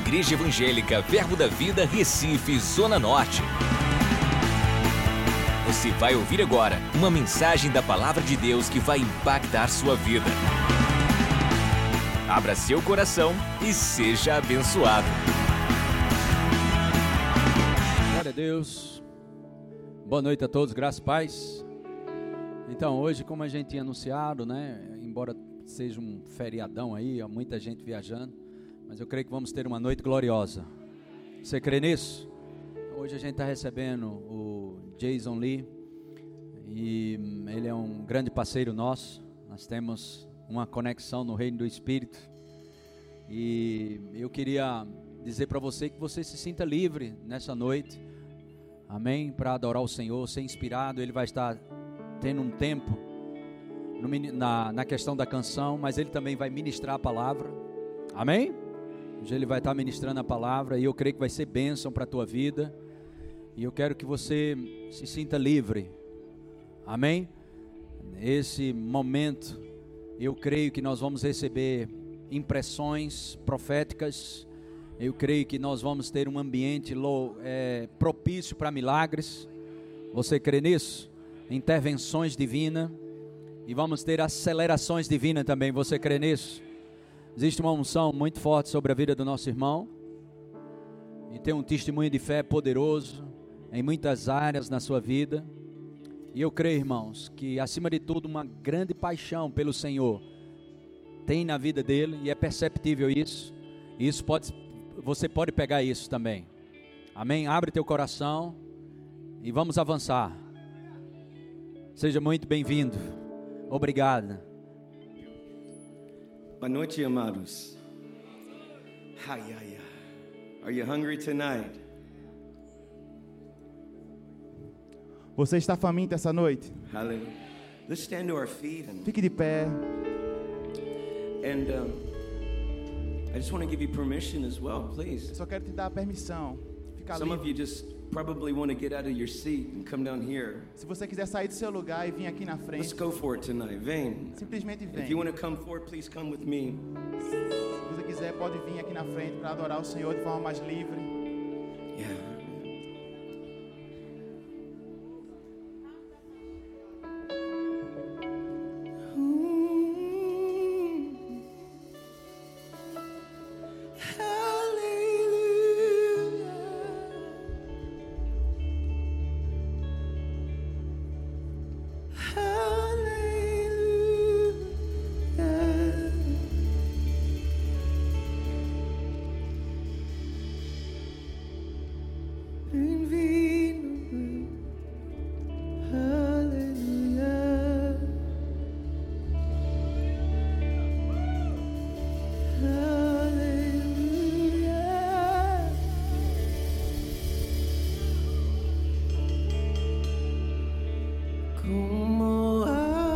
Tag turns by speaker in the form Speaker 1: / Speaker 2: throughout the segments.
Speaker 1: Igreja Evangélica Verbo da Vida, Recife, Zona Norte. Você vai ouvir agora uma mensagem da Palavra de Deus que vai impactar sua vida. Abra seu coração e seja abençoado.
Speaker 2: Glória a Deus. Boa noite a todos, graças e paz. Então, hoje, como a gente tinha anunciado, né, embora seja um feriadão aí, há muita gente viajando, mas eu creio que vamos ter uma noite gloriosa. Você crê nisso? Hoje a gente está recebendo o Jason Lee e hum, ele é um grande parceiro nosso. Nós temos uma conexão no reino do Espírito e eu queria dizer para você que você se sinta livre nessa noite, amém? Para adorar o Senhor, ser inspirado. Ele vai estar tendo um tempo no mini- na, na questão da canção, mas ele também vai ministrar a palavra, amém? Hoje ele vai estar ministrando a palavra e eu creio que vai ser bênção para a tua vida. E eu quero que você se sinta livre, amém? Esse momento, eu creio que nós vamos receber impressões proféticas. Eu creio que nós vamos ter um ambiente lo- eh, propício para milagres. Você crê nisso? Intervenções divinas. E vamos ter acelerações divinas também. Você crê nisso? Existe uma unção muito forte sobre a vida do nosso irmão. E tem um testemunho de fé poderoso em muitas áreas na sua vida. E eu creio, irmãos, que acima de tudo uma grande paixão pelo Senhor tem na vida dele e é perceptível isso. E isso pode você pode pegar isso também. Amém. Abre teu coração e vamos avançar. Seja muito bem-vindo. Obrigado.
Speaker 3: Boa noite, amados. Ai, ai, ai. Are you hungry tonight?
Speaker 4: Você está faminto essa noite?
Speaker 3: Hallelujah. Let's stand to our feet and,
Speaker 4: Fique de pé.
Speaker 3: and um, I just want to give you permission as well,
Speaker 4: Eu
Speaker 3: please.
Speaker 4: só quero te dar a permissão. Fica
Speaker 3: Some of
Speaker 4: livre.
Speaker 3: you just probably want to get out of your seat and come down here.
Speaker 4: Se você quiser sair do seu lugar e vir aqui na
Speaker 3: Let's
Speaker 4: frente,
Speaker 3: go for it tonight. Vem.
Speaker 4: simplesmente vem.
Speaker 3: If
Speaker 5: um
Speaker 3: you want to come forward, please come with me.
Speaker 4: Se você quiser, pode vir aqui na frente para adorar o Senhor de forma mais livre.
Speaker 3: Yeah. Bem-vindo, aleluia, aleluia, como águas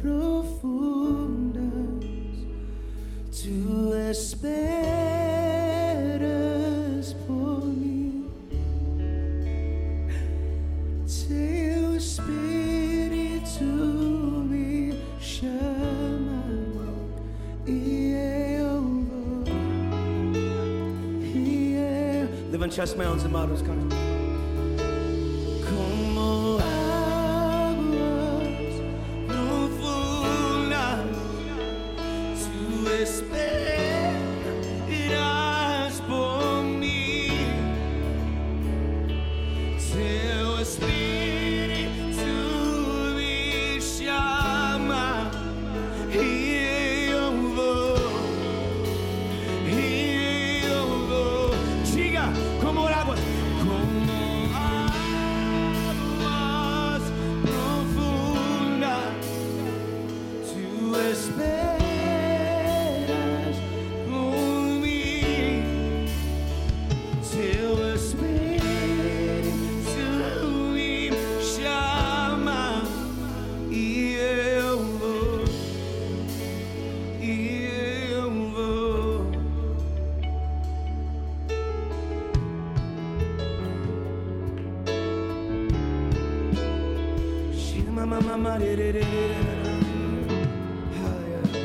Speaker 3: profundas. Tu esperas por mim, Teu Espírito me chama e eu vou. E eu... Levante as mãos, amados, cante. Como águas profundas. Tu esperas por mim, Teu Espírito me chama e eu vou, e eu vou. Diga como águas, como águas profundas. Tu esperas por mim, Teu Espírito me chama e eu vou, e eu vou. Shima mama marererererera. Hallelujah.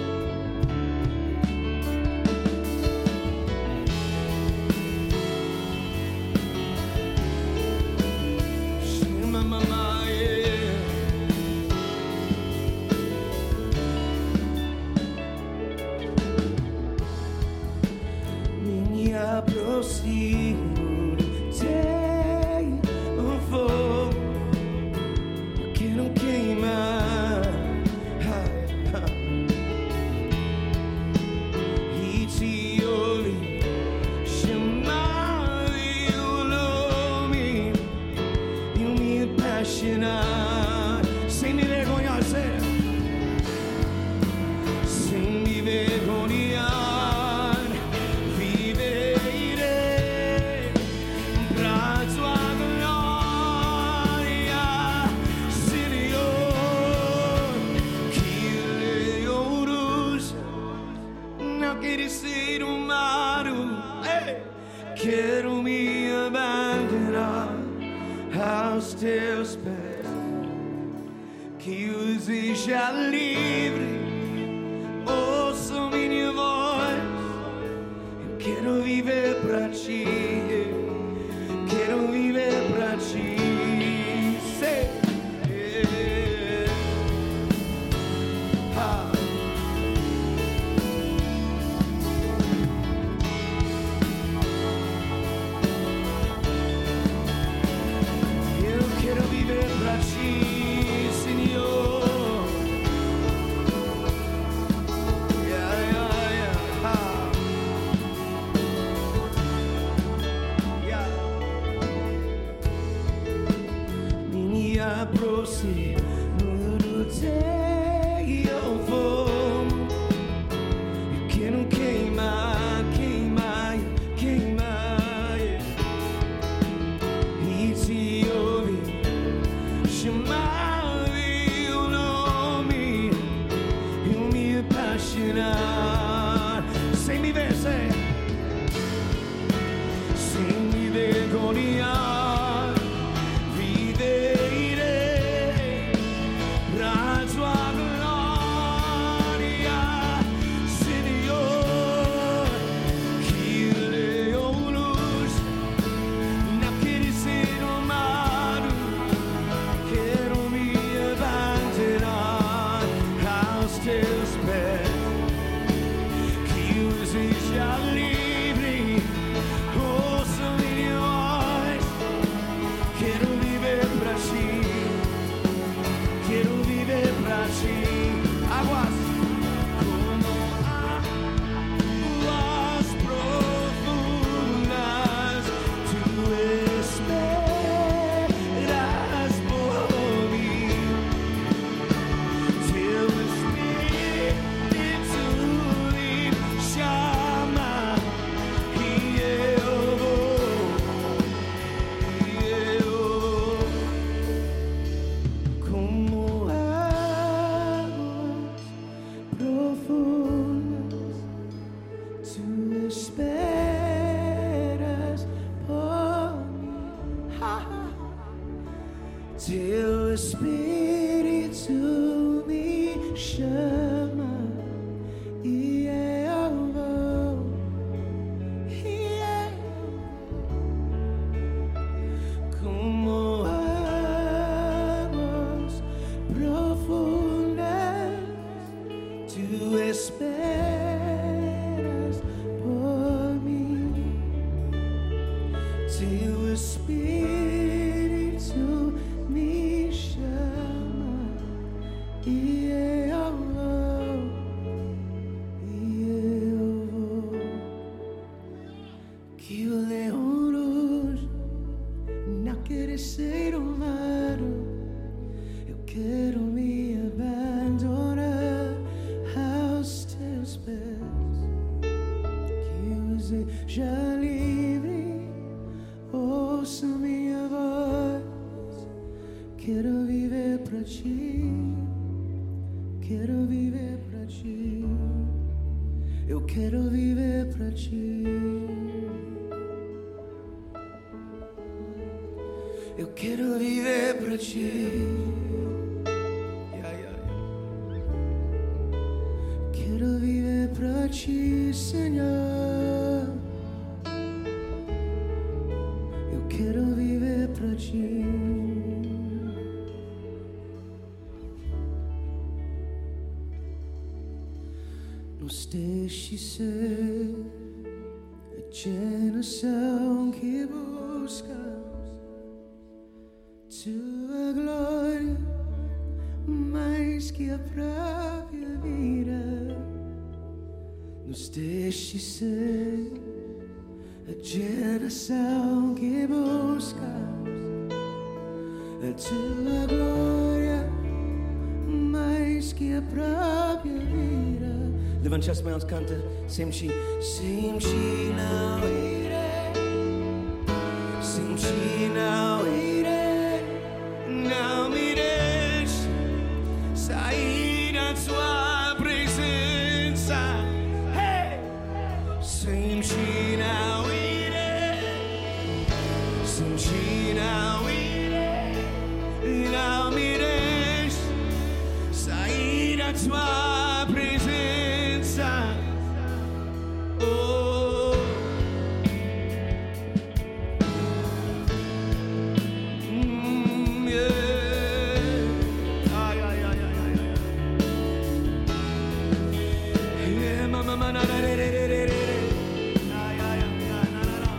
Speaker 3: E e um um aos teus pés, que os deixa livre. Ouçam minha voz, eu quero viver pra ti, quero viver pra ti. Sei. Ah. Eu quero viver pra ti, Senhor. Yeah, yeah, yeah. Ah. Yeah. Me aproximo do teu fogo. Eu quero queimar, queimar, queimar. yeah e te ouvi chamar meu nome eu me apaixonar sem me vencer sem me vergonhar viverei pra tua glória Senhor que leu luz Naquele ser humano, quero me abandonar aos teus pés, que os deixa livre, ouçam minha voz. Quero viver pra ti, quero viver pra ti. Águas como a águas profundas, tu esperas por mim. Teu Espírito me chama e eu vou, e eu vou como águas profundas. Tu esperas por mim. Ha, ha, ha. Teu Espírito me chama e eu vou. E eu vou. Como águas profundas. Tu esperas por mim, Teu Espírito me chama e eu vou, e eu vou. Que o leão ruge naquele ser humano. Eu quero me abandonar aos teus pés. Que os deixa livre, ouça minha voz. Quero viver é pra ti, quero viver pra ti. Eu quero viver pra ti. Eu quero viver pra ti. Yeah, yeah, yeah. Quero viver pra ti, Senhor. Eu quero viver pra ti. Nos deixe ser a geração que busca tua glória mais que a própria vida nos deixe ser a geração que busca a tua glória mais que a própria vida levante as mãos canta sempre sempre não irei sem ti não irei, não me deixe sair da tua presença. Hey! Sem ti não irei, sem ti não irei, a tua presença. Oh. Hum, yeah. Ai, ai, ai, ai, ai, ai. Yeah, ma, ma, ma, na, na, re, re, re, re, re, re. Ai, ai, ai, na, na, na, na.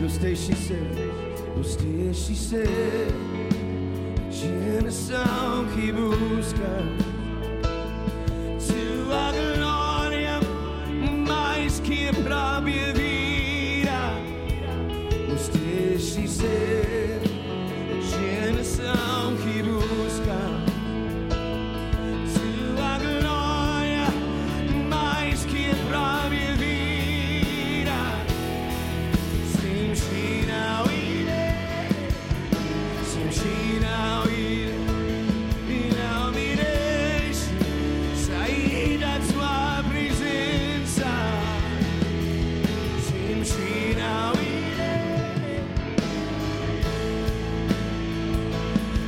Speaker 5: Gostei, she said.
Speaker 3: Você se ser geração que busca tua glória mais que a própria vida. Você se ser geração que busca tua glória mais que a própria vida. Sim, she now Sim, she now E não me deixe sair da sua presença. Sim, she now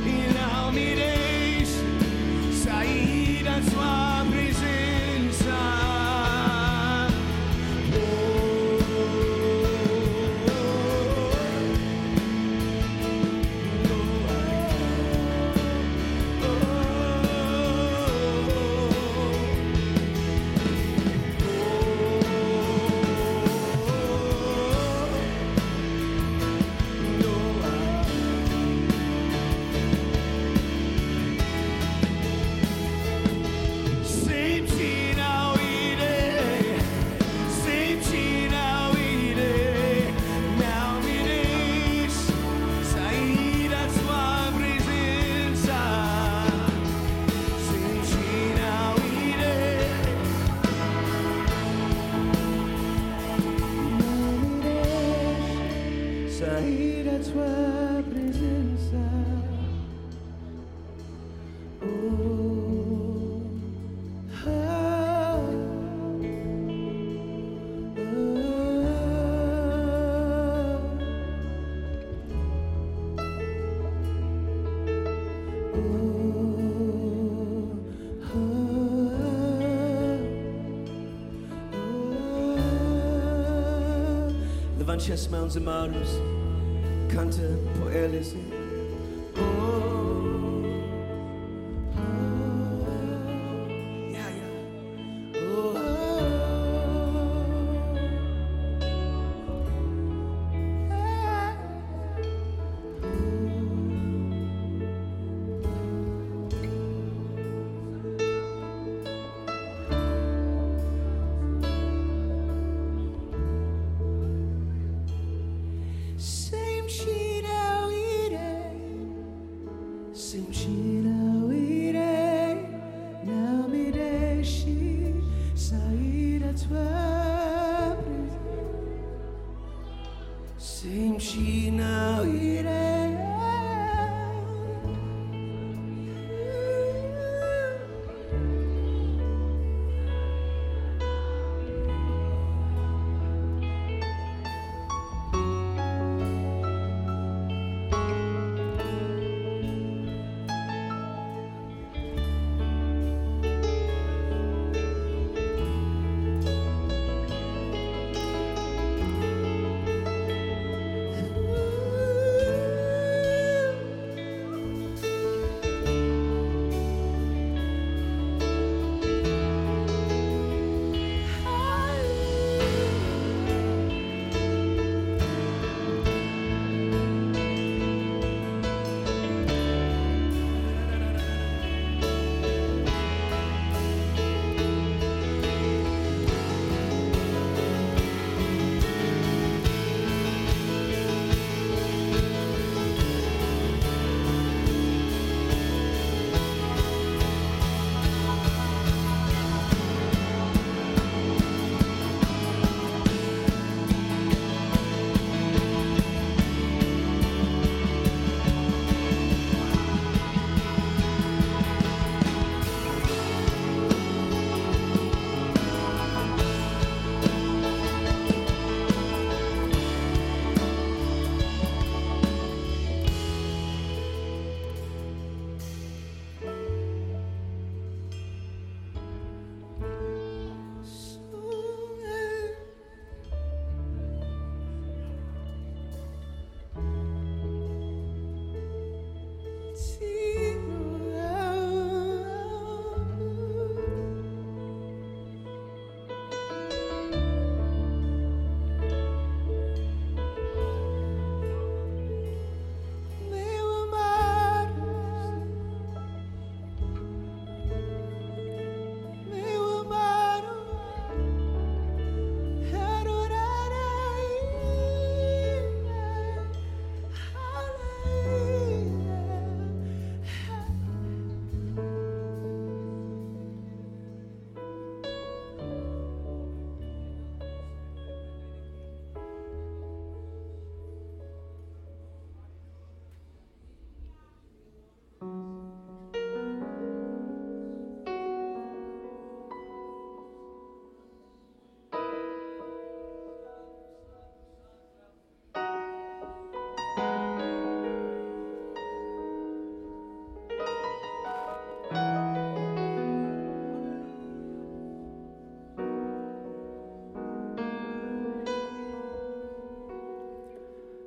Speaker 3: E não me deixe sair da sua presença. Senti não irei Senti não irei, não me deixe sair da sua presença. Senti não irei, não me deixe sair da sua presença. Oh, ah.
Speaker 5: Levante as mãos, amados. Canta por eles. Yeah, yeah.
Speaker 3: Same shit out eating. Same shit out eating. Now me deixe sair da tua presença. Same shit now eating.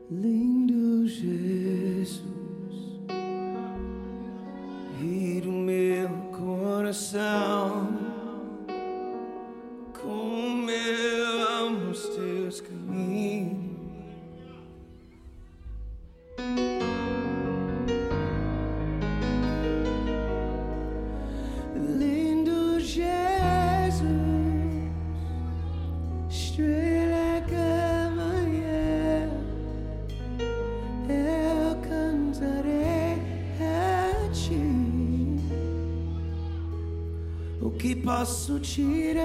Speaker 3: Lindo Jesus, e do meu coração, como eu amo os teus caminhos. Lindo Jesus, estrela que amanhã eu cantarei a ti. O que posso tirar?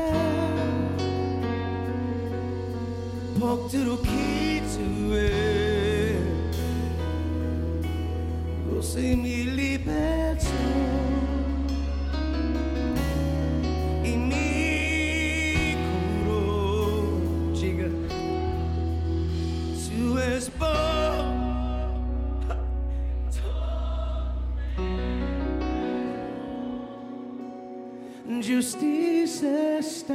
Speaker 3: Pouco do que tu és. Você me libertou e me curou. Diga, tu és bom. Justiça está,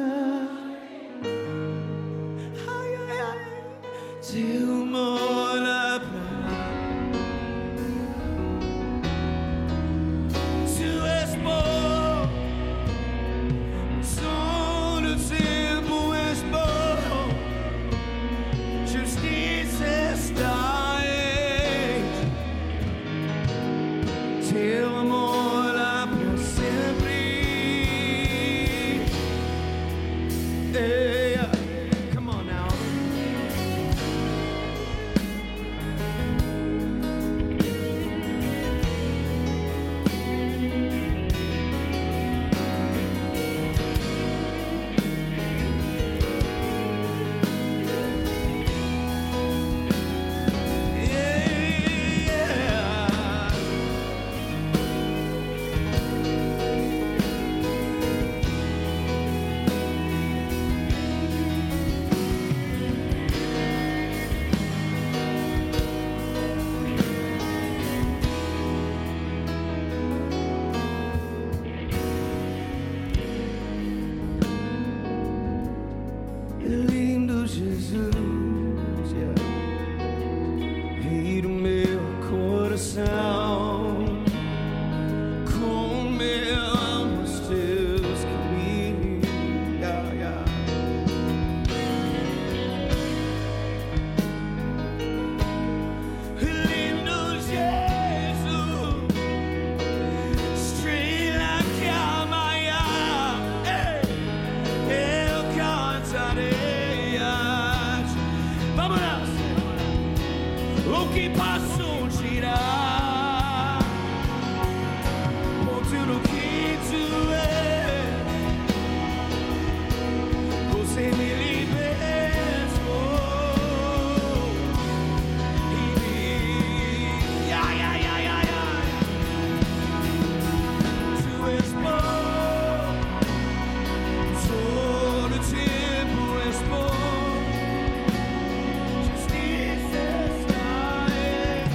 Speaker 3: ai, ai, ai, teu amor abra. Tu és bom. Todo tempo és bom, justiça está em ti. Teu amor há pra sempre. Yeah, come on now. Yeah. É Lindo Jesus, yeah. e do meu coração, como eu amo os teus caminhos. Yeah, yeah. Lindo Jesus, estrela que amanhã. Ei! Eu cantarei. a ti. Vamos nessa. O que posso tirar? Por tudo que tu és, você me libertou. E me- Ai, ai, ai, ai, ai. Tu és bom. Todo tempo és bom, justiça está em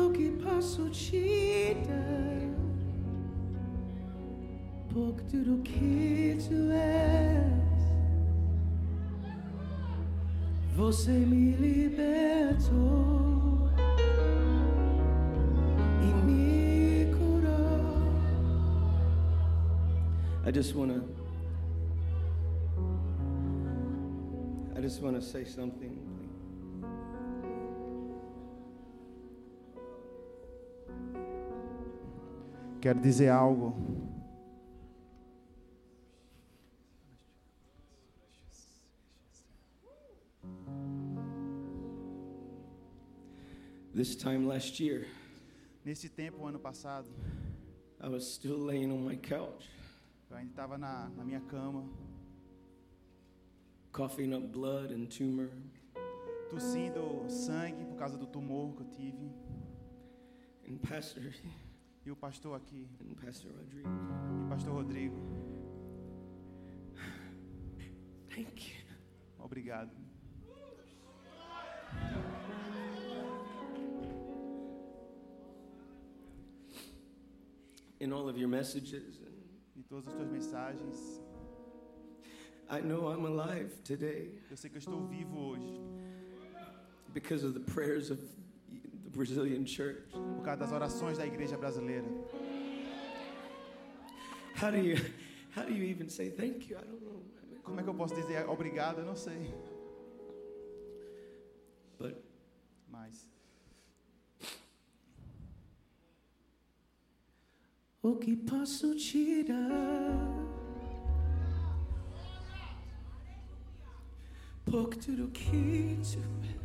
Speaker 3: É, que posso te dar, pouco do que tu és. Você me libertou e me curou.
Speaker 5: I just want to. I just want to say something.
Speaker 4: Quero dizer algo.
Speaker 5: This time last year,
Speaker 4: Nesse tempo, ano passado,
Speaker 5: I was still laying on my couch,
Speaker 4: eu ainda estava na, na minha cama,
Speaker 5: coughing up blood and tumor,
Speaker 4: tossindo sangue por causa do tumor que eu tive.
Speaker 5: and Pastor
Speaker 4: E o pastor aqui,
Speaker 5: and Pastor Rodriguez.
Speaker 4: e o pastor Rodrigo,
Speaker 5: Thank you.
Speaker 4: obrigado.
Speaker 5: In all of your messages, and
Speaker 4: E todas as tuas mensagens.
Speaker 5: I know I'm alive today
Speaker 4: Eu sei que eu estou vivo hoje
Speaker 5: because of the prayers of the Brazilian church.
Speaker 4: por causa das orações da igreja brasileira.
Speaker 5: How do you, how do you even say thank you? I don't know. I mean,
Speaker 4: Como é que eu posso dizer obrigado? Eu não sei.
Speaker 5: But
Speaker 4: Mas
Speaker 3: O que posso te dar? Pouco do que tu és.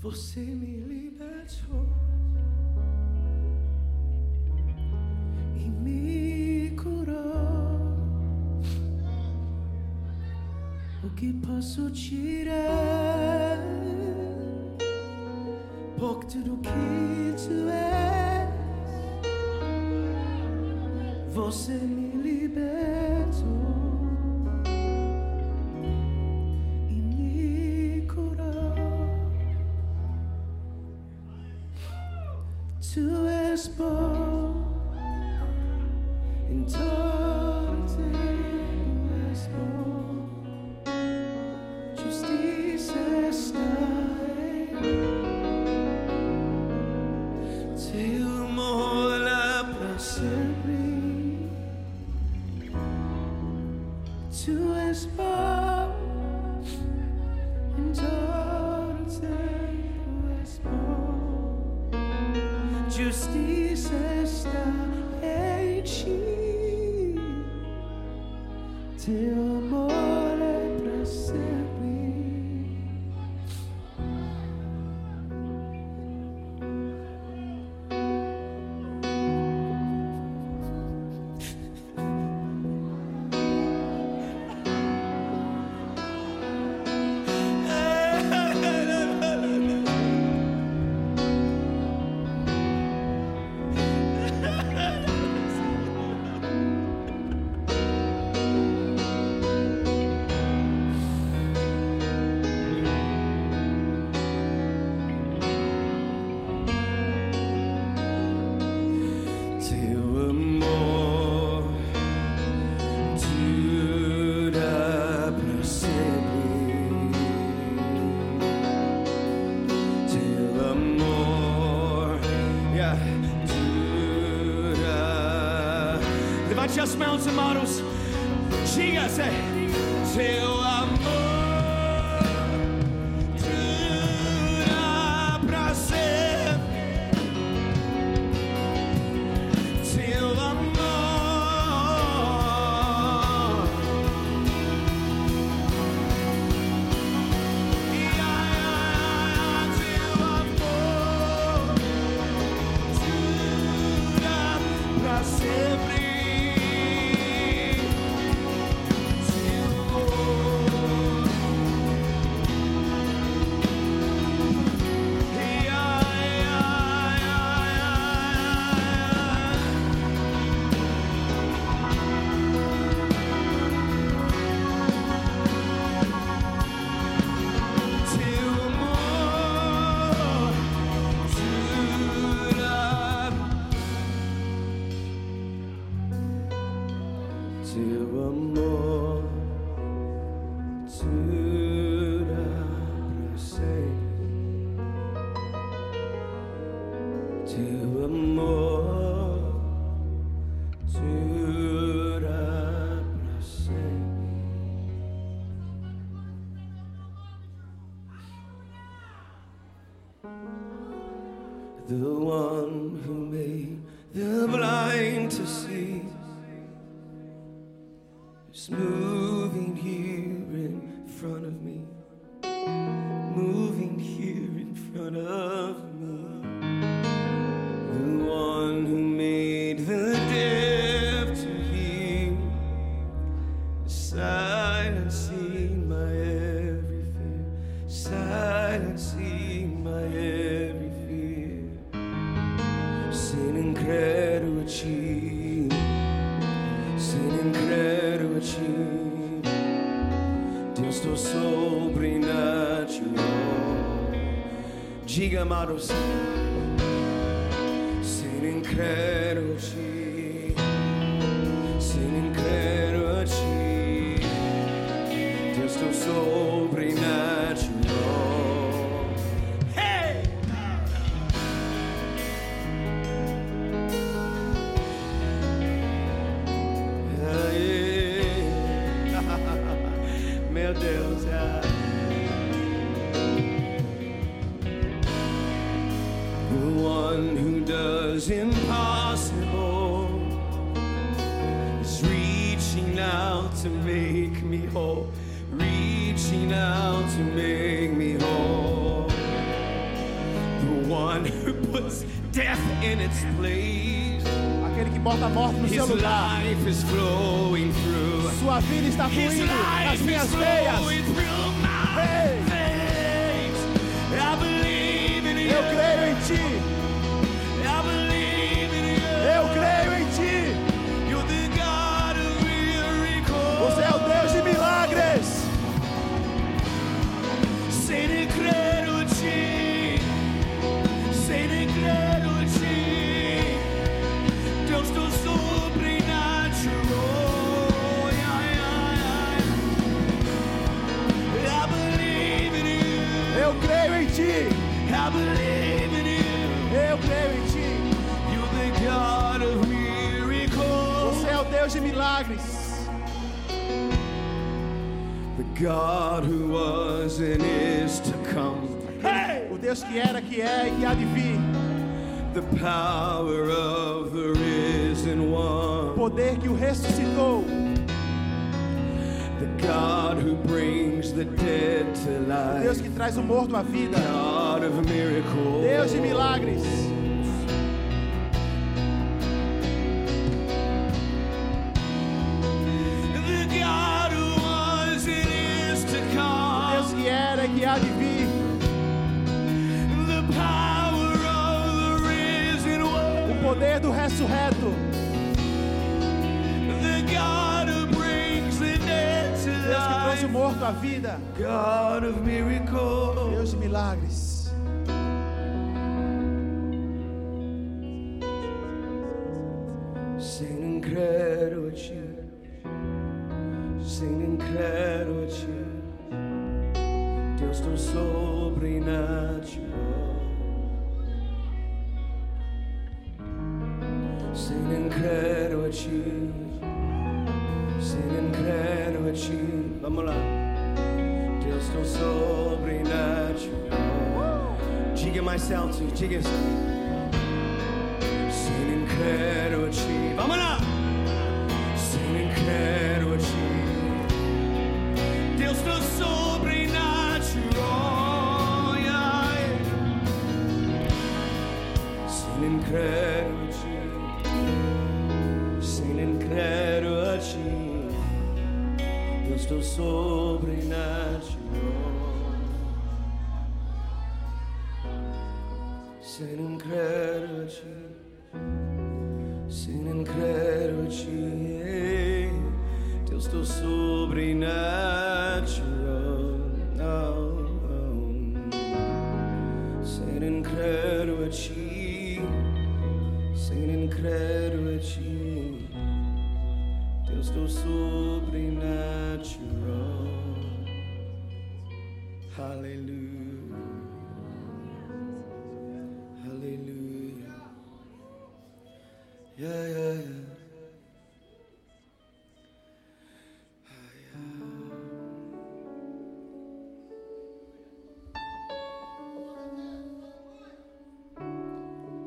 Speaker 3: Você me libertou e me curou. O que posso tirar? pouco do que tu és. Você me libertou e me curou. Tu és bom em todo tempo és bom. Justiça está em teu amor lá pra sempre. Tu és bom, em todo tempo és bom. Justiça está em ti, teu amor é pra sempre. Teu amor dura pra sempre. Teu amor yeah, dura. Levante as mãos, irmãos. Diga-se. Teu amor dura pra sempre. Teu amor, teu amor, dura pra sempre. Teu amor.
Speaker 5: Teu amor dura pra sempre. Teu amor dura pra sempre. The one who made the blind to see is moving here in front of me, moving here in front of me. The one who made the deaf to hear, silencing my every fear, silencing my every fear. Sin and credo achieve, sin and credo achieve. Deus teu sobrenatural. Diga, amado Senhor. Sin credo ci, sin credo ci, Deus teu sobrenatural. Hey! Aê! Meu Deus, ah. The one who does impossible is reaching out to make me whole, reaching out to make me whole. The one who puts death in its place,
Speaker 4: Aquele que bota a morte no seu
Speaker 5: his
Speaker 4: lugar.
Speaker 5: life is flowing through.
Speaker 4: Sua vida está
Speaker 5: His
Speaker 4: fluindo nas
Speaker 5: life
Speaker 4: minhas
Speaker 5: is
Speaker 4: veias.
Speaker 5: flowing through my
Speaker 4: Hey!
Speaker 5: veins. I believe in
Speaker 4: Eu
Speaker 5: you.
Speaker 4: creio em ti.
Speaker 5: I believe in you.
Speaker 4: Eu creio em ti.
Speaker 5: You're the God of miracles.
Speaker 4: Você é o Deus de milagres.
Speaker 5: Sei de crer em ti. Sei de crer em ti. Deus do sobrenatural. Yeah, yeah, yeah. I believe in you.
Speaker 4: Eu creio em ti.
Speaker 5: I believe in you.
Speaker 4: Eu creio em ti.
Speaker 5: You're the God of miracles.
Speaker 4: Você é o Deus de milagres.
Speaker 5: The God who was and is to come.
Speaker 4: O Deus que era, que é e que há de vir.
Speaker 5: The power of the risen
Speaker 4: O
Speaker 5: one,
Speaker 4: poder que o ressuscitou.
Speaker 5: the God who brings the dead to
Speaker 4: Deus
Speaker 5: life,
Speaker 4: que traz o morto à vida.
Speaker 5: God of miracles.
Speaker 4: Deus de milagres.
Speaker 5: The God who was and is to
Speaker 4: Deus
Speaker 5: come.
Speaker 4: que era, e que há de vir.
Speaker 5: The power of the risen one,
Speaker 4: O poder do ressurreto.
Speaker 5: the God who brings the dead to
Speaker 4: Deus que trouxe o
Speaker 5: life,
Speaker 4: morto à vida.
Speaker 5: God of miracles.
Speaker 4: Deus de milagres.
Speaker 5: Sem credo a ti, sem credo a ti, Deus do sobrenatural. Sem credo a ti, sem credo a ti, vamos lá. Deus do sobrenatural. Diga mais alto, diga assim. Sem incrédulo a ti. Vamos lá! Sem incrédulo a ti. Deus do sobrenatural. ai. Sem incrédulo a ti. Sem incrédulo a ti. Deus do sobrenatural. Sem incrédulo a ti. Sem nem crer te Deus teu sobrenatural Sem nem crer te Sem nem crer te Deus
Speaker 3: Cristo sobrenatural. Aleluia. Aleluia. Yeah, yeah, yeah.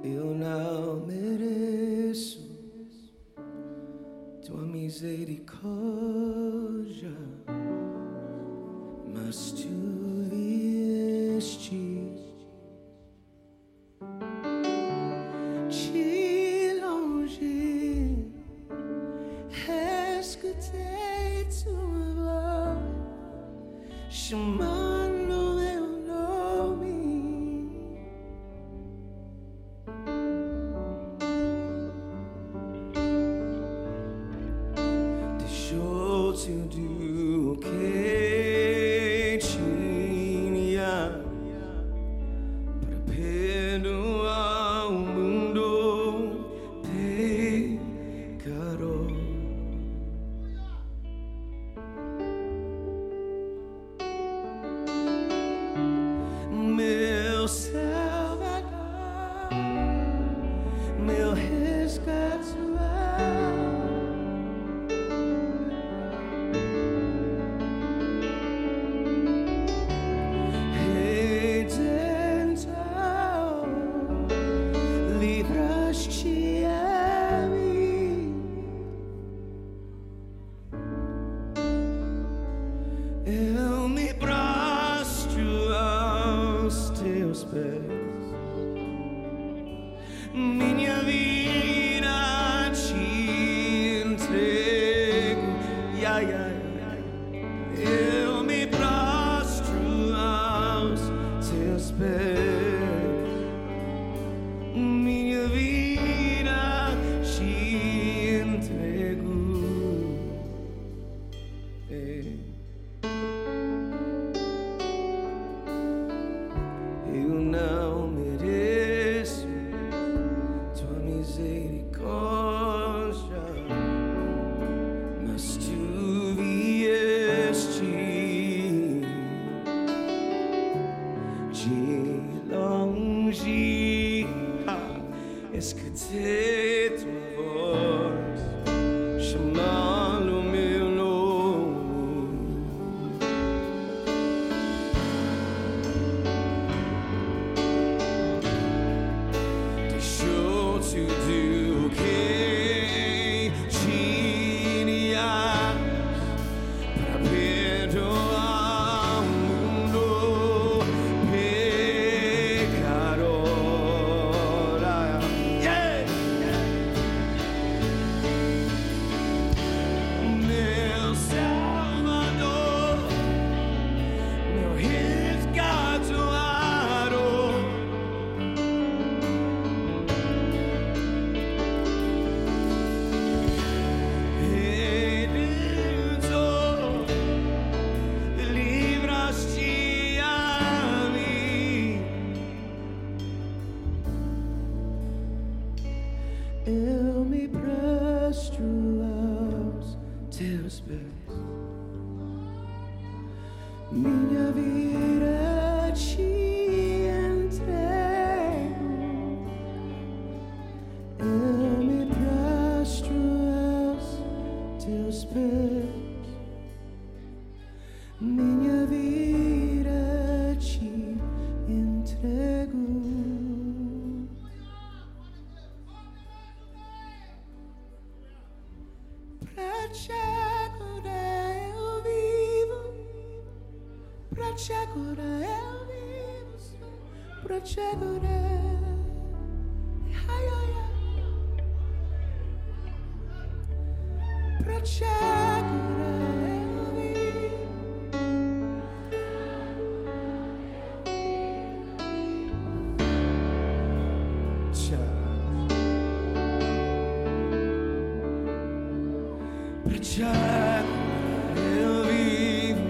Speaker 3: Eu não mereço tua misericórdia, mas tu vieste. De longe, escutei tua voz chamando meu nome. deixou to do o que tinha para perdoar o mundo pecador. Meu Salvador, meu resgatador. Redentor, livraste a mim. Eu me prostro aos teus pés, minha vida te entrego. Yeah, yeah, yeah. Eu me prostro aos teus pés, minha vida te entrego. Ei. Eu não mereço tua misericórdia mas tu vieste de longe, ah, escutei tua voz chamando meu nome. Deixou to do o que tinha para perdoar o mundo pecador. Ah, yeah, yeah. Meu Salvador, meu resgatador. Redentor, livraste a mim. Eu me prostro aos teus pés, minha vida te entrego. Eu me prostro aos teus pés, minha vida te entrego. Pra te adorar eu vivo, pra te adorar eu vivo, Senhor. pra te adorar. Ai, ai, ai. Pra te adorar eu vivo. Tchau. Pra te adorar eu vivo.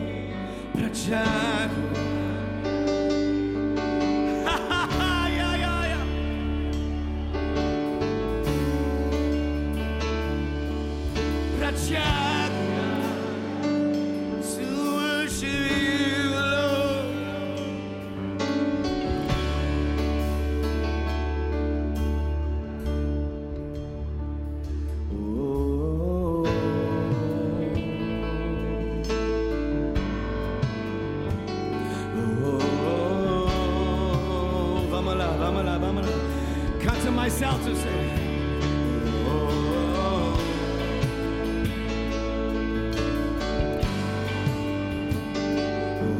Speaker 3: Pra te adorar. Ai, ai, ai, ai. pra te adorar. this out to say. Oh, oh,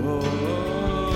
Speaker 3: Oh, oh,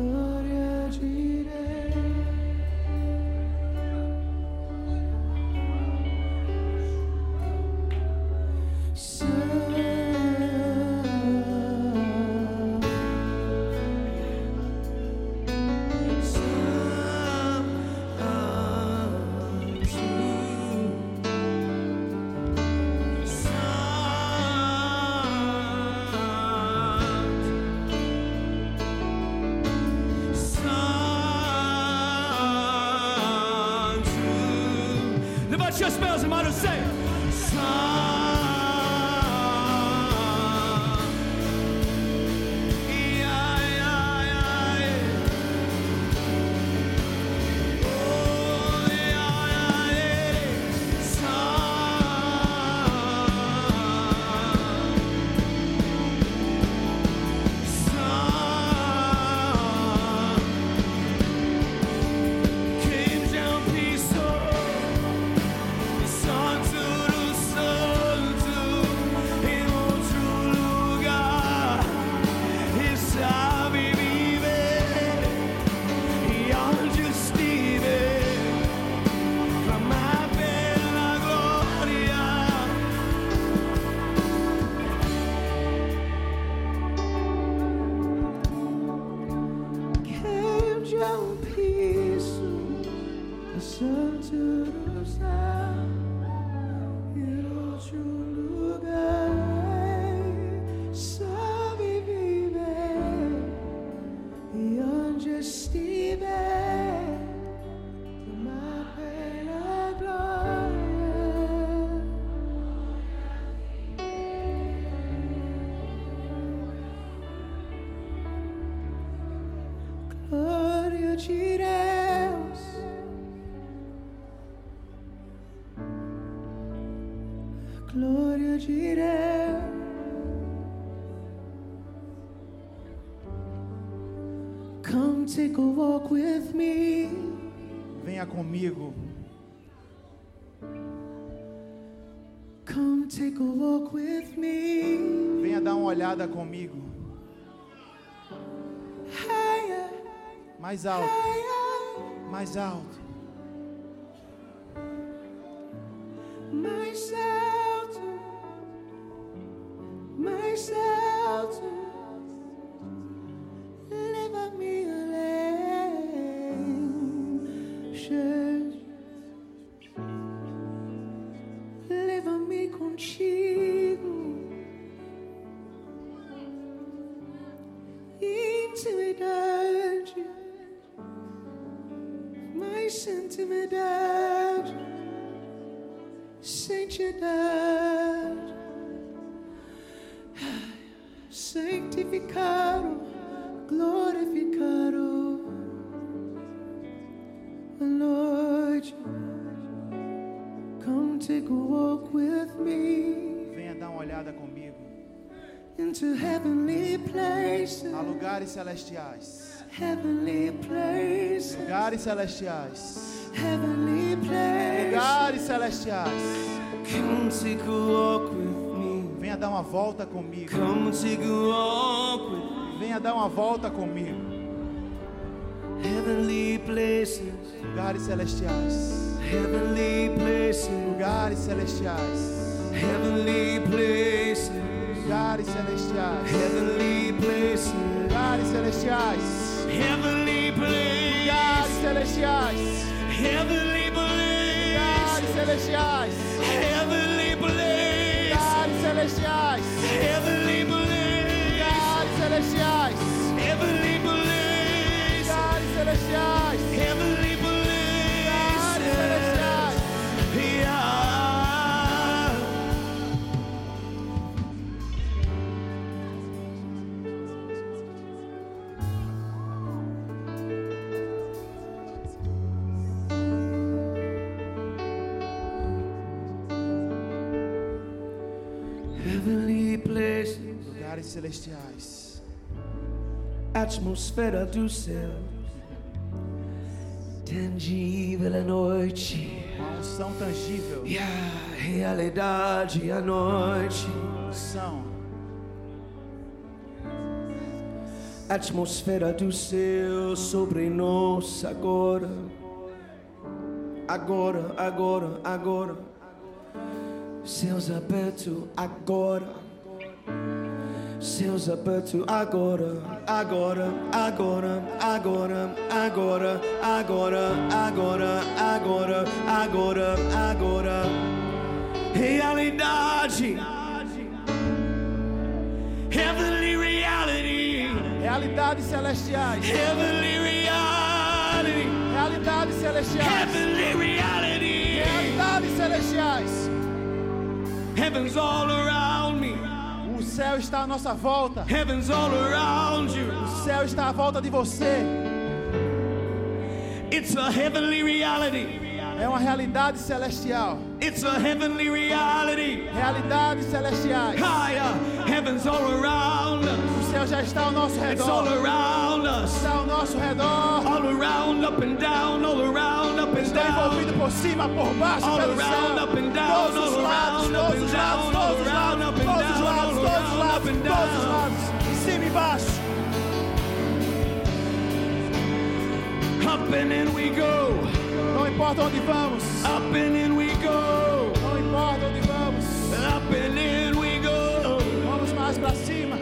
Speaker 3: e Came down peace, oh, the sun to de Deus. A glória de Deus. Come take a walk with me.
Speaker 4: Venha comigo.
Speaker 3: Come take a walk with me.
Speaker 4: Venha dar uma olhada comigo.
Speaker 3: Higher,
Speaker 4: Mais alto,
Speaker 3: higher.
Speaker 4: mais alto.
Speaker 3: Mais alto, mais alto, leva-me além, Jesus. leva-me contigo, intimidade, mais intimidade santidade, santificado, glorificado, Lord, come take a walk with me
Speaker 4: Venha dar uma olhada comigo.
Speaker 3: into heavenly places,
Speaker 4: A lugares celestiais.
Speaker 3: heavenly places,
Speaker 4: Lugares celestiais.
Speaker 3: heavenly places.
Speaker 4: Lugares celestiais.
Speaker 3: Come take a walk with me.
Speaker 4: Venha dar uma volta comigo.
Speaker 3: Come take a walk with me.
Speaker 4: Venha dar uma volta comigo.
Speaker 3: Heavenly places.
Speaker 4: Lugares celestiais.
Speaker 3: Heavenly places,
Speaker 4: Lugares celestiais.
Speaker 3: heavenly places,
Speaker 4: Lugares celestiais.
Speaker 3: heavenly places,
Speaker 4: Lugares celestiais.
Speaker 3: heavenly
Speaker 4: Lugares
Speaker 3: places,
Speaker 4: celestiais.
Speaker 3: heavenly
Speaker 4: Lugares
Speaker 3: places,
Speaker 4: celestiais.
Speaker 3: heavenly places,
Speaker 4: Lugares celestiais.
Speaker 3: heavenly places,
Speaker 4: Lugares celestiais.
Speaker 3: heavenly places,
Speaker 4: Lugares celestiais.
Speaker 3: heavenly
Speaker 4: Lugares
Speaker 3: places.
Speaker 4: celestiais.
Speaker 3: Heavenly places,
Speaker 4: Lugares celestiais.
Speaker 3: atmosfera do céu, tangível à noite.
Speaker 4: Uma unção tangível.
Speaker 3: E a realidade à noite,
Speaker 4: Unção.
Speaker 3: atmosfera do céu sobre nós agora. Agora, agora, agora. Céus abertos agora. Céus abertos agora, agora, agora, agora, agora, agora, agora, agora, agora, agora. Realidade. Heavenly reality.
Speaker 4: Realidades celestiais.
Speaker 3: Heavenly reality.
Speaker 4: Realidades celestiais.
Speaker 3: Heavenly reality.
Speaker 4: Realidades celestiais.
Speaker 3: Heaven's all around me.
Speaker 4: O céu está à nossa volta.
Speaker 3: Heaven's all around you.
Speaker 4: O céu está à volta de você.
Speaker 3: It's a heavenly reality.
Speaker 4: É uma realidade celestial.
Speaker 3: It's a heavenly reality.
Speaker 4: Realidades celestiais.
Speaker 3: Higher. Heaven's all around
Speaker 4: O
Speaker 3: us.
Speaker 4: céu já está ao nosso
Speaker 3: It's all
Speaker 4: redor.
Speaker 3: around us.
Speaker 4: Está ao nosso redor.
Speaker 3: All around, up and down, all around, up and
Speaker 4: Está
Speaker 3: down.
Speaker 4: envolvido por cima, por baixo,
Speaker 3: All
Speaker 4: pelo
Speaker 3: around,
Speaker 4: céu.
Speaker 3: up and down,
Speaker 4: Todos
Speaker 3: all
Speaker 4: os lados,
Speaker 3: around, up
Speaker 4: todos os
Speaker 3: and
Speaker 4: lados,
Speaker 3: down,
Speaker 4: todos os
Speaker 3: all around,
Speaker 4: lados,
Speaker 3: up and
Speaker 4: todos os
Speaker 3: down,
Speaker 4: lados,
Speaker 3: all
Speaker 4: todos os
Speaker 3: around,
Speaker 4: lados,
Speaker 3: up and
Speaker 4: todos os
Speaker 3: down.
Speaker 4: lados. Em cima e embaixo.
Speaker 3: Up and in we go.
Speaker 4: Não importa onde vamos.
Speaker 3: Up and in we go.
Speaker 4: Não importa onde vamos.
Speaker 3: Up and in we go.
Speaker 4: Vamos mais pra cima.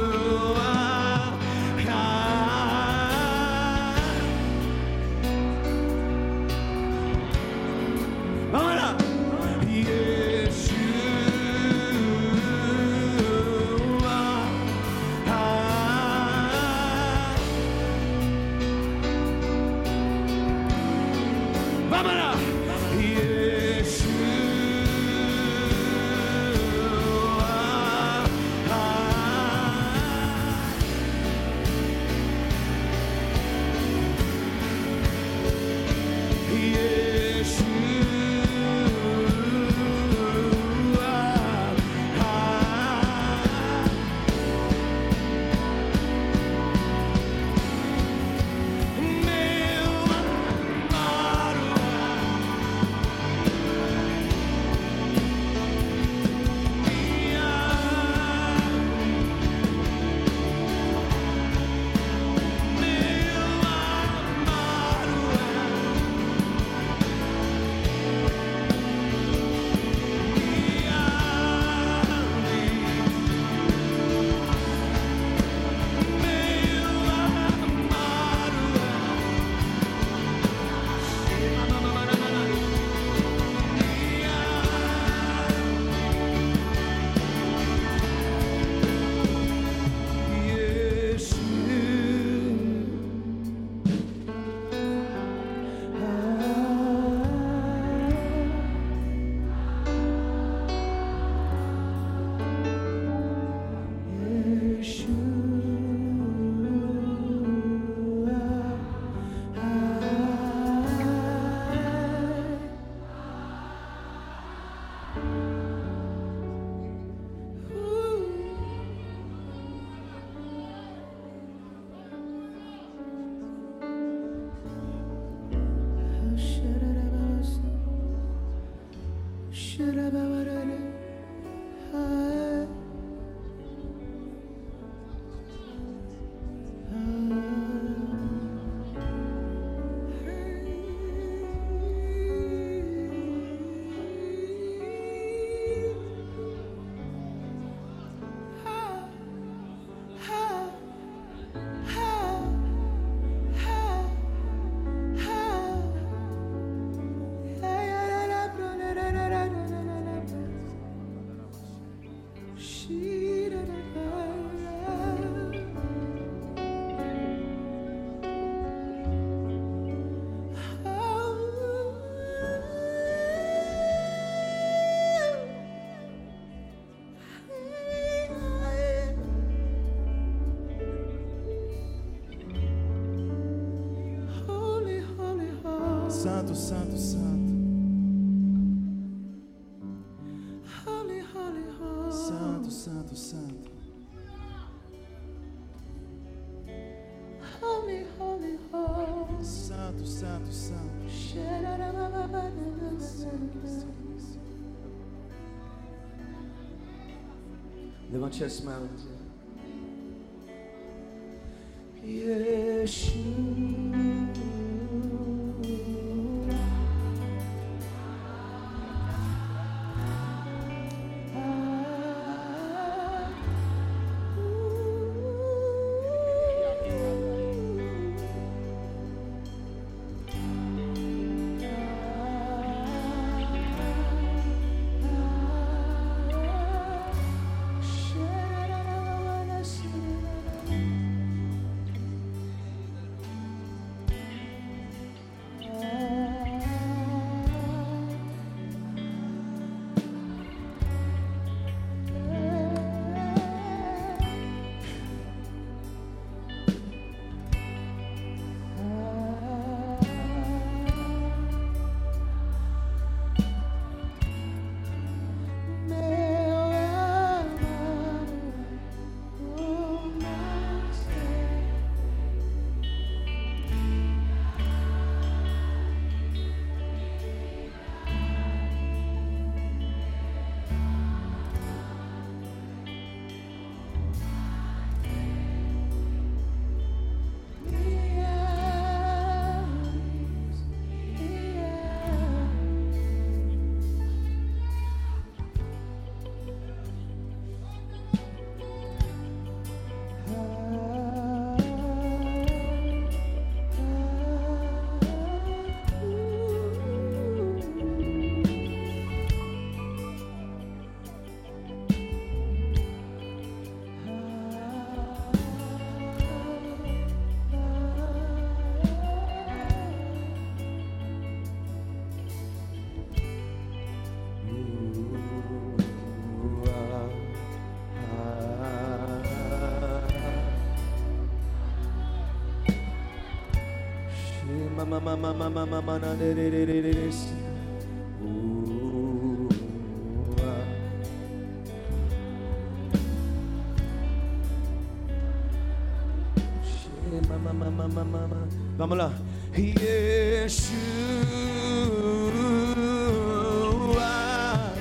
Speaker 3: Yeshua. Vamos lá. Yeshua. Vamos lá. Yeshua. Santo, santo, santo. Santo, santo, santo. Santo, santo, santo.
Speaker 5: Levante as mãos. Yeshua. Vamos lá. Yeshua.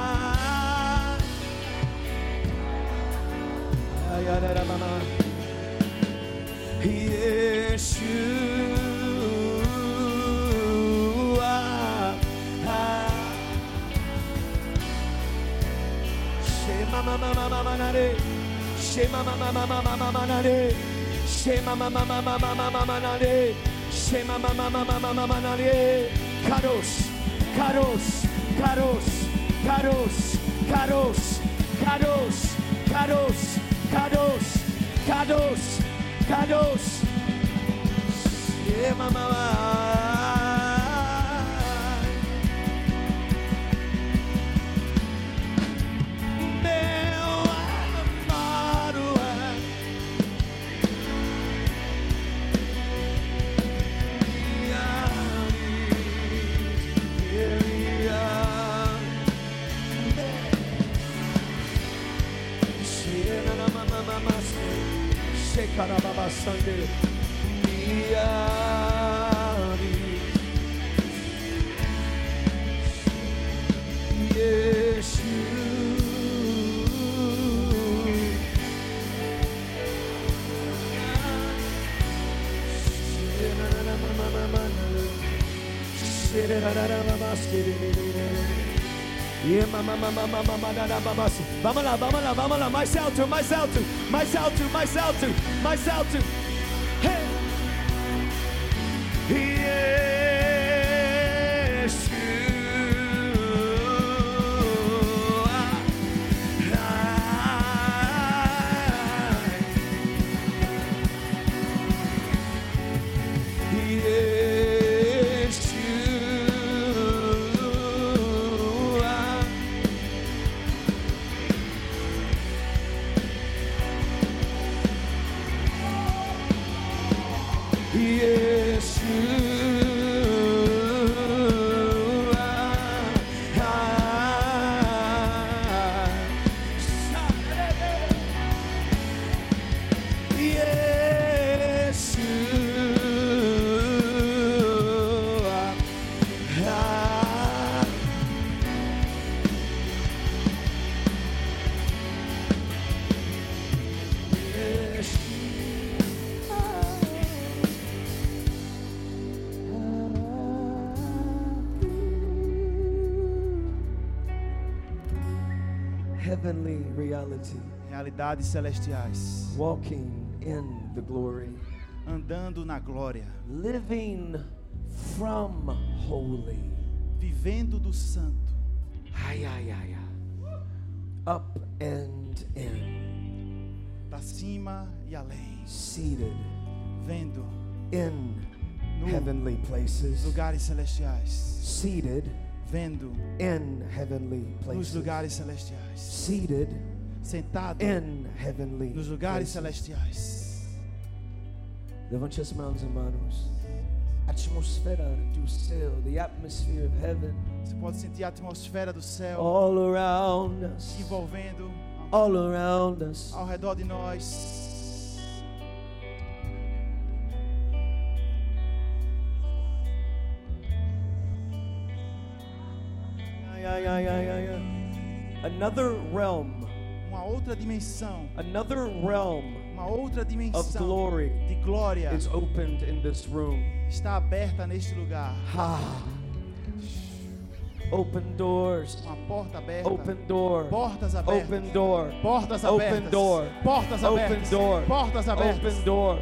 Speaker 5: Yeshua. Ay, ay, ay, ay, mamá. Yeshua. Shema mama mama mama nare. Shema mama mama mama mama nare. Shema mama mama mama mama nare. Shema mama mama mama mama nare. Karos, karos, karos, karos, karos, karos, karos, karos, karos, karos. Shema mama. Meu amado é Ele é Tarababasande. E abre. Yeshua. Vamos lá, vamos lá, vamos lá. Mais alto, mais alto, mais alto, mais alto, mais alto. Hey. Yeshua. Ai. Yeshua. Yeshua. Ai. Yeshua. Ah. Heavenly reality.
Speaker 4: Realidades celestiais.
Speaker 5: walking in the glory,
Speaker 4: Andando na glória.
Speaker 5: living from holy,
Speaker 4: Vivendo do santo.
Speaker 5: ay, ay, ay, ay. up and in,
Speaker 4: Pra cima e além.
Speaker 5: seated
Speaker 4: Vendo
Speaker 5: in
Speaker 4: No.
Speaker 5: heavenly places,
Speaker 4: lugares celestiais.
Speaker 5: seated
Speaker 4: Vendo
Speaker 5: in heavenly
Speaker 4: nos
Speaker 5: places,
Speaker 4: lugares celestiais.
Speaker 5: seated
Speaker 4: Sentado
Speaker 5: in heavenly
Speaker 4: nos lugares
Speaker 5: places.
Speaker 4: celestiais.
Speaker 5: Levante as mãos, irmãos. A atmosfera do céu, the atmosphere of heaven,
Speaker 4: Você pode sentir a atmosfera do céu
Speaker 5: all around us,
Speaker 4: envolvendo
Speaker 5: all around us.
Speaker 4: ao redor de nós.
Speaker 5: Ay, ay, ay, ay, ay, ay. Another realm,
Speaker 4: Uma outra dimensão,
Speaker 5: another realm
Speaker 4: uma outra
Speaker 5: of
Speaker 4: dimensão
Speaker 5: glory
Speaker 4: de glória
Speaker 5: is opened in this room.
Speaker 4: está aberta neste lugar.
Speaker 5: Ah. Open doors,
Speaker 4: Uma porta aberta.
Speaker 5: open door,
Speaker 4: Portas abertas.
Speaker 5: open door,
Speaker 4: Portas abertas.
Speaker 5: open door,
Speaker 4: Portas
Speaker 5: open
Speaker 4: abertas.
Speaker 5: door,
Speaker 4: Portas abertas.
Speaker 5: open door.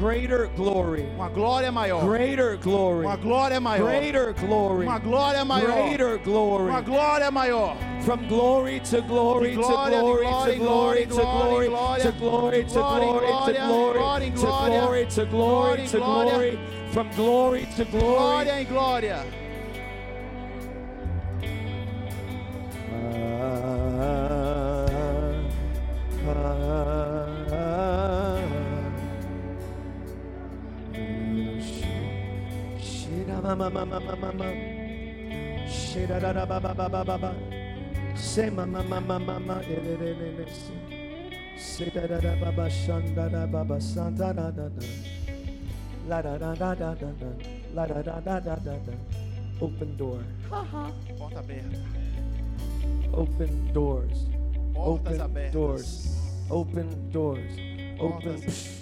Speaker 5: Greater glory,
Speaker 4: Uma glória maior.
Speaker 5: greater glory,
Speaker 4: Uma glória maior.
Speaker 5: greater glory,
Speaker 4: Uma glória maior.
Speaker 5: greater glory.
Speaker 4: Uma glória maior.
Speaker 5: From glory to glory
Speaker 4: De
Speaker 5: to
Speaker 4: glória, de
Speaker 5: glory
Speaker 4: glória,
Speaker 5: to
Speaker 4: em
Speaker 5: glory to glory
Speaker 4: glória, em
Speaker 5: to glory to glory
Speaker 4: glória,
Speaker 5: to glory
Speaker 4: em glória, em glória, em
Speaker 5: to
Speaker 4: glória,
Speaker 5: glory to glory
Speaker 4: glória, em
Speaker 5: to
Speaker 4: glória.
Speaker 5: glory from glory to glory.
Speaker 4: Glória em glória.
Speaker 5: Open door.
Speaker 4: Porta aberta.
Speaker 5: Open doors.
Speaker 4: Portas
Speaker 5: Open
Speaker 4: abertas.
Speaker 5: doors. Open doors. Open.
Speaker 4: Portas.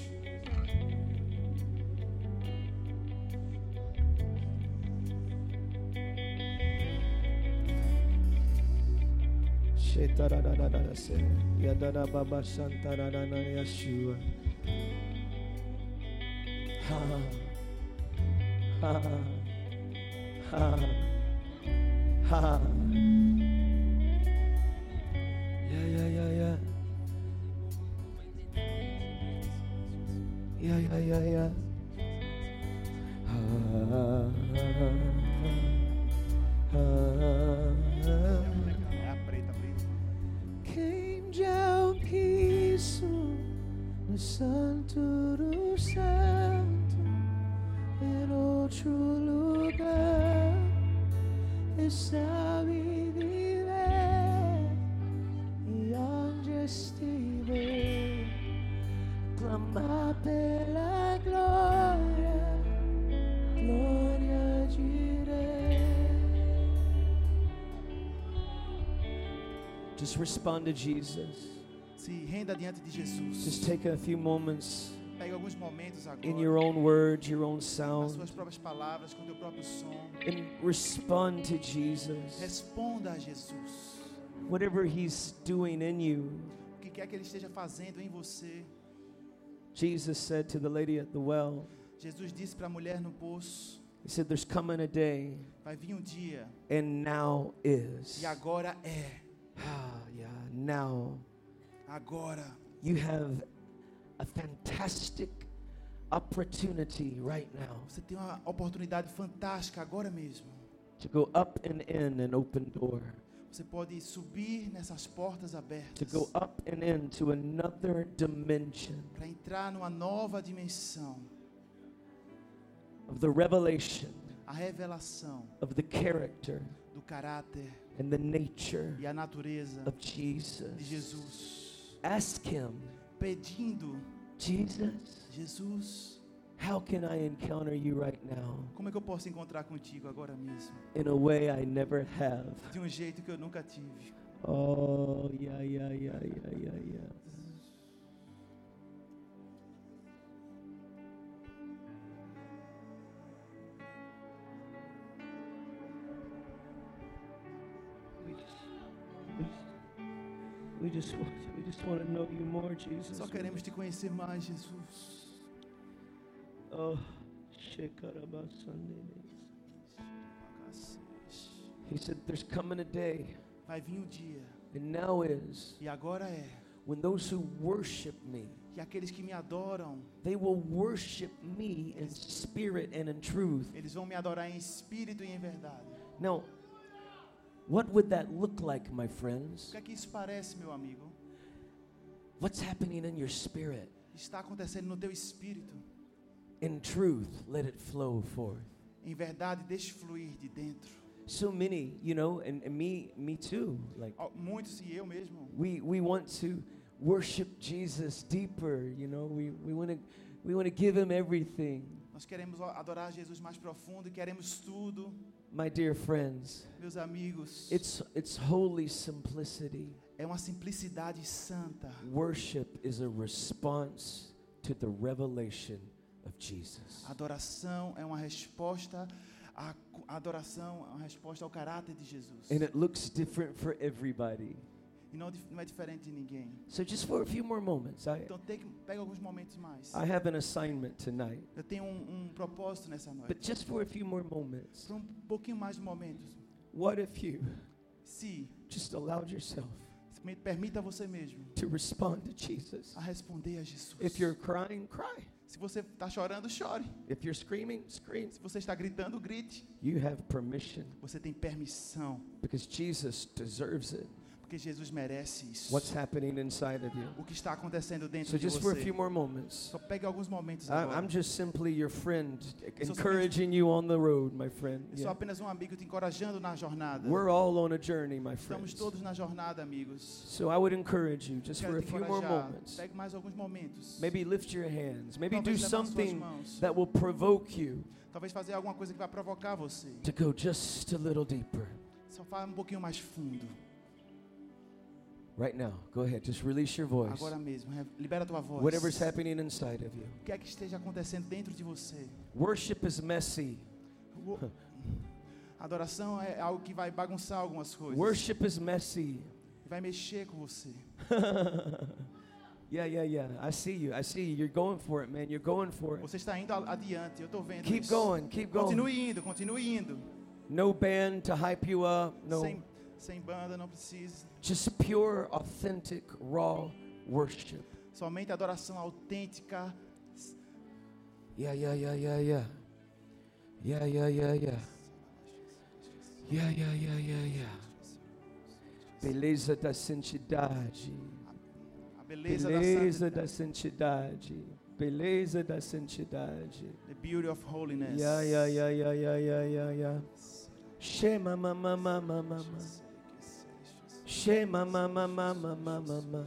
Speaker 5: Shetarararara se. Yadara baba shantararana Yeshua. Ha. Ha. Ha. Ha. Yeah, yeah, yeah, yeah. Yeah, yeah, yeah, yeah. Ah, ah, ah.
Speaker 4: É a preta, a preta.
Speaker 5: Came down peace no santo do santo em outro lugar e sabe viver e onde estiver pela glória, glória direi. Just respond to Jesus.
Speaker 4: Se renda diante de Jesus.
Speaker 5: Just take a few moments
Speaker 4: Pega alguns momentos agora.
Speaker 5: in your own words, your own
Speaker 4: com as
Speaker 5: sound,
Speaker 4: suas próprias palavras, com teu próprio som.
Speaker 5: and respond to Jesus.
Speaker 4: Responda a Jesus.
Speaker 5: Whatever He's doing in you,
Speaker 4: O que quer que ele esteja fazendo em você.
Speaker 5: Jesus said to the lady at the well,
Speaker 4: Jesus disse para a mulher no poço:
Speaker 5: He said, There's coming a day,
Speaker 4: Vai vir um dia,
Speaker 5: and now is.
Speaker 4: e agora é.
Speaker 5: Ah, yeah, now.
Speaker 4: Agora
Speaker 5: You have a fantastic opportunity right now
Speaker 4: você tem uma oportunidade fantástica agora mesmo.
Speaker 5: to go up and in an open door,
Speaker 4: Você pode subir nessas portas
Speaker 5: to
Speaker 4: abertas
Speaker 5: go up and in to another dimension
Speaker 4: para entrar numa nova dimensão,
Speaker 5: of the revelation
Speaker 4: a revelação
Speaker 5: of the character
Speaker 4: do caráter
Speaker 5: and the nature
Speaker 4: e a natureza
Speaker 5: of Jesus.
Speaker 4: de Jesus,
Speaker 5: Ask Him,
Speaker 4: pedindo
Speaker 5: Jesus,
Speaker 4: Jesus,
Speaker 5: how can I encounter you right now
Speaker 4: como é que eu posso encontrar contigo agora mesmo?
Speaker 5: in a way I never have?
Speaker 4: De um jeito que eu nunca tive.
Speaker 5: Oh, yeah, yeah, yeah, yeah, yeah, yeah. We just, we just, want, we just want to know you more, Jesus.
Speaker 4: Só queremos te conhecer mais, Jesus.
Speaker 5: Oh, Shekarabasandene. He said, "There's coming a day,
Speaker 4: Vai vir um dia,
Speaker 5: and now is,
Speaker 4: e agora é,
Speaker 5: when those who worship me."
Speaker 4: que aqueles que me adoram,
Speaker 5: They will worship me in spirit and in truth.
Speaker 4: eles vão me adorar em espírito e em verdade.
Speaker 5: Now, what would that look like, my
Speaker 4: O
Speaker 5: friends?
Speaker 4: que é que isso parece, meu amigo?
Speaker 5: What's happening in your spirit?
Speaker 4: Está acontecendo no teu espírito.
Speaker 5: In truth, let it flow forth.
Speaker 4: Em verdade, deixe fluir de dentro.
Speaker 5: So many, you know, and, and me, me too. Like
Speaker 4: Ó, Muitos e eu mesmo,
Speaker 5: we, we want to worship Jesus deeper. You know, we, we want to, we want to give him everything.
Speaker 4: nós queremos adorar Jesus mais profundo e queremos tudo,
Speaker 5: My dear friends,
Speaker 4: meus amigos.
Speaker 5: it's it's holy simplicity.
Speaker 4: É uma simplicidade santa.
Speaker 5: Worship is a response to the revelation of Jesus.
Speaker 4: Adoração é uma resposta à cu- a adoração é uma resposta ao caráter de Jesus.
Speaker 5: And it looks different for everybody.
Speaker 4: E não, dif- não é diferente de ninguém.
Speaker 5: So just for a few more moments, I,
Speaker 4: Então tem que- pega alguns momentos mais.
Speaker 5: I have an assignment tonight,
Speaker 4: Eu tenho um, um propósito nessa
Speaker 5: but
Speaker 4: noite.
Speaker 5: just for a few more moments,
Speaker 4: Por um pouquinho mais de momentos.
Speaker 5: what if you
Speaker 4: Se
Speaker 5: just allowed yourself
Speaker 4: me- permita você mesmo
Speaker 5: to respond to Jesus?
Speaker 4: a responder a Jesus.
Speaker 5: If you're crying, cry.
Speaker 4: Se você está chorando, chore.
Speaker 5: If you're screaming, scream.
Speaker 4: Se você está gritando, grite.
Speaker 5: You have permission
Speaker 4: Você tem permissão,
Speaker 5: because Jesus deserves it.
Speaker 4: porque Jesus merece isso.
Speaker 5: What's happening inside of you?
Speaker 4: O que está acontecendo dentro
Speaker 5: So
Speaker 4: de
Speaker 5: just for a
Speaker 4: você.
Speaker 5: few more moments.
Speaker 4: Só pegue alguns momentos
Speaker 5: I-
Speaker 4: agora.
Speaker 5: I'm just simply your friend,
Speaker 4: so-
Speaker 5: encouraging you on the road, my friend.
Speaker 4: Eu
Speaker 5: Yeah.
Speaker 4: sou apenas um amigo te encorajando na jornada.
Speaker 5: We're all on a journey, my
Speaker 4: Estamos
Speaker 5: friends.
Speaker 4: todos na jornada, amigos.
Speaker 5: So I would encourage you just for
Speaker 4: Quero
Speaker 5: a
Speaker 4: te
Speaker 5: few more
Speaker 4: encorajar.
Speaker 5: moments.
Speaker 4: Pegue mais alguns momentos.
Speaker 5: Maybe lift your hands. Maybe do
Speaker 4: Talvez levante suas
Speaker 5: something
Speaker 4: mãos.
Speaker 5: that will provoke you
Speaker 4: Talvez fazer alguma coisa que vai provocar você.
Speaker 5: to go just a little deeper.
Speaker 4: Só fala um pouquinho mais fundo.
Speaker 5: Right now, go ahead. Just release your voice.
Speaker 4: Agora mesmo. Re- Libera a tua voz.
Speaker 5: Whatever's happening inside of you.
Speaker 4: O que é que esteja acontecendo dentro de você?
Speaker 5: Worship is messy.
Speaker 4: O- Adoração é algo que vai bagunçar algumas coisas.
Speaker 5: Worship is messy.
Speaker 4: Vai mexer com você.
Speaker 5: yeah, yeah, yeah. I see you. I see you. You're going for it, man. You're going for it.
Speaker 4: Você está indo a- adiante. Eu estou vendo
Speaker 5: Keep
Speaker 4: isso.
Speaker 5: going. Keep going.
Speaker 4: Continue indo, continue indo.
Speaker 5: No band to hype you up. No.
Speaker 4: Sem, sem banda, não precisa.
Speaker 5: Just pure, authentic, raw worship.
Speaker 4: Somente adoração autêntica.
Speaker 5: Yeah, yeah, yeah, yeah, yeah. Yeah, yeah, yeah, yeah. Yeah, yeah, yeah, yeah, yeah. Beleza da santidade.
Speaker 4: A beleza,
Speaker 5: Beleza
Speaker 4: da
Speaker 5: da santidade.
Speaker 4: santidade.
Speaker 5: Beleza da santidade.
Speaker 4: The beauty of holiness.
Speaker 5: Yeah, yeah, yeah, yeah, yeah, yeah, yeah, yeah. Shema, mama, mama, mama. Shema, mama, mama, mama, mama.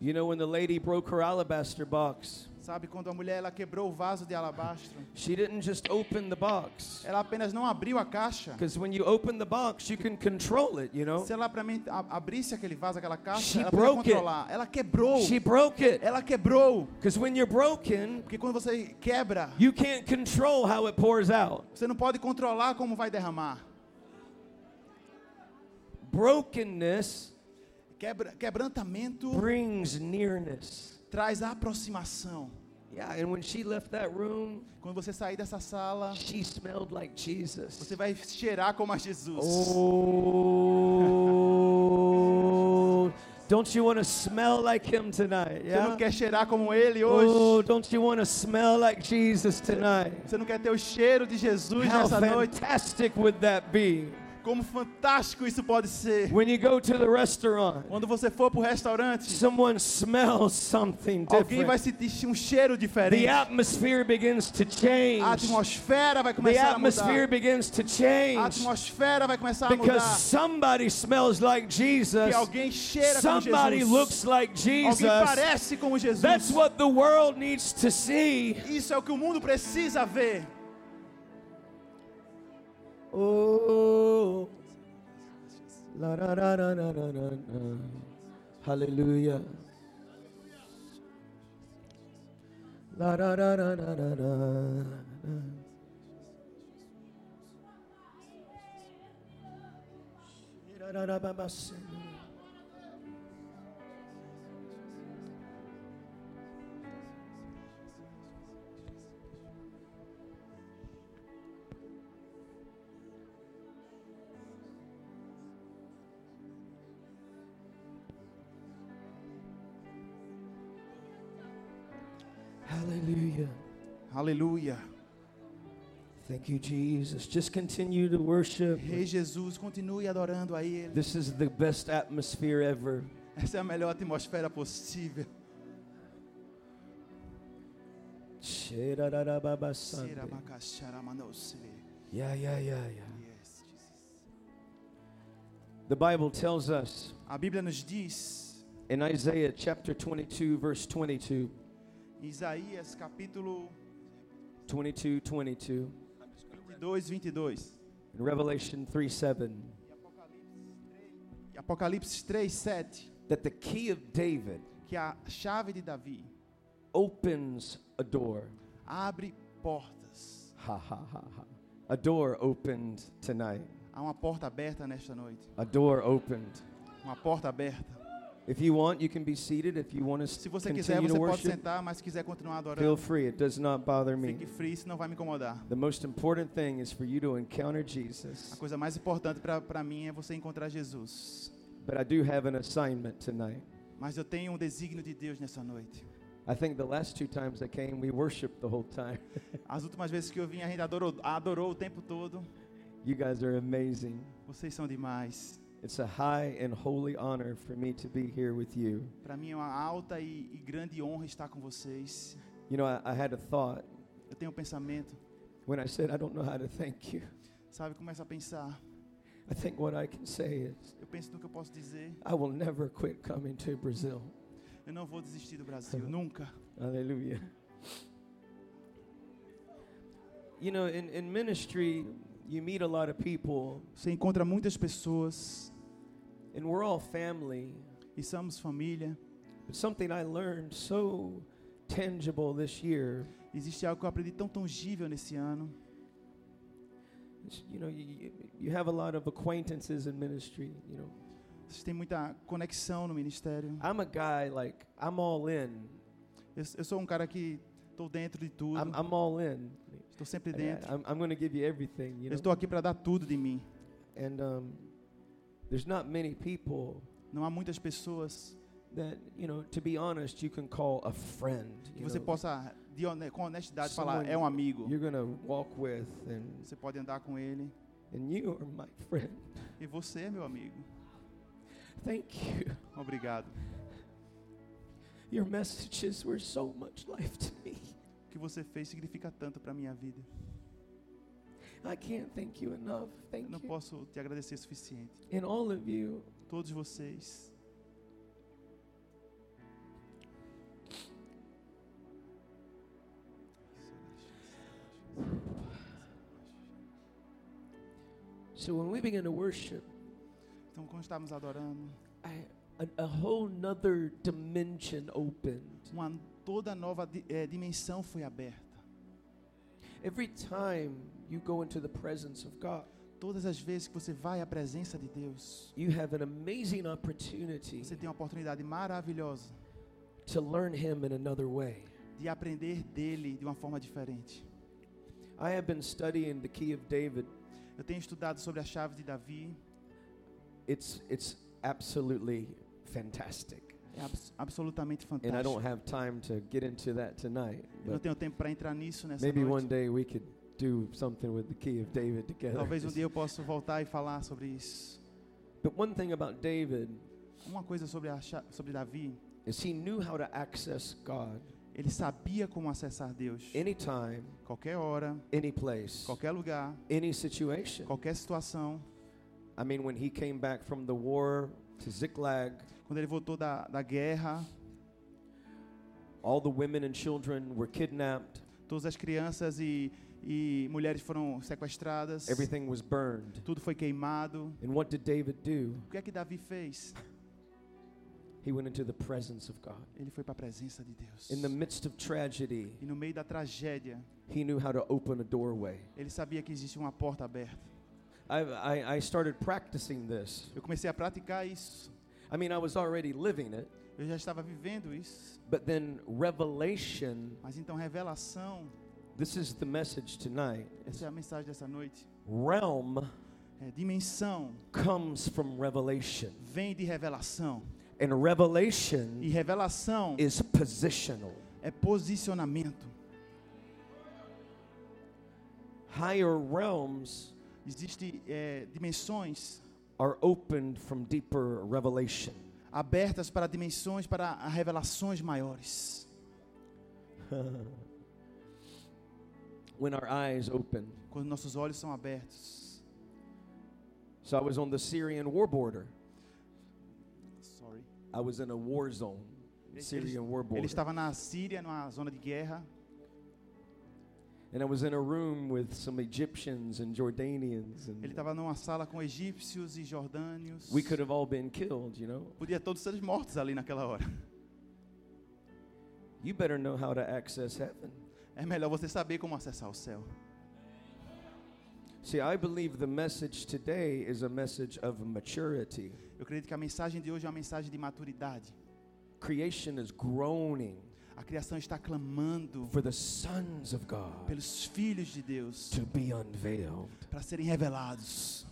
Speaker 5: You know, when the lady broke her alabaster box,
Speaker 4: Sabe quando a mulher ela quebrou o vaso de alabastro?
Speaker 5: she didn't just open the box.
Speaker 4: Ela apenas não abriu a caixa.
Speaker 5: Because when you open the box, you can control it, you know?
Speaker 4: Se ela pra mim a- abrisse aquele vaso, aquela
Speaker 5: She
Speaker 4: caixa, ela podia
Speaker 5: broke it.
Speaker 4: controlar. Ela quebrou.
Speaker 5: She broke it.
Speaker 4: Ela quebrou.
Speaker 5: Because when you're broken,
Speaker 4: Porque quando você quebra,
Speaker 5: you can't control how it pours out.
Speaker 4: você não pode controlar como vai derramar.
Speaker 5: Brokenness
Speaker 4: Quebra, quebrantamento
Speaker 5: brings nearness.
Speaker 4: traz aproximação.
Speaker 5: Yeah, and when she left that room,
Speaker 4: Quando você sair dessa sala,
Speaker 5: she smelled like Jesus.
Speaker 4: você vai cheirar como a Jesus.
Speaker 5: Oh, don't you want to smell like him tonight?
Speaker 4: Você não
Speaker 5: Yeah.
Speaker 4: quer cheirar como ele hoje.
Speaker 5: Oh, don't you want to smell like Jesus tonight?
Speaker 4: Você não quer ter o cheiro de Jesus
Speaker 5: How
Speaker 4: nessa noite.
Speaker 5: fantastic would that be
Speaker 4: Como fantástico isso pode ser.
Speaker 5: when you go to the restaurant?
Speaker 4: Quando você for pro restaurante,
Speaker 5: Someone smells something
Speaker 4: alguém vai
Speaker 5: different.
Speaker 4: sentir um cheiro diferente.
Speaker 5: The atmosphere begins to
Speaker 4: A
Speaker 5: change.
Speaker 4: atmosfera vai
Speaker 5: The
Speaker 4: começar a
Speaker 5: atmosphere
Speaker 4: mudar.
Speaker 5: begins to
Speaker 4: A
Speaker 5: change
Speaker 4: atmosfera vai começar a
Speaker 5: because
Speaker 4: mudar.
Speaker 5: somebody smells like
Speaker 4: Que
Speaker 5: Jesus.
Speaker 4: alguém cheira como
Speaker 5: Somebody
Speaker 4: Jesus.
Speaker 5: looks like
Speaker 4: Alguém
Speaker 5: Jesus.
Speaker 4: parece como Jesus.
Speaker 5: That's what the world needs to see.
Speaker 4: Isso é o que o mundo precisa ver.
Speaker 5: Oh. La, da, da, da, da, da, da, da. Hallelujah. La, da, da, da, da, da, da. Da, da, da, ba, ba, sin. Hallelujah.
Speaker 4: Aleluia.
Speaker 5: Thank you, Jesus. Just continue to worship.
Speaker 4: Rei Jesus, continue adorando a Ele.
Speaker 5: This is the best atmosphere ever.
Speaker 4: Essa é a melhor atmosfera possível.
Speaker 5: Shirararababasande. Yeah, yeah, yeah, yeah. The Bible tells us
Speaker 4: A Bíblia nos diz,
Speaker 5: in Isaiah chapter 22, verse 22,
Speaker 4: em Isaías capítulo
Speaker 5: 22, 22,
Speaker 4: 22, 22.
Speaker 5: and Revelation 3, 7,
Speaker 4: E Apocalipse 3, 7.
Speaker 5: that the key of David
Speaker 4: Que a chave de Davi
Speaker 5: opens a door.
Speaker 4: abre portas.
Speaker 5: Ha ha ha ha. A door opened tonight.
Speaker 4: Há uma porta aberta nesta noite.
Speaker 5: A door opened.
Speaker 4: Uma porta aberta.
Speaker 5: If you want, you can be seated. If you want to
Speaker 4: Se
Speaker 5: s-
Speaker 4: você quiser,
Speaker 5: continue to
Speaker 4: você pode
Speaker 5: worship,
Speaker 4: sentar, mas se quiser continuar
Speaker 5: feel
Speaker 4: adorando,
Speaker 5: free. It does not bother me.
Speaker 4: fique free, isso não vai me incomodar.
Speaker 5: The most important thing is for you to encounter Jesus.
Speaker 4: A coisa mais importante para mim é você encontrar Jesus.
Speaker 5: But I do have an assignment tonight.
Speaker 4: Mas eu tenho um desígnio de Deus nessa noite.
Speaker 5: I think the last two times I came, we worshiped the whole time.
Speaker 4: As últimas vezes que eu vim, a gente adorou, adorou o tempo todo.
Speaker 5: You guys are amazing.
Speaker 4: Vocês são demais.
Speaker 5: It's a high and holy honor for me to be here with you.
Speaker 4: Para mim é uma alta e, e grande honra estar com vocês.
Speaker 5: You know, I, I had a thought
Speaker 4: Eu tenho um pensamento,
Speaker 5: when I said, I don't know how to thank you.
Speaker 4: sabe? Começa a pensar.
Speaker 5: I think what I can say is,
Speaker 4: Eu penso no que eu posso dizer.
Speaker 5: I will never quit coming to Brazil.
Speaker 4: Eu não vou desistir do
Speaker 5: Uhum.
Speaker 4: Brasil, nunca.
Speaker 5: Hallelujah. You know, in, in ministry, you meet a lot of people,
Speaker 4: Você encontra muitas pessoas
Speaker 5: and we're all family.
Speaker 4: e somos família.
Speaker 5: But something I learned so tangible this year
Speaker 4: Existe algo que eu aprendi tão tangível nesse ano.
Speaker 5: is, you know, you, you- you have a lot of acquaintances in ministry. You know,
Speaker 4: Vocês têm muita conexão no ministério.
Speaker 5: I'm a guy like I'm all in.
Speaker 4: Eu, eu sou um cara que estou dentro de tudo.
Speaker 5: I'm, I'm all in.
Speaker 4: Estou sempre
Speaker 5: I-
Speaker 4: dentro.
Speaker 5: I'm, I'm going to give you everything. You
Speaker 4: Eu
Speaker 5: know,
Speaker 4: estou aqui para dar tudo de mim.
Speaker 5: and um, there's not many people
Speaker 4: Não há muitas pessoas
Speaker 5: that you know, to be honest, you can call a friend.
Speaker 4: que
Speaker 5: You
Speaker 4: você
Speaker 5: know,
Speaker 4: possa, de hone- com honestidade, falar:
Speaker 5: someone
Speaker 4: é um amigo.
Speaker 5: You're gonna walk with, and
Speaker 4: Você pode andar com ele.
Speaker 5: and you are my friend.
Speaker 4: E você é meu amigo.
Speaker 5: Thank you.
Speaker 4: Obrigado.
Speaker 5: Your messages were so much life to me.
Speaker 4: O que você fez significa tanto para minha vida.
Speaker 5: I can't thank you enough. Thank
Speaker 4: Eu não
Speaker 5: you.
Speaker 4: posso te agradecer o suficiente.
Speaker 5: And all of you,
Speaker 4: Todos vocês.
Speaker 5: So when we begin to worship,
Speaker 4: Então, quando estávamos adorando,
Speaker 5: I, a, a whole nother dimension opened.
Speaker 4: uma toda nova di- eh, dimensão foi aberta.
Speaker 5: Every time you go into the presence of God,
Speaker 4: Todas as vezes que você vai à presença de Deus,
Speaker 5: you have an amazing opportunity
Speaker 4: você tem uma oportunidade maravilhosa
Speaker 5: to learn Him in another way.
Speaker 4: de aprender dele de uma forma diferente.
Speaker 5: I have been studying the key of David.
Speaker 4: Eu tenho estudado sobre a chave de Davi,
Speaker 5: It's it's absolutely fantastic,
Speaker 4: é abs absolutamente
Speaker 5: and I don't
Speaker 4: fantástico.
Speaker 5: have time to get into that tonight.
Speaker 4: Eu não
Speaker 5: But
Speaker 4: tenho tempo para entrar nisso nessa
Speaker 5: maybe one
Speaker 4: noite.
Speaker 5: day we could do something with the key of David together.
Speaker 4: Talvez um dia eu possa voltar e falar sobre isso.
Speaker 5: But one thing about David
Speaker 4: Uma coisa sobre, a cha- sobre Davi,
Speaker 5: is he knew how to access God
Speaker 4: ele sabia como acessar Deus.
Speaker 5: anytime,
Speaker 4: Qualquer hora,
Speaker 5: any place,
Speaker 4: qualquer lugar,
Speaker 5: any situation.
Speaker 4: qualquer situação.
Speaker 5: I mean, when he came back from the war to Ziklag,
Speaker 4: Quando ele voltou da, da guerra,
Speaker 5: all the women and children were kidnapped.
Speaker 4: todas as crianças e, e mulheres foram sequestradas.
Speaker 5: Everything was burned.
Speaker 4: Tudo foi queimado.
Speaker 5: And what did David do?
Speaker 4: O que é que Davi fez?
Speaker 5: He went into the presence of God.
Speaker 4: Ele foi para a presença de Deus.
Speaker 5: In the midst of tragedy,
Speaker 4: E no meio da tragédia,
Speaker 5: he knew how to open a doorway.
Speaker 4: ele sabia que existe uma porta aberta.
Speaker 5: I, I, I started practicing this.
Speaker 4: Eu comecei a praticar isso.
Speaker 5: I mean, I was already living it,
Speaker 4: Eu já estava vivendo isso.
Speaker 5: but then revelation
Speaker 4: Mas então, revelação,
Speaker 5: this is the message tonight.
Speaker 4: essa é a mensagem dessa noite.
Speaker 5: Realm
Speaker 4: É, dimensão
Speaker 5: comes from revelation,
Speaker 4: vem de revelação.
Speaker 5: and
Speaker 4: E
Speaker 5: revelation
Speaker 4: revelação
Speaker 5: is positional.
Speaker 4: é posicionamento.
Speaker 5: Higher realms
Speaker 4: Existem é, dimensões
Speaker 5: are opened from deeper revelation.
Speaker 4: abertas para dimensões, para revelações maiores.
Speaker 5: when our eyes open.
Speaker 4: Quando nossos olhos são abertos.
Speaker 5: So I was on the Syrian war border.
Speaker 4: Sorry.
Speaker 5: I was in a war zone,
Speaker 4: Ele-
Speaker 5: Syrian war
Speaker 4: Ele
Speaker 5: border.
Speaker 4: estava na Síria, numa zona de guerra.
Speaker 5: And I was in a room with some Egyptians and Jordanians and
Speaker 4: Ele estava numa sala com egípcios e jordânios.
Speaker 5: we could have all been killed, you know.
Speaker 4: Podia todos ser mortos ali naquela hora.
Speaker 5: You better know how to access heaven.
Speaker 4: É melhor você saber como acessar o céu.
Speaker 5: See, I believe the message today is a message of maturity.
Speaker 4: Eu acredito que a mensagem de hoje é uma mensagem de maturidade.
Speaker 5: Creation is groaning
Speaker 4: A criação está clamando
Speaker 5: for the sons of God
Speaker 4: pelos filhos de Deus
Speaker 5: to be unveiled.
Speaker 4: para serem revelados.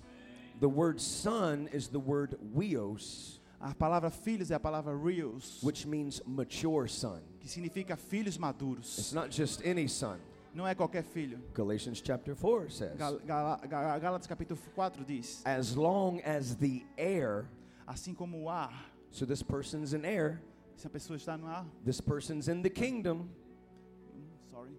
Speaker 5: The word son is the word weos,
Speaker 4: A palavra filhos é a palavra reals,
Speaker 5: which means mature son.
Speaker 4: que significa filhos maduros.
Speaker 5: It's not just any son.
Speaker 4: Não é qualquer filho.
Speaker 5: Galatians chapter 4 says,
Speaker 4: Gal- Gala- Ga- Gálatas capítulo 4 diz:
Speaker 5: as long as the heir,
Speaker 4: Assim como o ar,
Speaker 5: so this person's an heir,
Speaker 4: se a pessoa está no ar,
Speaker 5: this person's in the kingdom,
Speaker 4: hum, sorry.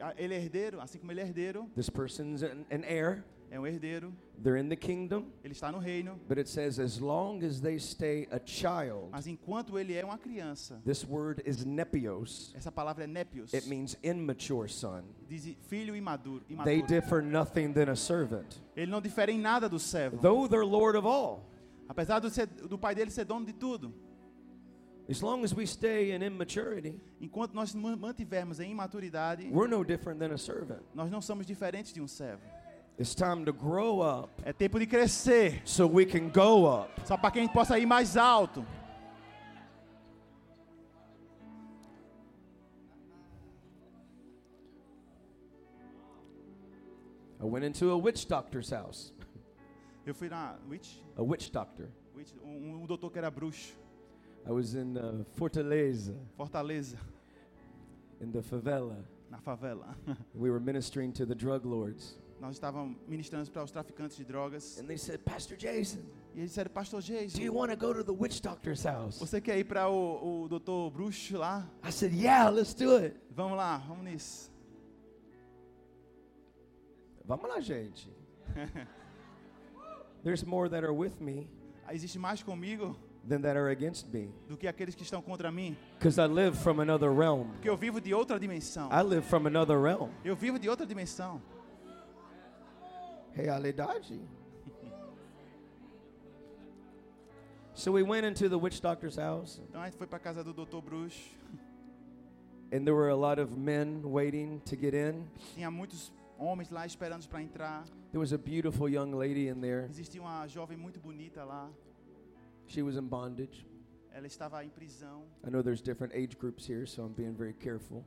Speaker 4: Ah, Ele é herdeiro, assim como ele é herdeiro,
Speaker 5: this person's an, an heir,
Speaker 4: é um herdeiro,
Speaker 5: they're in the kingdom,
Speaker 4: ele está no reino,
Speaker 5: but it says as long as they stay a child,
Speaker 4: mas enquanto ele é uma criança,
Speaker 5: this word is nepios,
Speaker 4: essa palavra é nepios,
Speaker 5: it means immature son.
Speaker 4: diz filho imaduro.
Speaker 5: They
Speaker 4: imaturo.
Speaker 5: differ nothing than a servant,
Speaker 4: Ele não difere em nada do servo,
Speaker 5: though they're Lord of all.
Speaker 4: apesar do, ser, do pai dele ser dono de tudo.
Speaker 5: As long as we stay in immaturity,
Speaker 4: Enquanto nós nos mantivermos em imaturidade,
Speaker 5: we're no different than a servant.
Speaker 4: nós não somos diferentes de um servo.
Speaker 5: It's time to grow up
Speaker 4: É tempo de crescer,
Speaker 5: so we can go up.
Speaker 4: só para quem possa ir mais alto.
Speaker 5: I went into a witch doctor's house.
Speaker 4: Eu fui na Witch,
Speaker 5: A witch doctor.
Speaker 4: Witch um, um doutor que era bruxo,
Speaker 5: I was in uh, Fortaleza,
Speaker 4: Fortaleza,
Speaker 5: in the favela.
Speaker 4: na favela.
Speaker 5: We were ministering to the drug lords.
Speaker 4: Nós estávamos ministrando para os traficantes de drogas.
Speaker 5: And they said, Pastor Jason,
Speaker 4: E eles disseram, Pastor
Speaker 5: do you
Speaker 4: Jason,
Speaker 5: want to go to the witch doctor's house?
Speaker 4: você quer ir para o, o doutor bruxo lá?
Speaker 5: I said, Yeah, let's do it.
Speaker 4: Vamos lá, vamos nisso.
Speaker 5: Vamos lá, gente. There's more that are with me
Speaker 4: Ah, Existe mais comigo
Speaker 5: than that are against me.
Speaker 4: do que aqueles que estão contra mim,
Speaker 5: Because I live from another realm.
Speaker 4: porque eu vivo de outra dimensão.
Speaker 5: I live from another realm.
Speaker 4: Eu vivido de outra dimensão.
Speaker 5: Realidade. So we went into the witch doctor's house,
Speaker 4: Então a gente foi para casa do Dr. Bruxo.
Speaker 5: and there were a lot of men waiting to get in.
Speaker 4: Tinha muitos homens lá esperando para entrar.
Speaker 5: There was a beautiful young lady in there.
Speaker 4: Existia uma jovem muito bonita lá.
Speaker 5: She was in bondage.
Speaker 4: Ela estava em prisão.
Speaker 5: I know there's different age groups here, so I'm being very careful.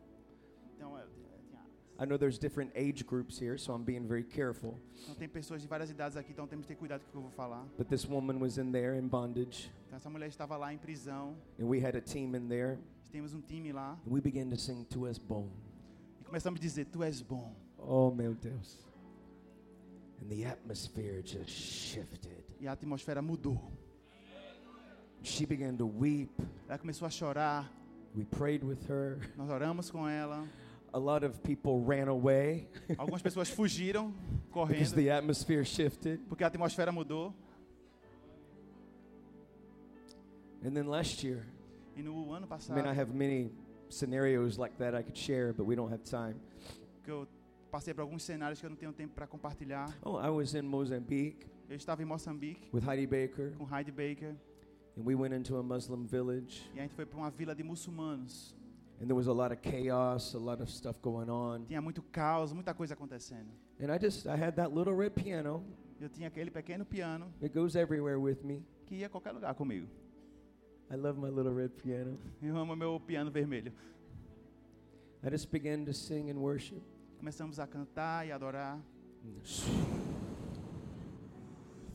Speaker 4: Então, ela- ela tinha-
Speaker 5: I know there's different age groups here, so I'm being very careful.
Speaker 4: então tem pessoas de várias idades aqui, então temos que ter cuidado com o que eu vou falar.
Speaker 5: But this woman was in there in bondage,
Speaker 4: Então essa mulher estava lá em prisão.
Speaker 5: and we had a team in there.
Speaker 4: Temos um time lá
Speaker 5: And we began to sing Tu es bon.
Speaker 4: e começamos a dizer: Tu és bom.
Speaker 5: Oh, meu Deus. And the atmosphere just shifted.
Speaker 4: E a atmosfera mudou.
Speaker 5: She began to weep.
Speaker 4: Ela começou a chorar.
Speaker 5: We prayed with her.
Speaker 4: Nós oramos com ela.
Speaker 5: A lot of people ran away
Speaker 4: Algumas pessoas fugiram
Speaker 5: because
Speaker 4: correndo
Speaker 5: the atmosphere shifted.
Speaker 4: porque a atmosfera mudou.
Speaker 5: And then last year,
Speaker 4: E no
Speaker 5: I mean,
Speaker 4: ano
Speaker 5: I
Speaker 4: passado,
Speaker 5: have many scenarios like that I could share, but we don't have time.
Speaker 4: que eu passei por alguns cenários que eu não tenho tempo para compartilhar.
Speaker 5: Oh, I was in Mozambique
Speaker 4: Eu estava em Moçambique
Speaker 5: with Heidi Baker,
Speaker 4: com Heidi Baker
Speaker 5: and we went into a Muslim village,
Speaker 4: e a gente foi para uma vila de muçulmanos.
Speaker 5: and there was a lot of chaos, a lot of stuff going on.
Speaker 4: Tinha muito caos, muita coisa acontecendo.
Speaker 5: And I just, I had that little red piano.
Speaker 4: Eu tinha aquele pequeno piano
Speaker 5: It goes everywhere with me.
Speaker 4: que ia a qualquer lugar comigo.
Speaker 5: I love my little red piano.
Speaker 4: Eu amo meu piano vermelho.
Speaker 5: I just began to sing and worship.
Speaker 4: Começamos a cantar e adorar.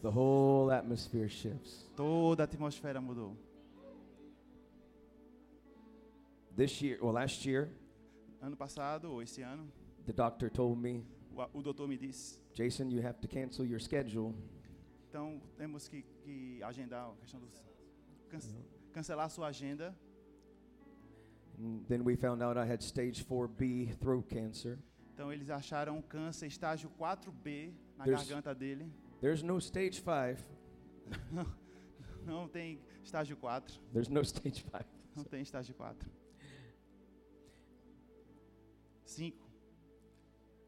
Speaker 5: The whole atmosphere shifts.
Speaker 4: Toda a atmosfera mudou.
Speaker 5: This year, well, last year,
Speaker 4: Ano passado, ou esse ano,
Speaker 5: the doctor told me,
Speaker 4: o, a- o doutor me disse:
Speaker 5: Jason, you have to cancel your schedule.
Speaker 4: então temos que, que agendar a questão do. Can, cancelar a sua agenda.
Speaker 5: And then we found out I had stage 4B throat cancer.
Speaker 4: Então eles acharam um câncer estágio 4B na
Speaker 5: There's-
Speaker 4: garganta dele.
Speaker 5: There's no stage 5.
Speaker 4: Não tem estágio 4.
Speaker 5: There's no stage 5.
Speaker 4: Não tem estágio 4. 5.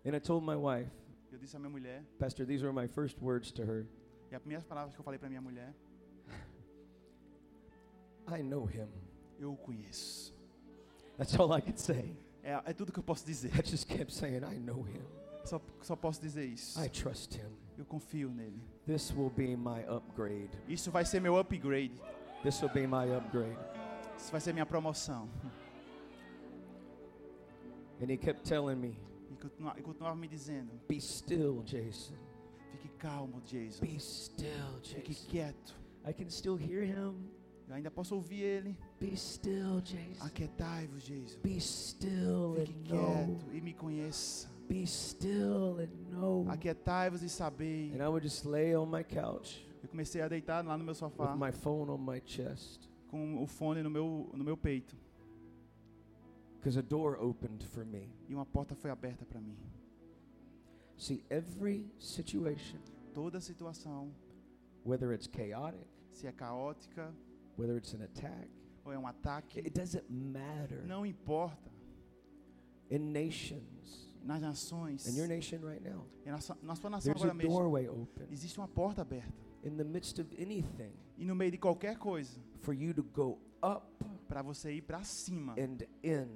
Speaker 5: And I told my wife,
Speaker 4: Eu disse à minha mulher,
Speaker 5: Pastor, these were my first words to her.
Speaker 4: e as primeiras palavras que eu falei para minha mulher,
Speaker 5: I know him.
Speaker 4: eu o conheço.
Speaker 5: That's all I could say.
Speaker 4: É, é tudo que eu posso dizer.
Speaker 5: I just kept saying, I know him.
Speaker 4: Só, só posso dizer isso.
Speaker 5: I trust him.
Speaker 4: Eu confio nele.
Speaker 5: This will be my upgrade.
Speaker 4: Isso vai ser meu upgrade.
Speaker 5: This will be my upgrade.
Speaker 4: Isso vai ser minha promoção.
Speaker 5: And he kept telling me,
Speaker 4: E continua- e continuava me dizendo,
Speaker 5: Be still, Jason.
Speaker 4: fique calmo, Jason.
Speaker 5: Be still,
Speaker 4: Fique
Speaker 5: Jason.
Speaker 4: quieto.
Speaker 5: I can still hear him.
Speaker 4: Eu ainda posso ouvir ele.
Speaker 5: Be still, Jason.
Speaker 4: Aquietai-vos, Jason.
Speaker 5: Be still
Speaker 4: Fique
Speaker 5: and know.
Speaker 4: quieto e me conheça.
Speaker 5: Be still and know.
Speaker 4: Aquietai-vos e sabei.
Speaker 5: And I would just lay on my couch
Speaker 4: Eu comecei a deitar lá no meu
Speaker 5: with
Speaker 4: sofá
Speaker 5: my phone on my chest
Speaker 4: com o fone no meu, no meu peito.
Speaker 5: because a door opened for me.
Speaker 4: E uma porta foi aberta para mim.
Speaker 5: See, every situation,
Speaker 4: Toda situação,
Speaker 5: whether it's chaotic,
Speaker 4: se é caótica
Speaker 5: whether it's an attack,
Speaker 4: ou é um ataque,
Speaker 5: it doesn't matter.
Speaker 4: não importa.
Speaker 5: In nations,
Speaker 4: Nas nações,
Speaker 5: in your nation right now,
Speaker 4: e na, sua- na sua nação
Speaker 5: there's a
Speaker 4: agora mesmo,
Speaker 5: doorway open
Speaker 4: existe uma porta aberta.
Speaker 5: in the midst of anything
Speaker 4: E no meio de qualquer coisa,
Speaker 5: for you to go up
Speaker 4: para você ir para cima
Speaker 5: and in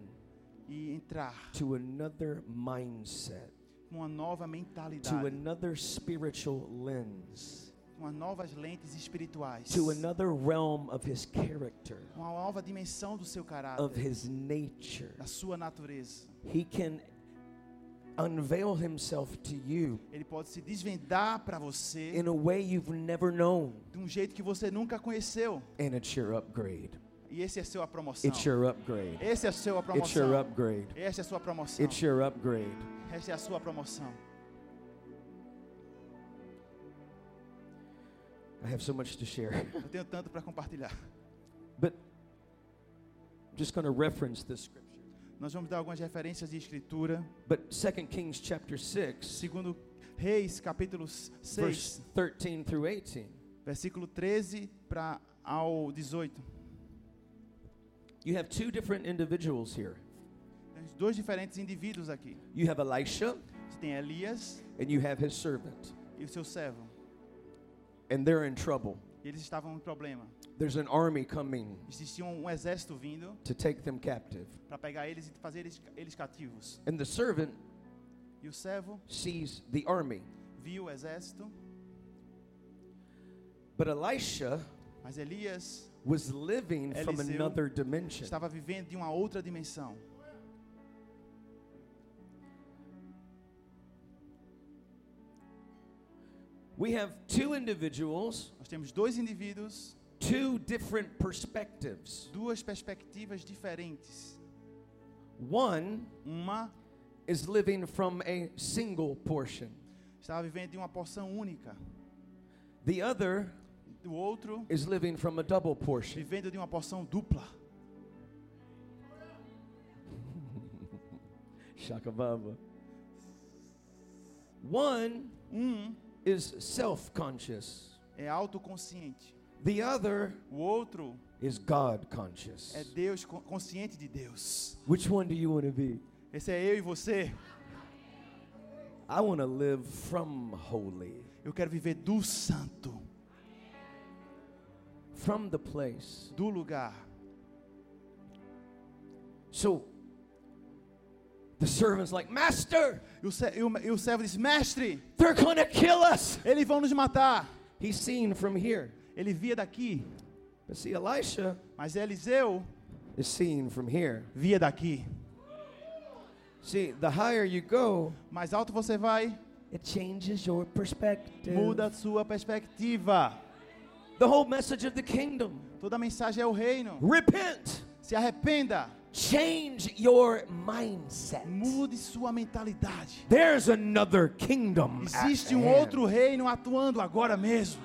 Speaker 4: e entrar
Speaker 5: to another mindset,
Speaker 4: com uma nova
Speaker 5: to
Speaker 4: mentalidade,
Speaker 5: another spiritual lens.
Speaker 4: com as novas lentes espirituais,
Speaker 5: to another realm of his character,
Speaker 4: uma nova dimensão do seu
Speaker 5: of
Speaker 4: caráter,
Speaker 5: his nature.
Speaker 4: da sua natureza.
Speaker 5: He can unveil himself to you
Speaker 4: Ele pode se desvendar para você
Speaker 5: in a way you've never known,
Speaker 4: de um jeito que você nunca conheceu.
Speaker 5: and it's your upgrade.
Speaker 4: E esse é seu a promoção.
Speaker 5: It's your upgrade.
Speaker 4: Esse é seu a
Speaker 5: It's your
Speaker 4: promoção.
Speaker 5: upgrade.
Speaker 4: Essa é a sua promoção.
Speaker 5: It's your upgrade.
Speaker 4: Essa é a sua promoção.
Speaker 5: I have so much to share,
Speaker 4: Eu tenho tanto para compartilhar.
Speaker 5: but I'm just going to reference this scripture.
Speaker 4: Nós vamos dar algumas referências de escritura.
Speaker 5: But 2 Kings chapter 6,
Speaker 4: Segundo Reis, capítulo 6,
Speaker 5: verse 13 through 18.
Speaker 4: versículo 13 para ao 18.
Speaker 5: You have two different individuals here.
Speaker 4: Tem dois diferentes indivíduos aqui.
Speaker 5: You have Elisha
Speaker 4: Você tem Elias
Speaker 5: and you have his servant.
Speaker 4: e o seu servo.
Speaker 5: and they're in trouble.
Speaker 4: E eles estavam em problema.
Speaker 5: There's an army coming
Speaker 4: Existia um exército vindo
Speaker 5: to take them captive.
Speaker 4: para pegar eles e fazer eles, eles cativos.
Speaker 5: And the servant
Speaker 4: E o servo
Speaker 5: sees the army.
Speaker 4: viu o exército,
Speaker 5: But Elisha
Speaker 4: mas Elias
Speaker 5: was living from
Speaker 4: Eliseu
Speaker 5: another dimension.
Speaker 4: estava vivendo de uma outra dimensão.
Speaker 5: We have two individuals,
Speaker 4: Nós temos dois indivíduos,
Speaker 5: two different perspectives.
Speaker 4: duas perspectivas diferentes.
Speaker 5: One
Speaker 4: Uma
Speaker 5: is living from a single portion,
Speaker 4: estava vivendo de uma porção única,
Speaker 5: the other
Speaker 4: o outro
Speaker 5: is living from a double portion.
Speaker 4: vivendo de uma porção dupla.
Speaker 5: Shakababa. One
Speaker 4: Um
Speaker 5: is self conscious,
Speaker 4: é autoconsciente,
Speaker 5: the other
Speaker 4: o outro
Speaker 5: is God conscious.
Speaker 4: é Deus con- consciente de Deus.
Speaker 5: Which one do you want to be?
Speaker 4: Esse é eu e você.
Speaker 5: I want to live from holy,
Speaker 4: Eu quero viver do santo,
Speaker 5: from the place.
Speaker 4: do lugar.
Speaker 5: So the servant's like, Master,
Speaker 4: E o, se- e o- e o servo disse: Mestre,
Speaker 5: they're going to kill us.
Speaker 4: eles vão nos matar.
Speaker 5: He's seen from here.
Speaker 4: Ele via daqui,
Speaker 5: But see, Elisha
Speaker 4: mas Eliseu
Speaker 5: is seen from here.
Speaker 4: via daqui.
Speaker 5: See, the higher you go,
Speaker 4: Mais alto você vai,
Speaker 5: it changes your perspective.
Speaker 4: muda a sua perspectiva.
Speaker 5: The whole message of the kingdom.
Speaker 4: Toda mensagem é o reino.
Speaker 5: Repent.
Speaker 4: Se arrependa,
Speaker 5: Change your mindset.
Speaker 4: mude sua mentalidade.
Speaker 5: There's another kingdom. at
Speaker 4: Existe um
Speaker 5: hand.
Speaker 4: outro reino atuando agora mesmo.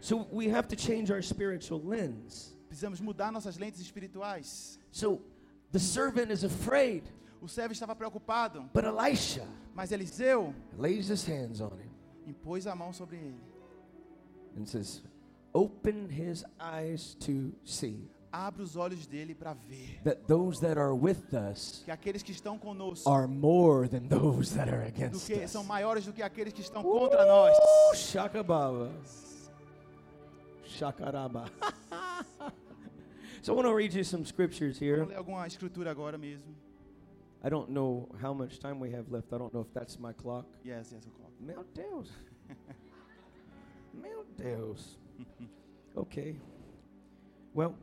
Speaker 5: So we have to change our spiritual lens.
Speaker 4: Precisamos mudar nossas lentes espirituais.
Speaker 5: So the servant is afraid,
Speaker 4: O servo estava preocupado,
Speaker 5: but Elisha
Speaker 4: mas Eliseu
Speaker 5: lays his hands on him
Speaker 4: impôs a mão sobre ele.
Speaker 5: and says, Open his eyes to see
Speaker 4: Abre os olhos dele para ver
Speaker 5: that those that are with us
Speaker 4: que aqueles que estão conosco
Speaker 5: are more than those that are
Speaker 4: do
Speaker 5: against
Speaker 4: que,
Speaker 5: us.
Speaker 4: são maiores do que aqueles que
Speaker 5: Uh!
Speaker 4: estão contra nós.
Speaker 5: Ooh, Uh, Shakababa. Shakaraba. so I want to read you some scriptures here.
Speaker 4: Vamos ler alguma escritura agora mesmo.
Speaker 5: I don't know how much time we have left. I don't know if that's my clock.
Speaker 4: Yes, yes, eu coloco.
Speaker 5: Meu Deus. Meu Deus. Okay. Well,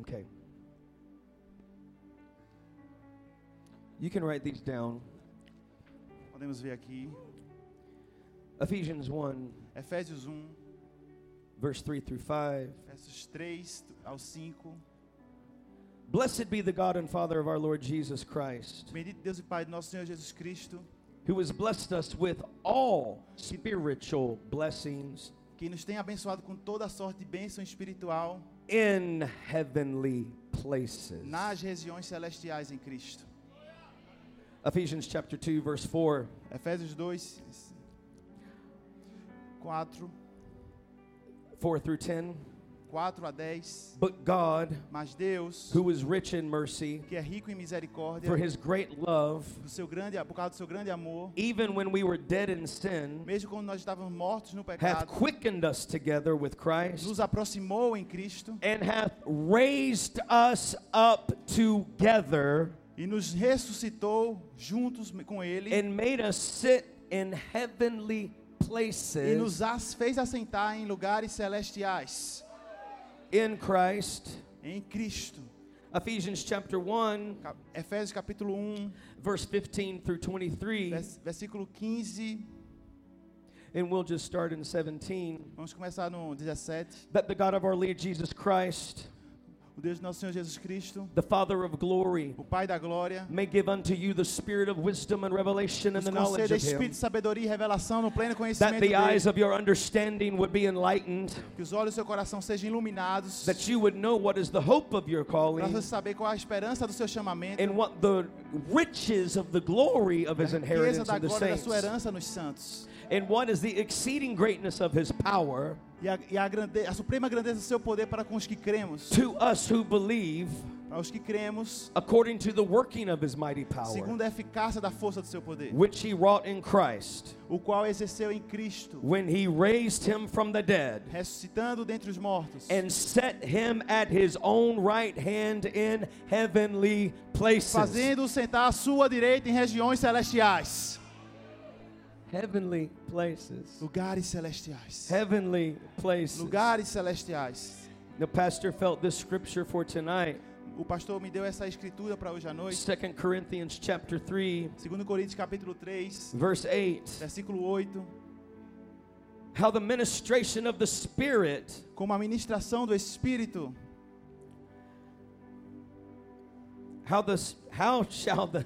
Speaker 5: okay. You can write these down.
Speaker 4: Podemos ver aqui.
Speaker 5: Ephesians 1,
Speaker 4: Efésios 1,
Speaker 5: verse 3 through 5.
Speaker 4: versos 3 ao 5.
Speaker 5: Blessed be the God and Father of our Lord Jesus Christ,
Speaker 4: Bendito Deus e Pai do nosso Senhor Jesus Cristo,
Speaker 5: who has blessed us with all spiritual blessings
Speaker 4: que nos tem abençoado com toda a sorte de bênção espiritual
Speaker 5: in heavenly places.
Speaker 4: nas regiões celestiais em Cristo.
Speaker 5: Ephesians chapter 2, verse 4.
Speaker 4: Efésios 2, 4,
Speaker 5: 4 through 10.
Speaker 4: 4 a 10.
Speaker 5: But God,
Speaker 4: Mas Deus,
Speaker 5: who is rich in mercy,
Speaker 4: que é rico em misericórdia,
Speaker 5: for his great love,
Speaker 4: do seu grande, por causa do seu grande amor,
Speaker 5: even when we were dead in sin,
Speaker 4: mesmo quando nós estávamos mortos no
Speaker 5: hath
Speaker 4: pecado,
Speaker 5: quickened us together with Christ
Speaker 4: nos aproximou em Cristo
Speaker 5: and hath raised us up together
Speaker 4: e nos ressuscitou juntos com Ele
Speaker 5: and made us sit in heavenly
Speaker 4: e nos
Speaker 5: places
Speaker 4: as- fez assentar em lugares celestiais
Speaker 5: in Christ.
Speaker 4: em Cristo.
Speaker 5: Ephesians chapter 1,
Speaker 4: Cap- Efésios capítulo 1,
Speaker 5: verse 15 through 23,
Speaker 4: vers- versículo 15,
Speaker 5: and we'll just start in 17.
Speaker 4: vamos começar no 17.
Speaker 5: That the God of our Lord Jesus Christ,
Speaker 4: O Deus do nosso Senhor Jesus Cristo,
Speaker 5: the Father of glory,
Speaker 4: o Pai da glória,
Speaker 5: may give unto you the spirit of wisdom and revelation and
Speaker 4: nos
Speaker 5: the knowledge
Speaker 4: conceda
Speaker 5: of Him,
Speaker 4: espírito, sabedoria e revelação no pleno conhecimento
Speaker 5: that the eyes
Speaker 4: dele,
Speaker 5: of your understanding would be enlightened,
Speaker 4: que os olhos do seu coração sejam iluminados,
Speaker 5: that you would know what is the hope of your
Speaker 4: para você
Speaker 5: calling,
Speaker 4: saber qual é a esperança do seu chamamento,
Speaker 5: and what the riches of the glory of His
Speaker 4: a riqueza
Speaker 5: inheritance
Speaker 4: da
Speaker 5: in the
Speaker 4: glória da
Speaker 5: saints,
Speaker 4: sua herança nos santos,
Speaker 5: and what is the exceeding greatness of His power
Speaker 4: e a, e a grande- a suprema grandeza do seu poder para com os que cremos,
Speaker 5: to us who believe,
Speaker 4: para para os que cremos,
Speaker 5: according to the working of his mighty power,
Speaker 4: segundo a eficácia da força do seu poder,
Speaker 5: which he wrought in Christ
Speaker 4: o qual exerceu em Cristo,
Speaker 5: when he raised him from the dead
Speaker 4: ressuscitando dentre os mortos,
Speaker 5: and set him at his own right hand in heavenly places.
Speaker 4: fazendo-o sentar à sua direita em regiões celestiais.
Speaker 5: Heavenly places.
Speaker 4: Lugares celestiais.
Speaker 5: Heavenly places.
Speaker 4: Lugares celestiais.
Speaker 5: The pastor felt this scripture for tonight.
Speaker 4: O pastor me deu essa escritura para hoje à noite.
Speaker 5: 2 Corinthians chapter 3
Speaker 4: 2 Coríntios capítulo 3,
Speaker 5: verse 8.
Speaker 4: versículo 8.
Speaker 5: How the ministration of the spirit
Speaker 4: Como a ministração do Espírito,
Speaker 5: How this how shall the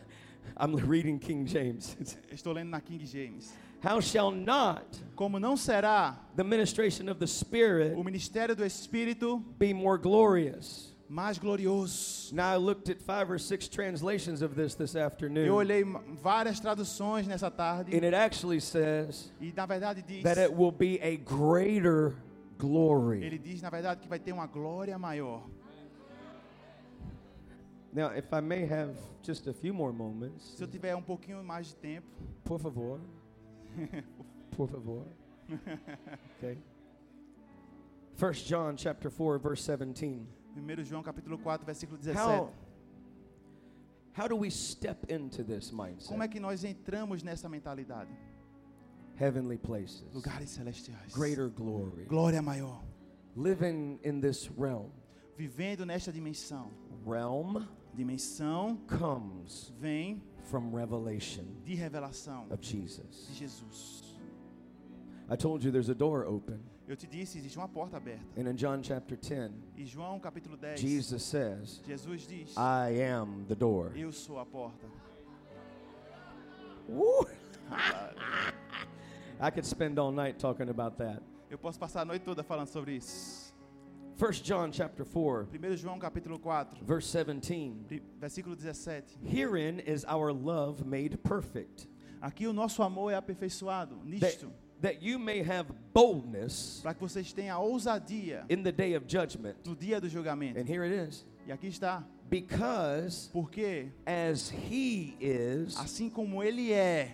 Speaker 5: I'm reading King James.
Speaker 4: estou lendo na King James.
Speaker 5: how shall not
Speaker 4: Como não será
Speaker 5: the ministration of the Spirit
Speaker 4: o ministério do Espírito
Speaker 5: be more glorious?
Speaker 4: mais glorioso.
Speaker 5: Now I looked at five or six translations of this this
Speaker 4: Eu
Speaker 5: afternoon,
Speaker 4: olhei ma- várias traduções nessa tarde
Speaker 5: and it actually says
Speaker 4: e na verdade diz,
Speaker 5: that it will be a greater glory.
Speaker 4: ele diz na verdade que vai ter uma glória maior.
Speaker 5: Now, if I may have just a few more moments,
Speaker 4: Se eu tiver um pouquinho mais de tempo,
Speaker 5: por favor, por favor. Okay. First John chapter four verse seventeen.
Speaker 4: 1 João capítulo 4, versículo 17.
Speaker 5: How, how do we step into this
Speaker 4: Como é
Speaker 5: mindset?
Speaker 4: que nós entramos nessa mentalidade?
Speaker 5: Heavenly places,
Speaker 4: Lugares celestiais.
Speaker 5: greater glory,
Speaker 4: Glória maior.
Speaker 5: living in this realm.
Speaker 4: Vivendo nesta dimensão.
Speaker 5: Realm
Speaker 4: Dimensão
Speaker 5: comes
Speaker 4: vem
Speaker 5: from revelation
Speaker 4: de revelação
Speaker 5: of
Speaker 4: de
Speaker 5: Jesus.
Speaker 4: Jesus.
Speaker 5: I told you there's a door open,
Speaker 4: Eu te disse, existe uma porta aberta.
Speaker 5: and in John chapter 10,
Speaker 4: E João capítulo 10,
Speaker 5: Jesus Ah. says,
Speaker 4: Jesus diz,
Speaker 5: "I am the door."
Speaker 4: eu sou a porta.
Speaker 5: Woo! I could spend all night talking about that.
Speaker 4: Eu posso passar a noite toda falando sobre isso.
Speaker 5: First John chapter 4,
Speaker 4: 1 João capítulo 4,
Speaker 5: verse 17.
Speaker 4: pri- versículo 17.
Speaker 5: Herein is our love made perfect,
Speaker 4: Aqui o nosso amor é aperfeiçoado
Speaker 5: that,
Speaker 4: nisto,
Speaker 5: that you may have boldness
Speaker 4: para que vocês tenham a ousadia
Speaker 5: in the day of judgment.
Speaker 4: do dia do julgamento.
Speaker 5: And here it is.
Speaker 4: E aqui está,
Speaker 5: Because
Speaker 4: porque
Speaker 5: as he is,
Speaker 4: assim como ele é,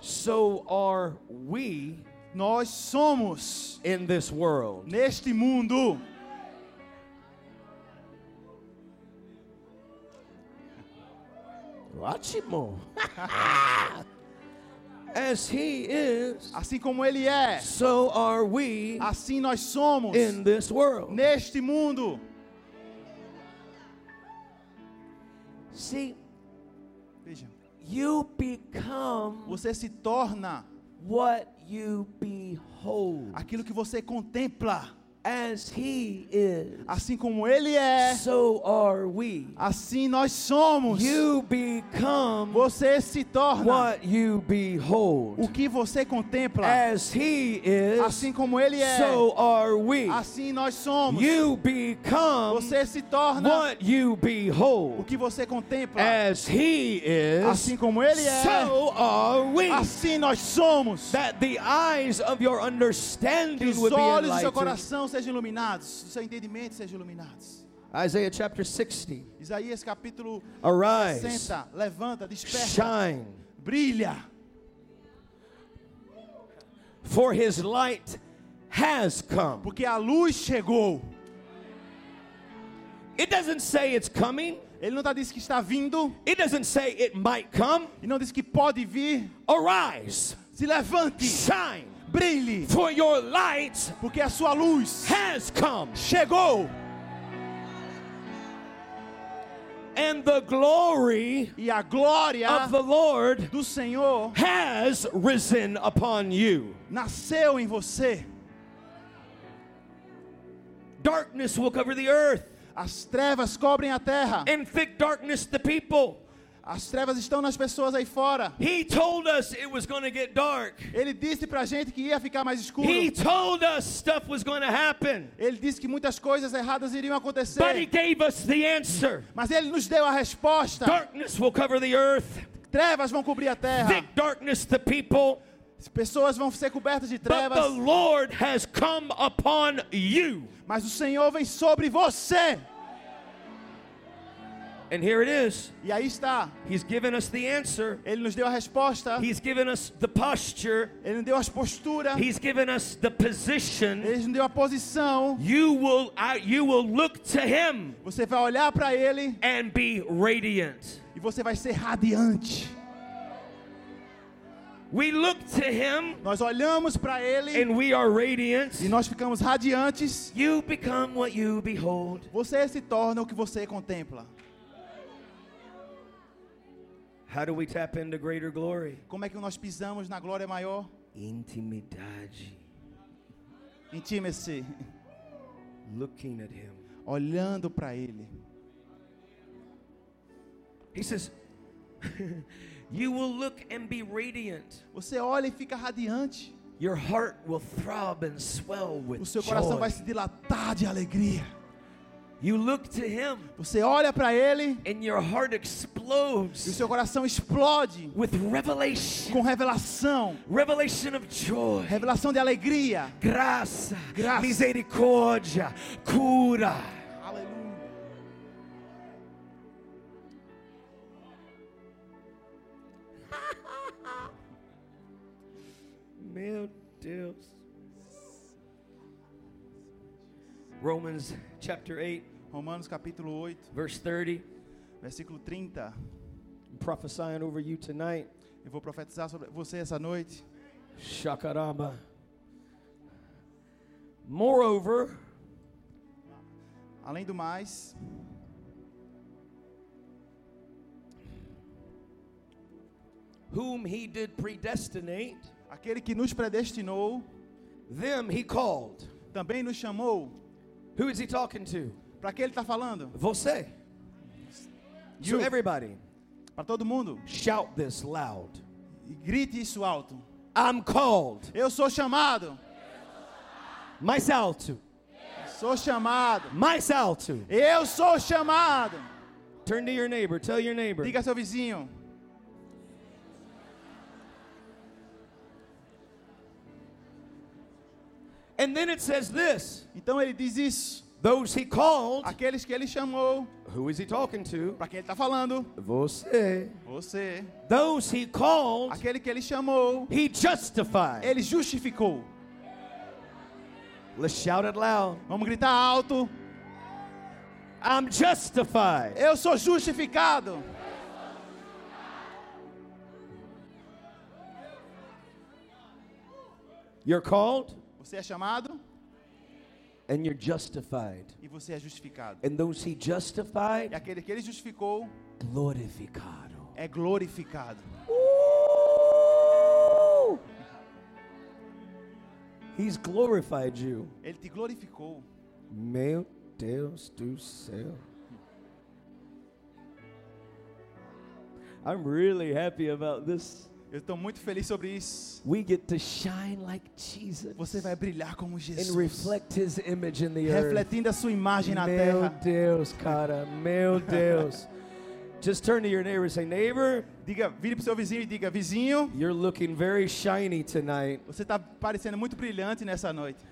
Speaker 5: so are we
Speaker 4: nós somos
Speaker 5: in this world.
Speaker 4: neste mundo.
Speaker 5: Rachimo. as he is,
Speaker 4: Assim como ele é,
Speaker 5: so are we
Speaker 4: assim nós somos
Speaker 5: in this world.
Speaker 4: neste mundo.
Speaker 5: See,
Speaker 4: Veja,
Speaker 5: you become
Speaker 4: você se torna
Speaker 5: what you behold.
Speaker 4: aquilo que você contempla.
Speaker 5: As he is,
Speaker 4: Assim como ele é,
Speaker 5: so are we.
Speaker 4: assim nós somos.
Speaker 5: You become
Speaker 4: Você se torna
Speaker 5: what you
Speaker 4: o
Speaker 5: behold.
Speaker 4: que você contempla.
Speaker 5: As he is,
Speaker 4: Assim como ele é,
Speaker 5: so are we.
Speaker 4: assim nós somos.
Speaker 5: You become
Speaker 4: Você se torna
Speaker 5: what you
Speaker 4: o
Speaker 5: behold.
Speaker 4: que você contempla.
Speaker 5: As he is,
Speaker 4: Assim como ele é,
Speaker 5: so are we.
Speaker 4: assim nós somos.
Speaker 5: That the eyes of your
Speaker 4: Que
Speaker 5: understanding
Speaker 4: os
Speaker 5: would be
Speaker 4: olhos do seu
Speaker 5: enlightened.
Speaker 4: coração sejam iluminados, o seu entendimento seja iluminado.
Speaker 5: Isaiah chapter 60.
Speaker 4: Isaías capítulo
Speaker 5: Arise,
Speaker 4: 60, levanta, desperta,
Speaker 5: É shine,
Speaker 4: brilha,
Speaker 5: for his light has come.
Speaker 4: porque a luz chegou.
Speaker 5: It doesn't say it's coming.
Speaker 4: Ele não está dizendo que está vindo,
Speaker 5: It doesn't say it might come.
Speaker 4: e não diz que pode vir.
Speaker 5: Arise,
Speaker 4: Se levante,
Speaker 5: shine,
Speaker 4: brilhe,
Speaker 5: for your light
Speaker 4: porque é a sua luz
Speaker 5: has come,
Speaker 4: chegou
Speaker 5: and the glory
Speaker 4: e a glória
Speaker 5: of the Lord
Speaker 4: do Senhor
Speaker 5: has risen upon you.
Speaker 4: nasceu em você.
Speaker 5: Darkness will cover the earth,
Speaker 4: As trevas cobrem a terra.
Speaker 5: and thick darkness the people.
Speaker 4: As trevas estão nas pessoas aí fora.
Speaker 5: He told us it was going to get dark.
Speaker 4: Ele disse pra gente que ia ficar mais escuro.
Speaker 5: He told us stuff was going to happen.
Speaker 4: Ele disse que muitas coisas erradas iriam acontecer.
Speaker 5: But he gave us the answer.
Speaker 4: Mas ele nos deu a resposta.
Speaker 5: Darkness will cover the earth,
Speaker 4: Trevas vão cobrir a terra.
Speaker 5: thick darkness the people.
Speaker 4: As Pessoas vão ser cobertas de
Speaker 5: But
Speaker 4: trevas.
Speaker 5: the Lord has come upon you.
Speaker 4: Mas o Senhor vem sobre você.
Speaker 5: And here it is.
Speaker 4: E aí está.
Speaker 5: He's given us the answer.
Speaker 4: Ele nos deu a resposta.
Speaker 5: He's given us the posture.
Speaker 4: Ele nos deu as posturas.
Speaker 5: He's given us the position.
Speaker 4: Ele nos deu a posição.
Speaker 5: You will I, you will look to him
Speaker 4: Você vai olhar para ele
Speaker 5: and be radiant.
Speaker 4: e você vai ser radiante.
Speaker 5: We look to him
Speaker 4: Nós olhamos para ele
Speaker 5: and we are radiant.
Speaker 4: e nós ficamos radiantes.
Speaker 5: You become what you behold.
Speaker 4: Você se torna o que você contempla.
Speaker 5: How do we tap into greater glory?
Speaker 4: Como é que nós pisamos na glória maior?
Speaker 5: Intimidade.
Speaker 4: Intime-se,
Speaker 5: Looking at him.
Speaker 4: olhando para ele.
Speaker 5: He says, You will look and be radiant.
Speaker 4: Você olha e fica radiante.
Speaker 5: Your heart will throb and swell with
Speaker 4: O seu coração
Speaker 5: joy.
Speaker 4: vai se dilatar de alegria.
Speaker 5: You look to him
Speaker 4: Você olha para ele
Speaker 5: and your heart
Speaker 4: e o
Speaker 5: explodes
Speaker 4: seu coração explode
Speaker 5: with revelation.
Speaker 4: com revelação,
Speaker 5: Revelation of joy.
Speaker 4: revelação de alegria.
Speaker 5: Graça,
Speaker 4: Graça.
Speaker 5: misericórdia, cura.
Speaker 4: Aleluia.
Speaker 5: Meu Deus. Romans chapter 8,
Speaker 4: Romanos capítulo 8,
Speaker 5: verse 30.
Speaker 4: versículo 30.
Speaker 5: I'm prophesying over you tonight.
Speaker 4: Eu vou profetizar sobre você essa noite.
Speaker 5: Shakarama. Moreover,
Speaker 4: Além do mais,
Speaker 5: whom he did predestinate,
Speaker 4: aquele que nos predestinou
Speaker 5: them he called.
Speaker 4: também nos chamou.
Speaker 5: Who is he talking to?
Speaker 4: Para que ele está falando?
Speaker 5: Você. You,
Speaker 4: You.
Speaker 5: everybody,
Speaker 4: Para todo mundo.
Speaker 5: shout this loud.
Speaker 4: E grite isso alto.
Speaker 5: I'm called.
Speaker 4: Eu sou chamado.
Speaker 5: Mais alto.
Speaker 4: Sou chamado.
Speaker 5: Mais alto.
Speaker 4: Eu sou chamado.
Speaker 5: Turn to your neighbor. Tell your neighbor.
Speaker 4: Diga ao seu vizinho.
Speaker 5: And then it says this
Speaker 4: Então ele diz isso.
Speaker 5: those he called.
Speaker 4: Aqueles que ele chamou.
Speaker 5: Who is he talking to?
Speaker 4: Para quem ele está falando?
Speaker 5: Você.
Speaker 4: Você.
Speaker 5: Those he called,
Speaker 4: Aquele que ele chamou.
Speaker 5: he justified.
Speaker 4: Ele justificou.
Speaker 5: Let's shout it loud.
Speaker 4: Vamos gritar alto.
Speaker 5: I'm justified.
Speaker 4: Eu sou justificado.
Speaker 5: You're called
Speaker 4: Você é chamado
Speaker 5: and you're justified.
Speaker 4: e você é justificado.
Speaker 5: And those he
Speaker 4: E
Speaker 5: justified,
Speaker 4: aquele que ele justificou
Speaker 5: glorificado.
Speaker 4: é glorificado.
Speaker 5: Ooh! He's glorified you.
Speaker 4: Ele te glorificou.
Speaker 5: Meu Deus do céu. I'm really happy about this.
Speaker 4: Eu estou muito feliz sobre isso.
Speaker 5: We get to shine like Jesus
Speaker 4: Você vai brilhar como
Speaker 5: and
Speaker 4: Jesus.
Speaker 5: reflect his image in the earth.
Speaker 4: Refletindo a sua imagem na
Speaker 5: Meu
Speaker 4: terra.
Speaker 5: Deus, cara. Meu Deus. Just turn to your neighbor and say, neighbor,
Speaker 4: Diga, vire pro seu vizinho e diga, vizinho,
Speaker 5: you're looking very shiny tonight.
Speaker 4: você está parecendo muito brilhante nessa noite.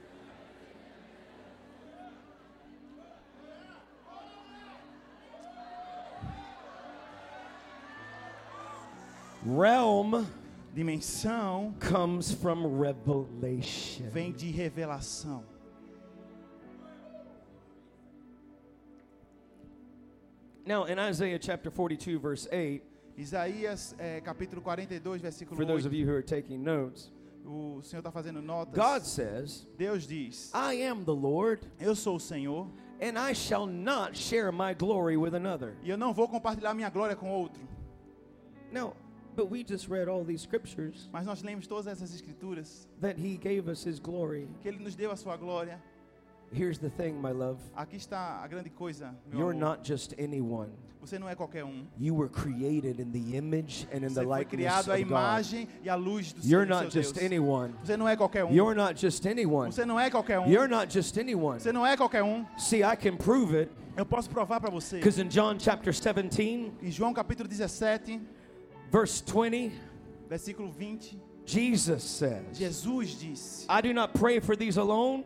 Speaker 5: Realm
Speaker 4: Dimensão
Speaker 5: comes from revelation.
Speaker 4: vem de revelação.
Speaker 5: Now, in Isaiah chapter 42, verse 8,
Speaker 4: Isaías eh, capítulo 42, versículo
Speaker 5: for those of
Speaker 4: 8.
Speaker 5: you who are taking notes,
Speaker 4: O Senhor está fazendo notas.
Speaker 5: God says,
Speaker 4: Deus diz:
Speaker 5: I am the Lord,
Speaker 4: Eu sou o Senhor
Speaker 5: and I shall not share my glory with another.
Speaker 4: e eu não vou compartilhar minha glória com outro.
Speaker 5: Now, but we just read all these scriptures
Speaker 4: Mas nós lemos todas essas escrituras
Speaker 5: that He gave us His glory.
Speaker 4: que ele nos deu a sua glória.
Speaker 5: Here's the thing, my love.
Speaker 4: Aqui está a grande coisa, meu
Speaker 5: You're
Speaker 4: amor.
Speaker 5: not just anyone.
Speaker 4: Você não é qualquer um.
Speaker 5: You were created in the image and in the
Speaker 4: Você foi
Speaker 5: likeness
Speaker 4: criado à
Speaker 5: of God.
Speaker 4: imagem e à luz do
Speaker 5: You're
Speaker 4: Senhor.
Speaker 5: not just anyone.
Speaker 4: Você não é qualquer um.
Speaker 5: You're not just anyone.
Speaker 4: Você não é qualquer um.
Speaker 5: You're not just anyone.
Speaker 4: Você não é qualquer um.
Speaker 5: See, I can prove it
Speaker 4: Eu posso provar para você.
Speaker 5: because in John chapter 17,
Speaker 4: Em João capítulo 17,
Speaker 5: verse 20,
Speaker 4: versículo 20,
Speaker 5: Jesus says,
Speaker 4: Jesus disse:
Speaker 5: I do not pray for these alone,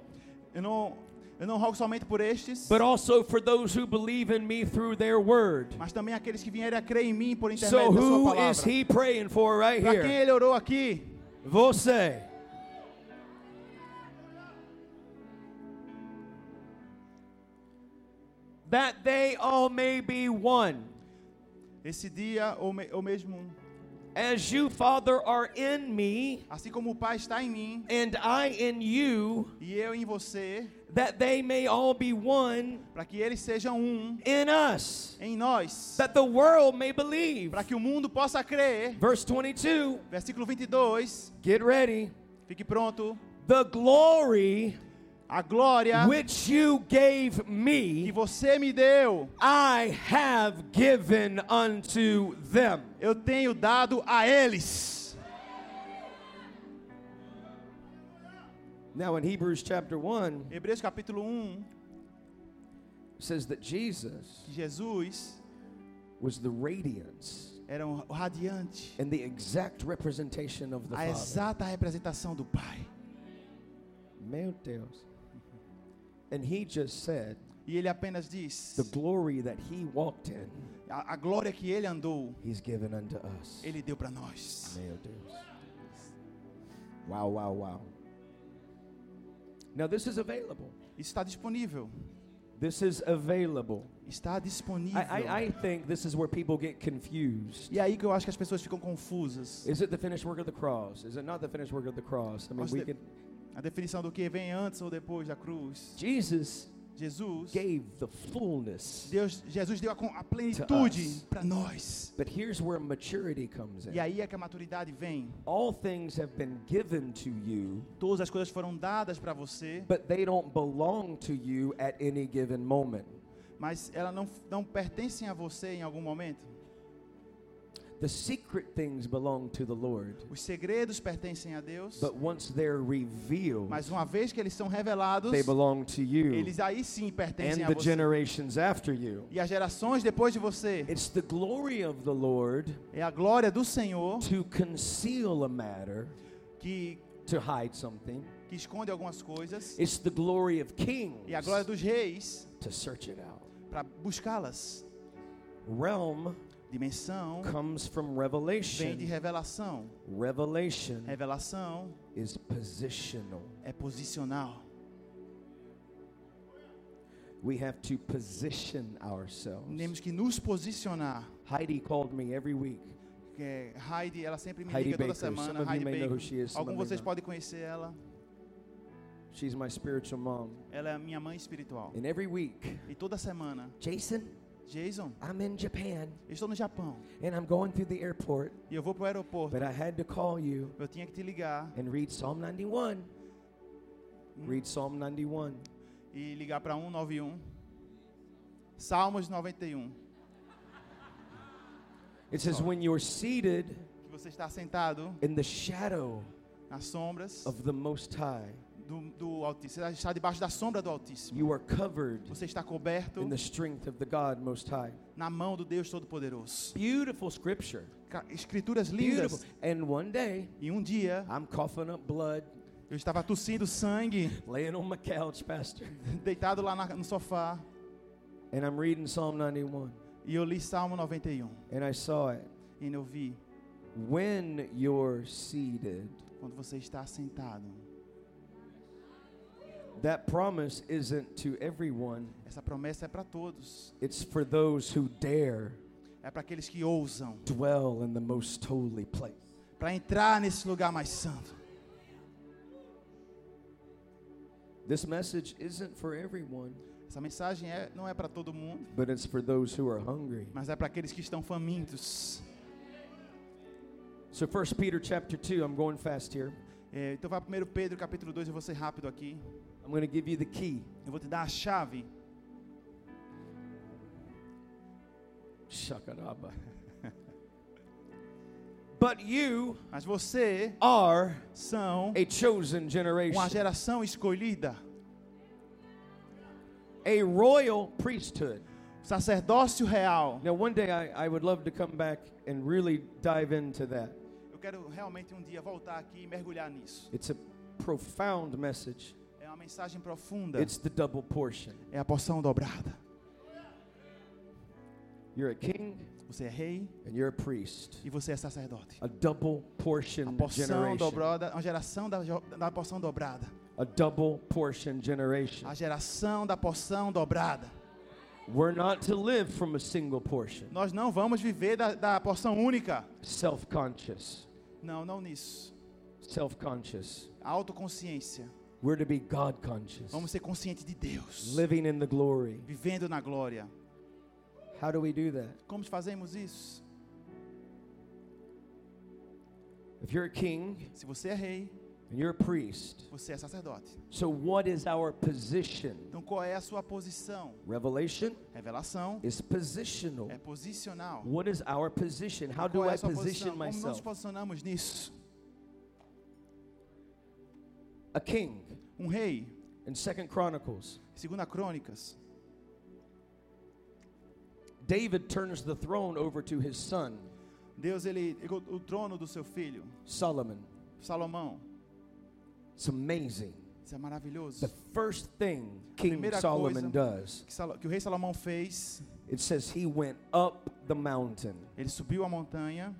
Speaker 4: Eu não Eu não rogo somente por estes,
Speaker 5: but also for those who believe in me through their word.
Speaker 4: mas também aqueles que vierem a crer em mim por
Speaker 5: So
Speaker 4: intermédio da sua
Speaker 5: who is
Speaker 4: palavra.
Speaker 5: he praying for right
Speaker 4: Para quem
Speaker 5: here?
Speaker 4: ele orou aqui?
Speaker 5: Você. That they all may be one.
Speaker 4: Esse dia ou, me, ou mesmo um.
Speaker 5: As you, Father, are in me
Speaker 4: Assim como o Pai está em mim
Speaker 5: and I in you,
Speaker 4: e eu em você,
Speaker 5: that they may all be one
Speaker 4: para que eles sejam um
Speaker 5: in us,
Speaker 4: em nós,
Speaker 5: that the world may believe.
Speaker 4: para que o mundo possa crer.
Speaker 5: Verse 22
Speaker 4: Versículo 22.
Speaker 5: Get ready.
Speaker 4: Fique pronto.
Speaker 5: The glory
Speaker 4: A glória
Speaker 5: which you gave
Speaker 4: que
Speaker 5: me,
Speaker 4: você me deu,
Speaker 5: I have given unto them.
Speaker 4: eu tenho dado a eles.
Speaker 5: Now in Hebrews chapter 1 it
Speaker 4: Hebreus capítulo 1,
Speaker 5: says that Jesus
Speaker 4: que Jesus
Speaker 5: was the radiance
Speaker 4: era um radiante,
Speaker 5: and the exact representation of the
Speaker 4: a
Speaker 5: Father.
Speaker 4: exata representação do Pai.
Speaker 5: Meu Deus. And he just said
Speaker 4: E ele apenas diz:
Speaker 5: the glory that he walked in,
Speaker 4: a, a glória que ele andou,
Speaker 5: he's given unto us.
Speaker 4: ele deu para nós.
Speaker 5: Meu Deus. Wow, wow, wow. Now this is available.
Speaker 4: Isso está disponível.
Speaker 5: This is available.
Speaker 4: Está disponível.
Speaker 5: I, I, I think this is where people get confused.
Speaker 4: E aí que eu acho que as pessoas ficam confusas.
Speaker 5: Is it the finished work of the cross? Is it not the finished work of the cross? I mean,
Speaker 4: What's
Speaker 5: we
Speaker 4: the-
Speaker 5: can.
Speaker 4: A definição do que vem antes ou depois da cruz.
Speaker 5: Jesus
Speaker 4: Jesus,
Speaker 5: gave the fullness.
Speaker 4: Deus, Jesus deu a,
Speaker 5: ah,
Speaker 4: con- a plenitude
Speaker 5: us.
Speaker 4: para nós.
Speaker 5: But here's where maturity comes
Speaker 4: E
Speaker 5: in.
Speaker 4: aí é que a maturidade vem.
Speaker 5: All things have been given to you,
Speaker 4: Todas as coisas foram dadas para você,
Speaker 5: but they don't belong to you at any given moment.
Speaker 4: mas elas não, não pertencem a você em algum momento.
Speaker 5: The secret things belong to the Lord,
Speaker 4: Os segredos pertencem a Deus,
Speaker 5: but once they're revealed,
Speaker 4: mas uma vez que eles são revelados,
Speaker 5: they belong to you
Speaker 4: eles aí sim
Speaker 5: and
Speaker 4: pertencem a
Speaker 5: the
Speaker 4: você.
Speaker 5: generations after you.
Speaker 4: E as gerações depois de você.
Speaker 5: It's the glory of the Lord
Speaker 4: É a glória do Senhor
Speaker 5: to conceal a matter,
Speaker 4: que,
Speaker 5: to hide something.
Speaker 4: que esconde algumas coisas.
Speaker 5: It's the glory of kings
Speaker 4: E a glória dos reis
Speaker 5: to search it out.
Speaker 4: para buscá-las.
Speaker 5: Realm
Speaker 4: Dimensão
Speaker 5: comes from
Speaker 4: vem
Speaker 5: revelation.
Speaker 4: de revelação.
Speaker 5: Revelation
Speaker 4: Revelação
Speaker 5: is positional.
Speaker 4: é posicional.
Speaker 5: We have to position ourselves.
Speaker 4: Temos que nos posicionar.
Speaker 5: Heidi called me every week.
Speaker 4: Que é Heidi, ela sempre me
Speaker 5: Heidi
Speaker 4: liga toda
Speaker 5: Baker. Some of
Speaker 4: semana.
Speaker 5: you
Speaker 4: Heidi
Speaker 5: may know
Speaker 4: Baker.
Speaker 5: who she is, some
Speaker 4: Alguns de
Speaker 5: of you not.
Speaker 4: vocês podem conhecer ela.
Speaker 5: She's my spiritual mom.
Speaker 4: Ela é minha mãe espiritual.
Speaker 5: And every week,
Speaker 4: E toda semana,
Speaker 5: Jason,
Speaker 4: Jason,
Speaker 5: I'm in Japan
Speaker 4: eu estou no Japão
Speaker 5: and I'm going through the airport,
Speaker 4: e eu vou pro aeroporto.
Speaker 5: but I had to call you
Speaker 4: Eu tinha que te ligar
Speaker 5: and read Psalm 91. Read Psalm 91.
Speaker 4: e ligar para 191. Salmos 91.
Speaker 5: It says, When you're seated
Speaker 4: Que você está sentado
Speaker 5: in the shadow
Speaker 4: nas sombras
Speaker 5: of the Most High,
Speaker 4: do, do Altíssimo. Você está debaixo da sombra do Altíssimo.
Speaker 5: you are covered
Speaker 4: Você está coberto
Speaker 5: in the strength of the God Most High.
Speaker 4: na mão do Deus Todo-Poderoso.
Speaker 5: Beautiful scripture.
Speaker 4: Ca- Escrituras
Speaker 5: Beautiful.
Speaker 4: lindas.
Speaker 5: And one day,
Speaker 4: E um dia
Speaker 5: I'm coughing up blood,
Speaker 4: eu estava tossindo sangue,
Speaker 5: laying on my couch, Pastor,
Speaker 4: deitado lá na- no sofá,
Speaker 5: and I'm reading Psalm 91.
Speaker 4: e eu li Salmo 91.
Speaker 5: And I saw it.
Speaker 4: E eu vi
Speaker 5: When you're seated,
Speaker 4: quando você está sentado.
Speaker 5: that promise isn't to everyone,
Speaker 4: Essa promessa é para todos.
Speaker 5: it's for those who dare
Speaker 4: É para aqueles que ousam
Speaker 5: dwell in the most holy place.
Speaker 4: para entrar nesse lugar mais santo.
Speaker 5: This message isn't for everyone,
Speaker 4: Essa mensagem é, não é para todo mundo,
Speaker 5: but it's for those who are hungry.
Speaker 4: mas é para aqueles que estão famintos.
Speaker 5: So First Peter chapter 2, I'm going fast here.
Speaker 4: É, então vai primeiro Pedro capítulo 2, eu vou ser rápido aqui.
Speaker 5: I'm going to give you the key.
Speaker 4: Eu vou te dar a chave.
Speaker 5: Shakaraba. but you
Speaker 4: Mas você
Speaker 5: are
Speaker 4: são
Speaker 5: a chosen
Speaker 4: uma
Speaker 5: generation,
Speaker 4: geração escolhida,
Speaker 5: a royal priesthood.
Speaker 4: sacerdócio real.
Speaker 5: Now, one day I, I would love to come back and really dive into that.
Speaker 4: Eu quero realmente um dia voltar aqui e mergulhar nisso.
Speaker 5: It's a profound message.
Speaker 4: É uma mensagem profunda.
Speaker 5: It's the double portion.
Speaker 4: É a porção dobrada.
Speaker 5: You're a king
Speaker 4: Você é rei
Speaker 5: and you're a priest.
Speaker 4: e você é sacerdote.
Speaker 5: A double
Speaker 4: A
Speaker 5: portion
Speaker 4: porção
Speaker 5: generation.
Speaker 4: dobrada, a geração da, jo- da porção dobrada.
Speaker 5: A double portion generation.
Speaker 4: A geração da porção dobrada.
Speaker 5: We're not to live from a single portion.
Speaker 4: Nós não vamos viver da, da porção única.
Speaker 5: Self conscious.
Speaker 4: Não, não nisso.
Speaker 5: Self conscious.
Speaker 4: Autoconsciência.
Speaker 5: We're to be God conscious.
Speaker 4: Vamos ser conscientes de Deus.
Speaker 5: Living in the glory.
Speaker 4: Vivendo na glória.
Speaker 5: How do we do that?
Speaker 4: Como fazemos isso?
Speaker 5: If you're a king
Speaker 4: Se você é rei,
Speaker 5: and you're a priest,
Speaker 4: você é sacerdote.
Speaker 5: so what is our position?
Speaker 4: Então qual é a sua posição?
Speaker 5: Revelation
Speaker 4: Revelação
Speaker 5: is positional.
Speaker 4: é posicional.
Speaker 5: What is our position? How do
Speaker 4: Qual é
Speaker 5: I
Speaker 4: a sua posição?
Speaker 5: position
Speaker 4: Como nós nos
Speaker 5: myself?
Speaker 4: posicionamos nisso?
Speaker 5: A king
Speaker 4: Um rei,
Speaker 5: in Second Chronicles.
Speaker 4: segundo a Crônicas,
Speaker 5: David turns the throne over to his son,
Speaker 4: Deus ele o trono do seu filho,
Speaker 5: Solomon.
Speaker 4: Salomão.
Speaker 5: It's amazing.
Speaker 4: Isso é maravilhoso.
Speaker 5: The first thing King
Speaker 4: primeira
Speaker 5: Solomon
Speaker 4: coisa-
Speaker 5: does,
Speaker 4: Que, Salo- que o rei Salomão fez,
Speaker 5: it says he went up the mountain.
Speaker 4: ele subiu a montanha,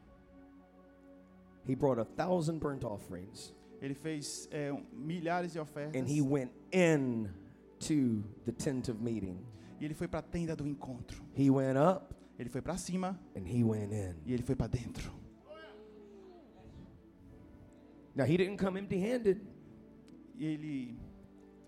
Speaker 5: He brought a thousand burnt offerings
Speaker 4: ele fez é, um- milhares de ofertas
Speaker 5: and he went in to the tent of meeting.
Speaker 4: e ele foi para a tenda do encontro.
Speaker 5: He went up
Speaker 4: Ele foi para cima
Speaker 5: and he went in.
Speaker 4: e ele foi para dentro.
Speaker 5: Now he didn't come empty handed.
Speaker 4: E ele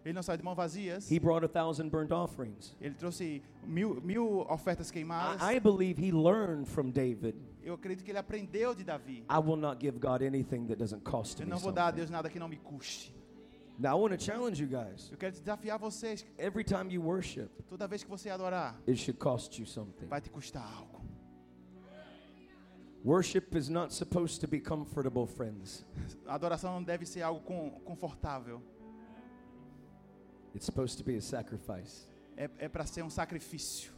Speaker 4: ele não saiu de mãos vazias.
Speaker 5: He brought a thousand burnt offerings.
Speaker 4: Ele trouxe mil, mil ofertas queimadas.
Speaker 5: I, I believe he learned from David.
Speaker 4: Eu acredito que ele aprendeu de Davi.
Speaker 5: I will not give God anything that doesn't cost
Speaker 4: Eu
Speaker 5: me
Speaker 4: não vou dar a
Speaker 5: something.
Speaker 4: Deus nada que não me custe.
Speaker 5: Now I want to challenge you guys.
Speaker 4: Eu quero desafiar vocês.
Speaker 5: Every time you worship,
Speaker 4: Toda vez que você adorar,
Speaker 5: it should cost you something.
Speaker 4: vai te custar algo.
Speaker 5: Worship is not supposed to be comfortable, friends.
Speaker 4: A adoração não deve ser algo com- confortável.
Speaker 5: It's supposed to be a sacrifice.
Speaker 4: É, é para ser um sacrifício.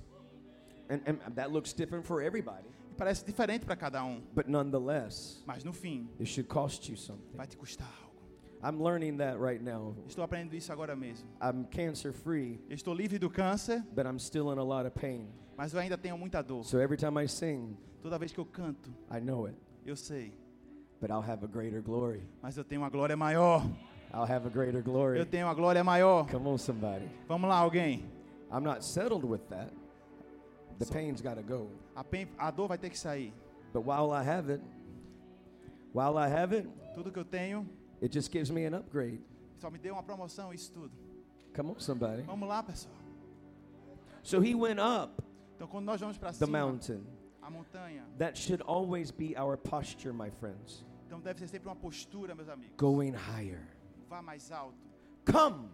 Speaker 5: And, and that looks different for everybody.
Speaker 4: E parece diferente para cada um.
Speaker 5: But nonetheless,
Speaker 4: Mas no fim,
Speaker 5: it should cost you something.
Speaker 4: vai te custar algo.
Speaker 5: I'm learning that right now.
Speaker 4: Estou aprendendo isso agora mesmo.
Speaker 5: I'm cancer free,
Speaker 4: Eu estou livre do câncer,
Speaker 5: but I'm still in a lot of pain.
Speaker 4: mas eu ainda tenho muita dor.
Speaker 5: So every time I sing,
Speaker 4: Toda vez que eu canto,
Speaker 5: I know it.
Speaker 4: eu sei.
Speaker 5: But I'll have a greater glory.
Speaker 4: Mas eu tenho uma glória maior.
Speaker 5: I'll have a greater glory.
Speaker 4: Eu tenho uma glória maior.
Speaker 5: Come on, somebody.
Speaker 4: Vamos lá, alguém.
Speaker 5: I'm not settled with that. The pain's got to go.
Speaker 4: A, pen- a dor vai ter que sair.
Speaker 5: But while I have it, while I have it,
Speaker 4: Tudo que eu tenho
Speaker 5: it just gives me an upgrade.
Speaker 4: só me deu uma promoção, isso tudo.
Speaker 5: Come on, somebody.
Speaker 4: Vamos lá, pessoal.
Speaker 5: So he went up
Speaker 4: Então, quando nós vamos para
Speaker 5: the
Speaker 4: cima,
Speaker 5: mountain.
Speaker 4: a montanha,
Speaker 5: That should always be our posture, my friends.
Speaker 4: então deve ser sempre uma postura, meus amigos.
Speaker 5: Going higher.
Speaker 4: Vá mais alto.
Speaker 5: Come,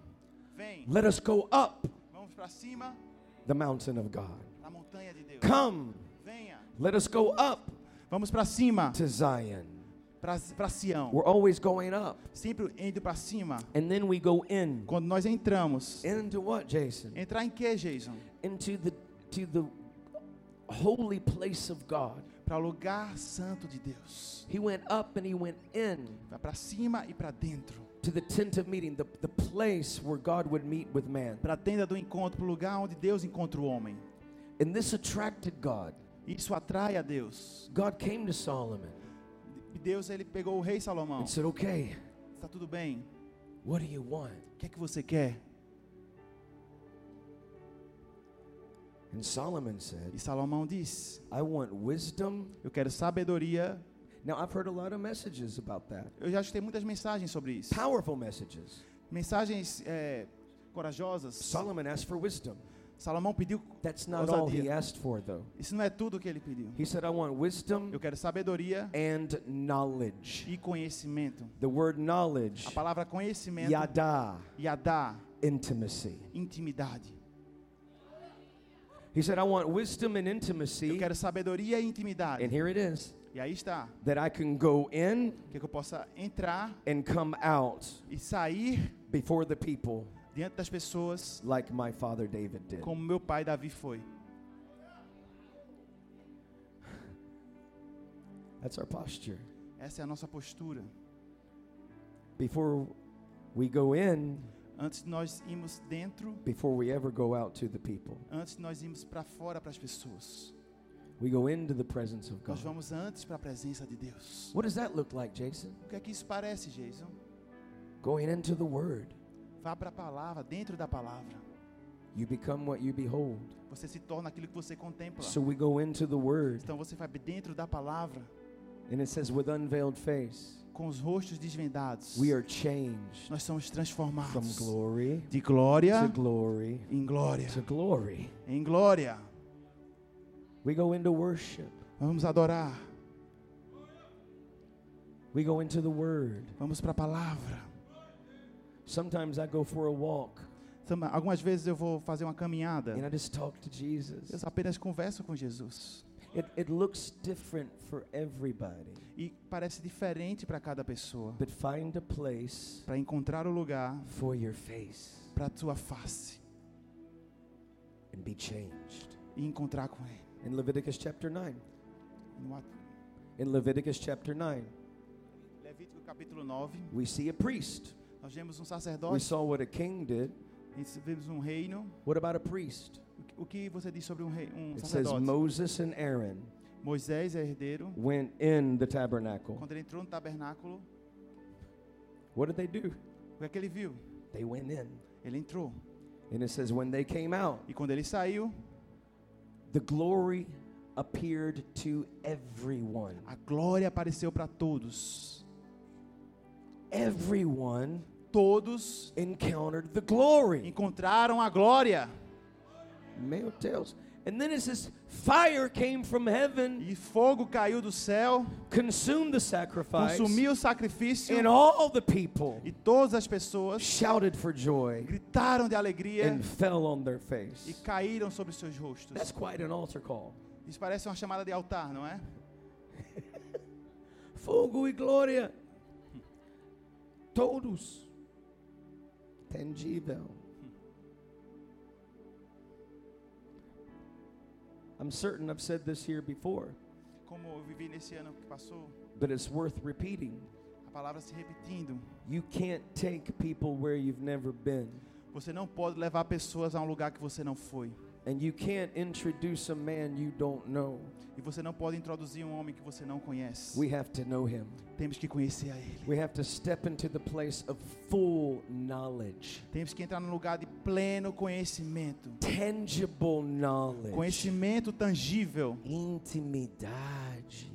Speaker 4: Vem,
Speaker 5: let us go up
Speaker 4: vamos para cima
Speaker 5: the mountain of God.
Speaker 4: na montanha de Deus.
Speaker 5: Come,
Speaker 4: Venha,
Speaker 5: let us go up
Speaker 4: vamos para cima,
Speaker 5: to Zion.
Speaker 4: para Sião.
Speaker 5: We're always going up.
Speaker 4: Sempre indo para cima.
Speaker 5: And then we go in.
Speaker 4: Quando nós entramos,
Speaker 5: Into what, Jason?
Speaker 4: entrar em que, Jason?
Speaker 5: Into the to the holy place of God.
Speaker 4: Para o lugar santo de Deus.
Speaker 5: He went up and he went in
Speaker 4: Vai para cima e para dentro.
Speaker 5: to the tent of meeting, the, the place where God would meet with man.
Speaker 4: Para a tenda do encontro, para o lugar onde Deus encontra o homem.
Speaker 5: And this attracted God.
Speaker 4: Isso atrai a Deus.
Speaker 5: God came to Solomon
Speaker 4: E Deus ele pegou o rei Salomão.
Speaker 5: and said, Okay,
Speaker 4: Está tudo bem?
Speaker 5: What do you want?
Speaker 4: O que é que você quer?
Speaker 5: And Solomon said,
Speaker 4: E Salomão disse:
Speaker 5: I want wisdom.
Speaker 4: Eu quero sabedoria.
Speaker 5: Now, I've heard a lot of messages about that,
Speaker 4: Eu já escutei muitas mensagens sobre isso.
Speaker 5: powerful messages.
Speaker 4: Mensagens é, corajosas.
Speaker 5: Solomon asked for wisdom.
Speaker 4: Salomão pediu.
Speaker 5: That's not all he
Speaker 4: Ousadia.
Speaker 5: asked for, though.
Speaker 4: Isso não é tudo que ele pediu.
Speaker 5: He É- said, I want wisdom
Speaker 4: Eu quero sabedoria
Speaker 5: and knowledge.
Speaker 4: e conhecimento.
Speaker 5: The word knowledge,
Speaker 4: A palavra conhecimento
Speaker 5: yada,
Speaker 4: yadá,
Speaker 5: intimacy.
Speaker 4: intimidade.
Speaker 5: He said, I want wisdom and
Speaker 4: Eu
Speaker 5: intimacy.
Speaker 4: quero sabedoria e intimidade.
Speaker 5: And here it is
Speaker 4: E aí está.
Speaker 5: that I can go in
Speaker 4: Que eu possa entrar
Speaker 5: and come out
Speaker 4: e sair
Speaker 5: before the people
Speaker 4: diante das pessoas
Speaker 5: like my father David did.
Speaker 4: como meu pai Davi foi.
Speaker 5: That's our posture.
Speaker 4: Essa é a nossa postura.
Speaker 5: Before we go in,
Speaker 4: Antes de nós irmos dentro,
Speaker 5: before we ever go out to the people.
Speaker 4: antes de nós irmos para fora para as pessoas.
Speaker 5: We go into the presence of
Speaker 4: Nós
Speaker 5: God.
Speaker 4: vamos antes para a presença de Deus.
Speaker 5: What does that look like, Jason?
Speaker 4: O que é que isso parece, Jason?
Speaker 5: Going into the Word,
Speaker 4: Vá para a palavra, dentro da palavra.
Speaker 5: you become what you behold.
Speaker 4: Você se torna aquilo que você contempla.
Speaker 5: So we go into the Word,
Speaker 4: Então você vai dentro da palavra,
Speaker 5: and it says, with unveiled face,
Speaker 4: com os rostos desvendados.
Speaker 5: we are changed
Speaker 4: Nós somos
Speaker 5: from
Speaker 4: transformados
Speaker 5: glory
Speaker 4: de
Speaker 5: to
Speaker 4: glória
Speaker 5: glory
Speaker 4: em glória.
Speaker 5: to glory.
Speaker 4: Em glória.
Speaker 5: We go into worship,
Speaker 4: Vamos adorar.
Speaker 5: we go into the Word.
Speaker 4: Vamos para a palavra.
Speaker 5: Sometimes I go for a walk
Speaker 4: Então, Algumas vezes eu vou fazer uma caminhada.
Speaker 5: and I just talk to
Speaker 4: Eu
Speaker 5: Jesus.
Speaker 4: apenas converso com Jesus.
Speaker 5: It, it looks different for everybody,
Speaker 4: E parece diferente para cada pessoa.
Speaker 5: but find a place
Speaker 4: Para encontrar o lugar
Speaker 5: for your face
Speaker 4: para a tua face
Speaker 5: and be changed.
Speaker 4: e encontrar com Ele.
Speaker 5: In Leviticus chapter 9,
Speaker 4: No ato-
Speaker 5: in Leviticus chapter 9,
Speaker 4: Levítico capítulo 9,
Speaker 5: we see a priest.
Speaker 4: nós vemos um
Speaker 5: We
Speaker 4: sacerdote,
Speaker 5: saw what a king did.
Speaker 4: nós vemos um reino.
Speaker 5: What about a priest?
Speaker 4: O que- O que você diz sobre um, rei, um
Speaker 5: It says
Speaker 4: sacerdote?
Speaker 5: Moses and Aaron
Speaker 4: Moisés é herdeiro.
Speaker 5: went in the tabernacle.
Speaker 4: Quando ele entrou no tabernáculo,
Speaker 5: What did they do?
Speaker 4: o que é que ele viu?
Speaker 5: They went in.
Speaker 4: Ele entrou.
Speaker 5: And it says when they came out,
Speaker 4: E quando ele saiu,
Speaker 5: the glory appeared to everyone.
Speaker 4: a glória apareceu para todos.
Speaker 5: Everyone
Speaker 4: Todos
Speaker 5: encountered the glory.
Speaker 4: encontraram a glória.
Speaker 5: Male tales. And then it says fire came from heaven,
Speaker 4: E fogo caiu do céu,
Speaker 5: consumed the sacrifice,
Speaker 4: consumiu o sacrifício.
Speaker 5: and all the people
Speaker 4: E todas as pessoas
Speaker 5: shouted for joy
Speaker 4: gritaram de alegria
Speaker 5: and fell on their
Speaker 4: e
Speaker 5: face.
Speaker 4: caíram sobre seus rostos.
Speaker 5: That's quite an altar call.
Speaker 4: Isso parece uma chamada de altar, não é?
Speaker 5: Fogo e glória. Todos. Tangível. I'm certain I've said this here before,
Speaker 4: Como eu vivi nesse ano que passou,
Speaker 5: but it's worth repeating.
Speaker 4: a palavra se repetindo.
Speaker 5: You can't take people where you've never been,
Speaker 4: Você não pode levar pessoas a um lugar que você não foi.
Speaker 5: and you can't introduce a man you don't know.
Speaker 4: E você não pode introduzir um homem que você não conhece.
Speaker 5: We have to know him.
Speaker 4: Temos que conhecer a ele.
Speaker 5: We have to step into the place of full knowledge,
Speaker 4: Temos que entrar num lugar de pleno conhecimento.
Speaker 5: tangible knowledge.
Speaker 4: Conhecimento tangível.
Speaker 5: intimidade.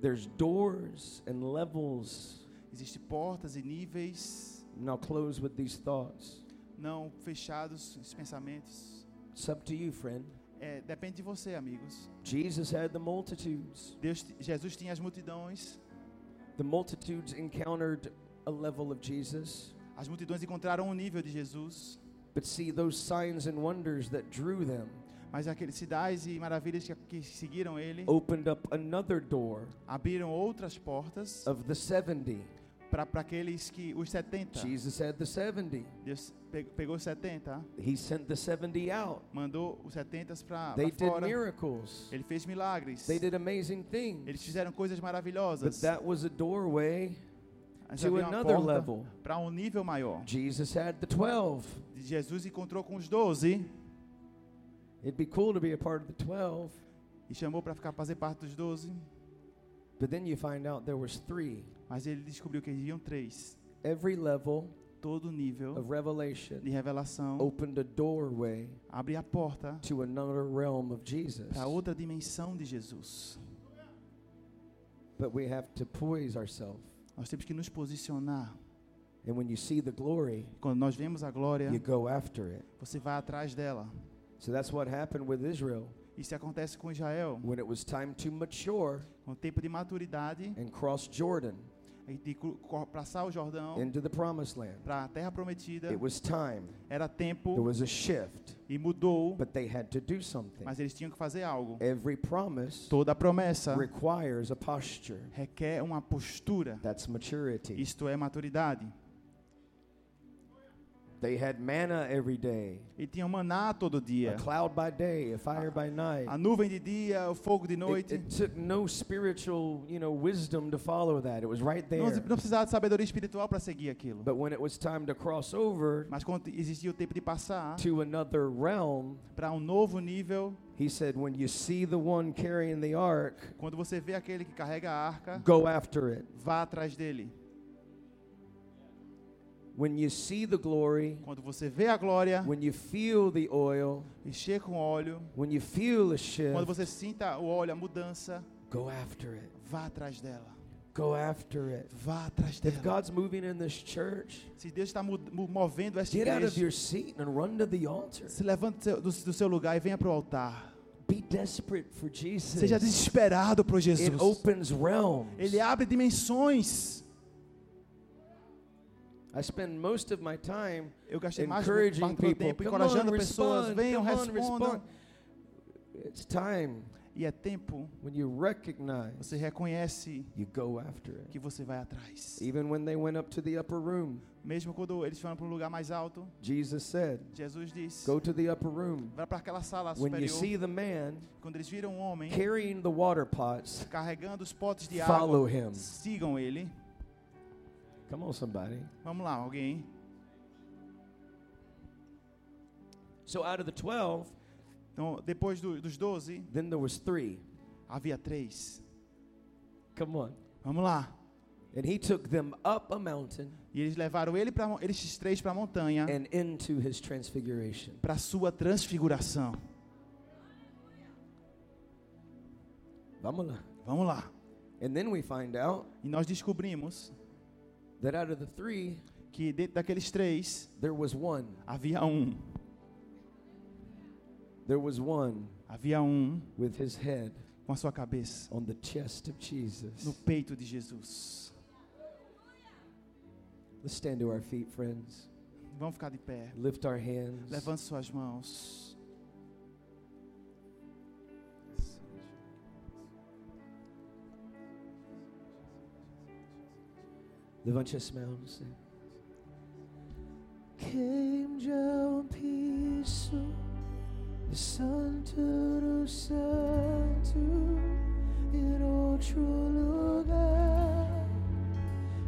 Speaker 5: There's doors and levels.
Speaker 4: Existem portas e níveis
Speaker 5: And I'll close with these thoughts.
Speaker 4: não fechados, esses pensamentos.
Speaker 5: It's up to you, friend.
Speaker 4: É, depende de você, amigos.
Speaker 5: Jesus had the multitudes.
Speaker 4: Deus, Jesus tinha as multidões.
Speaker 5: The multitudes encountered a level of Jesus.
Speaker 4: As multidões encontraram o nível de Jesus,
Speaker 5: But see, those signs and wonders that drew them
Speaker 4: mas aqueles sinais e maravilhas que, que seguiram ele
Speaker 5: opened up another door
Speaker 4: abriram outras portas
Speaker 5: of the 70.
Speaker 4: para aqueles que os 70.
Speaker 5: Jesus had the 70.
Speaker 4: Deus pe- pegou os 70,
Speaker 5: He sent the 70 out.
Speaker 4: mandou os 70 para
Speaker 5: They did
Speaker 4: fora.
Speaker 5: miracles.
Speaker 4: Ele fez milagres.
Speaker 5: They did amazing things.
Speaker 4: Eles fizeram coisas
Speaker 5: But
Speaker 4: maravilhosas.
Speaker 5: that was a doorway.
Speaker 4: Mas
Speaker 5: to
Speaker 4: havia uma
Speaker 5: another
Speaker 4: porta
Speaker 5: level.
Speaker 4: Para um nível maior.
Speaker 5: Jesus had the 12.
Speaker 4: Jesus encontrou com os 12
Speaker 5: It'd be cool to be a part of the 12.
Speaker 4: e chamou para ficar fazer parte dos 12,
Speaker 5: But then you find out there was three.
Speaker 4: mas ele descobriu que haviam três.
Speaker 5: Every level
Speaker 4: Todo nível
Speaker 5: of
Speaker 4: de
Speaker 5: revelation
Speaker 4: revelação
Speaker 5: opened a doorway
Speaker 4: abre a porta
Speaker 5: to another realm of Jesus.
Speaker 4: para outra dimensão de Jesus.
Speaker 5: But we have to poise ourselves.
Speaker 4: Nós temos que nos posicionar.
Speaker 5: And when you see the glory,
Speaker 4: Quando nós vemos a glória,
Speaker 5: you go after it.
Speaker 4: você vai atrás dela.
Speaker 5: So that's what happened with Israel.
Speaker 4: Isso acontece com Israel.
Speaker 5: When it was time to mature
Speaker 4: Com o tempo de maturidade,
Speaker 5: and cross Jordan
Speaker 4: e de cru- cor- passar o Jordão
Speaker 5: into the promised land,
Speaker 4: para a Terra Prometida,
Speaker 5: it was time.
Speaker 4: era
Speaker 5: There
Speaker 4: tempo
Speaker 5: was a shift.
Speaker 4: e mudou,
Speaker 5: But they had to do something.
Speaker 4: mas eles tinham que fazer algo.
Speaker 5: Every promise
Speaker 4: Toda promessa
Speaker 5: requires a posture.
Speaker 4: requer uma
Speaker 5: Tá.
Speaker 4: postura.
Speaker 5: That's maturity.
Speaker 4: Isto é maturidade.
Speaker 5: They had manna every day,
Speaker 4: E tinha o maná todo
Speaker 5: a
Speaker 4: dia.
Speaker 5: cloud by day, a fire by night.
Speaker 4: A nuvem de dia, o fogo de
Speaker 5: It,
Speaker 4: noite.
Speaker 5: it took no spiritual, you know, wisdom to follow that. It was right
Speaker 4: Não,
Speaker 5: there.
Speaker 4: não precisava de sabedoria espiritual para seguir aquilo.
Speaker 5: But when it was time to cross over
Speaker 4: Mas quando existia o tempo de passar
Speaker 5: to another realm,
Speaker 4: para um novo nível,
Speaker 5: he said, when you see the one carrying the ark,
Speaker 4: quando você vê aquele que carrega a arca,
Speaker 5: go after it.
Speaker 4: vá atrás dele.
Speaker 5: When you see the glory,
Speaker 4: Quando você vê a glória,
Speaker 5: when you feel the oil,
Speaker 4: encher com óleo.
Speaker 5: when you feel the
Speaker 4: Quando
Speaker 5: shift,
Speaker 4: você sinta o óleo, a mudança,
Speaker 5: go after it.
Speaker 4: vá atrás dela.
Speaker 5: Go after it.
Speaker 4: Vá atrás
Speaker 5: If
Speaker 4: dela.
Speaker 5: God's moving in this church,
Speaker 4: Se Deus está mu- mu- movendo esta
Speaker 5: get out of
Speaker 4: igreja,
Speaker 5: your seat and run to the altar.
Speaker 4: se levante do seu- do, do seu lugar e venha para o altar.
Speaker 5: Be desperate for
Speaker 4: Seja
Speaker 5: Jesus.
Speaker 4: desesperado por
Speaker 5: It
Speaker 4: Jesus.
Speaker 5: opens realms.
Speaker 4: Ele abre dimensões.
Speaker 5: I spend most of my time
Speaker 4: Eu gastei mais parte
Speaker 5: encouraging
Speaker 4: do
Speaker 5: people,
Speaker 4: tempo
Speaker 5: come on,
Speaker 4: encorajando pessoas.
Speaker 5: respond,
Speaker 4: Venham,
Speaker 5: come on,
Speaker 4: respondam.
Speaker 5: respond. It's time
Speaker 4: E é tempo,
Speaker 5: when you recognize,
Speaker 4: você reconhece
Speaker 5: you go after it.
Speaker 4: que você vai atrás.
Speaker 5: Even when they went up to the upper room,
Speaker 4: Mesmo quando eles foram para um lugar mais alto,
Speaker 5: Jesus said,
Speaker 4: Jesus disse:
Speaker 5: Go to the upper room.
Speaker 4: Vai para aquela sala
Speaker 5: When you
Speaker 4: superior.
Speaker 5: see the man
Speaker 4: Quando eles viram um homem
Speaker 5: carrying the water pots,
Speaker 4: carregando os potes de
Speaker 5: follow
Speaker 4: água,
Speaker 5: him.
Speaker 4: sigam ele.
Speaker 5: Come on, somebody.
Speaker 4: Vamos lá, alguém.
Speaker 5: So out of the 12,
Speaker 4: Então, depois do- dos 12,
Speaker 5: then there was three.
Speaker 4: havia três.
Speaker 5: Come on.
Speaker 4: Vamos lá.
Speaker 5: And he took them up a mountain
Speaker 4: E eles levaram ele pra, mon- eles três para a montanha,
Speaker 5: and into his transfiguration.
Speaker 4: para sua transfiguração.
Speaker 5: Vamos lá.
Speaker 4: Vamos lá.
Speaker 5: And then we find out
Speaker 4: E nós descobrimos
Speaker 5: that out of the three,
Speaker 4: que dentro daqueles três
Speaker 5: there was one.
Speaker 4: havia um,
Speaker 5: There was one
Speaker 4: havia um
Speaker 5: with his head
Speaker 4: com a sua cabeça
Speaker 5: on the chest of Jesus.
Speaker 4: no peito de Jesus.
Speaker 5: Let's stand to our feet, friends.
Speaker 4: Vamos ficar de pé.
Speaker 5: Lift our hands.
Speaker 4: Levante suas mãos.
Speaker 5: Levante as mãos. né? Came down peace the santo do santo em outro lugar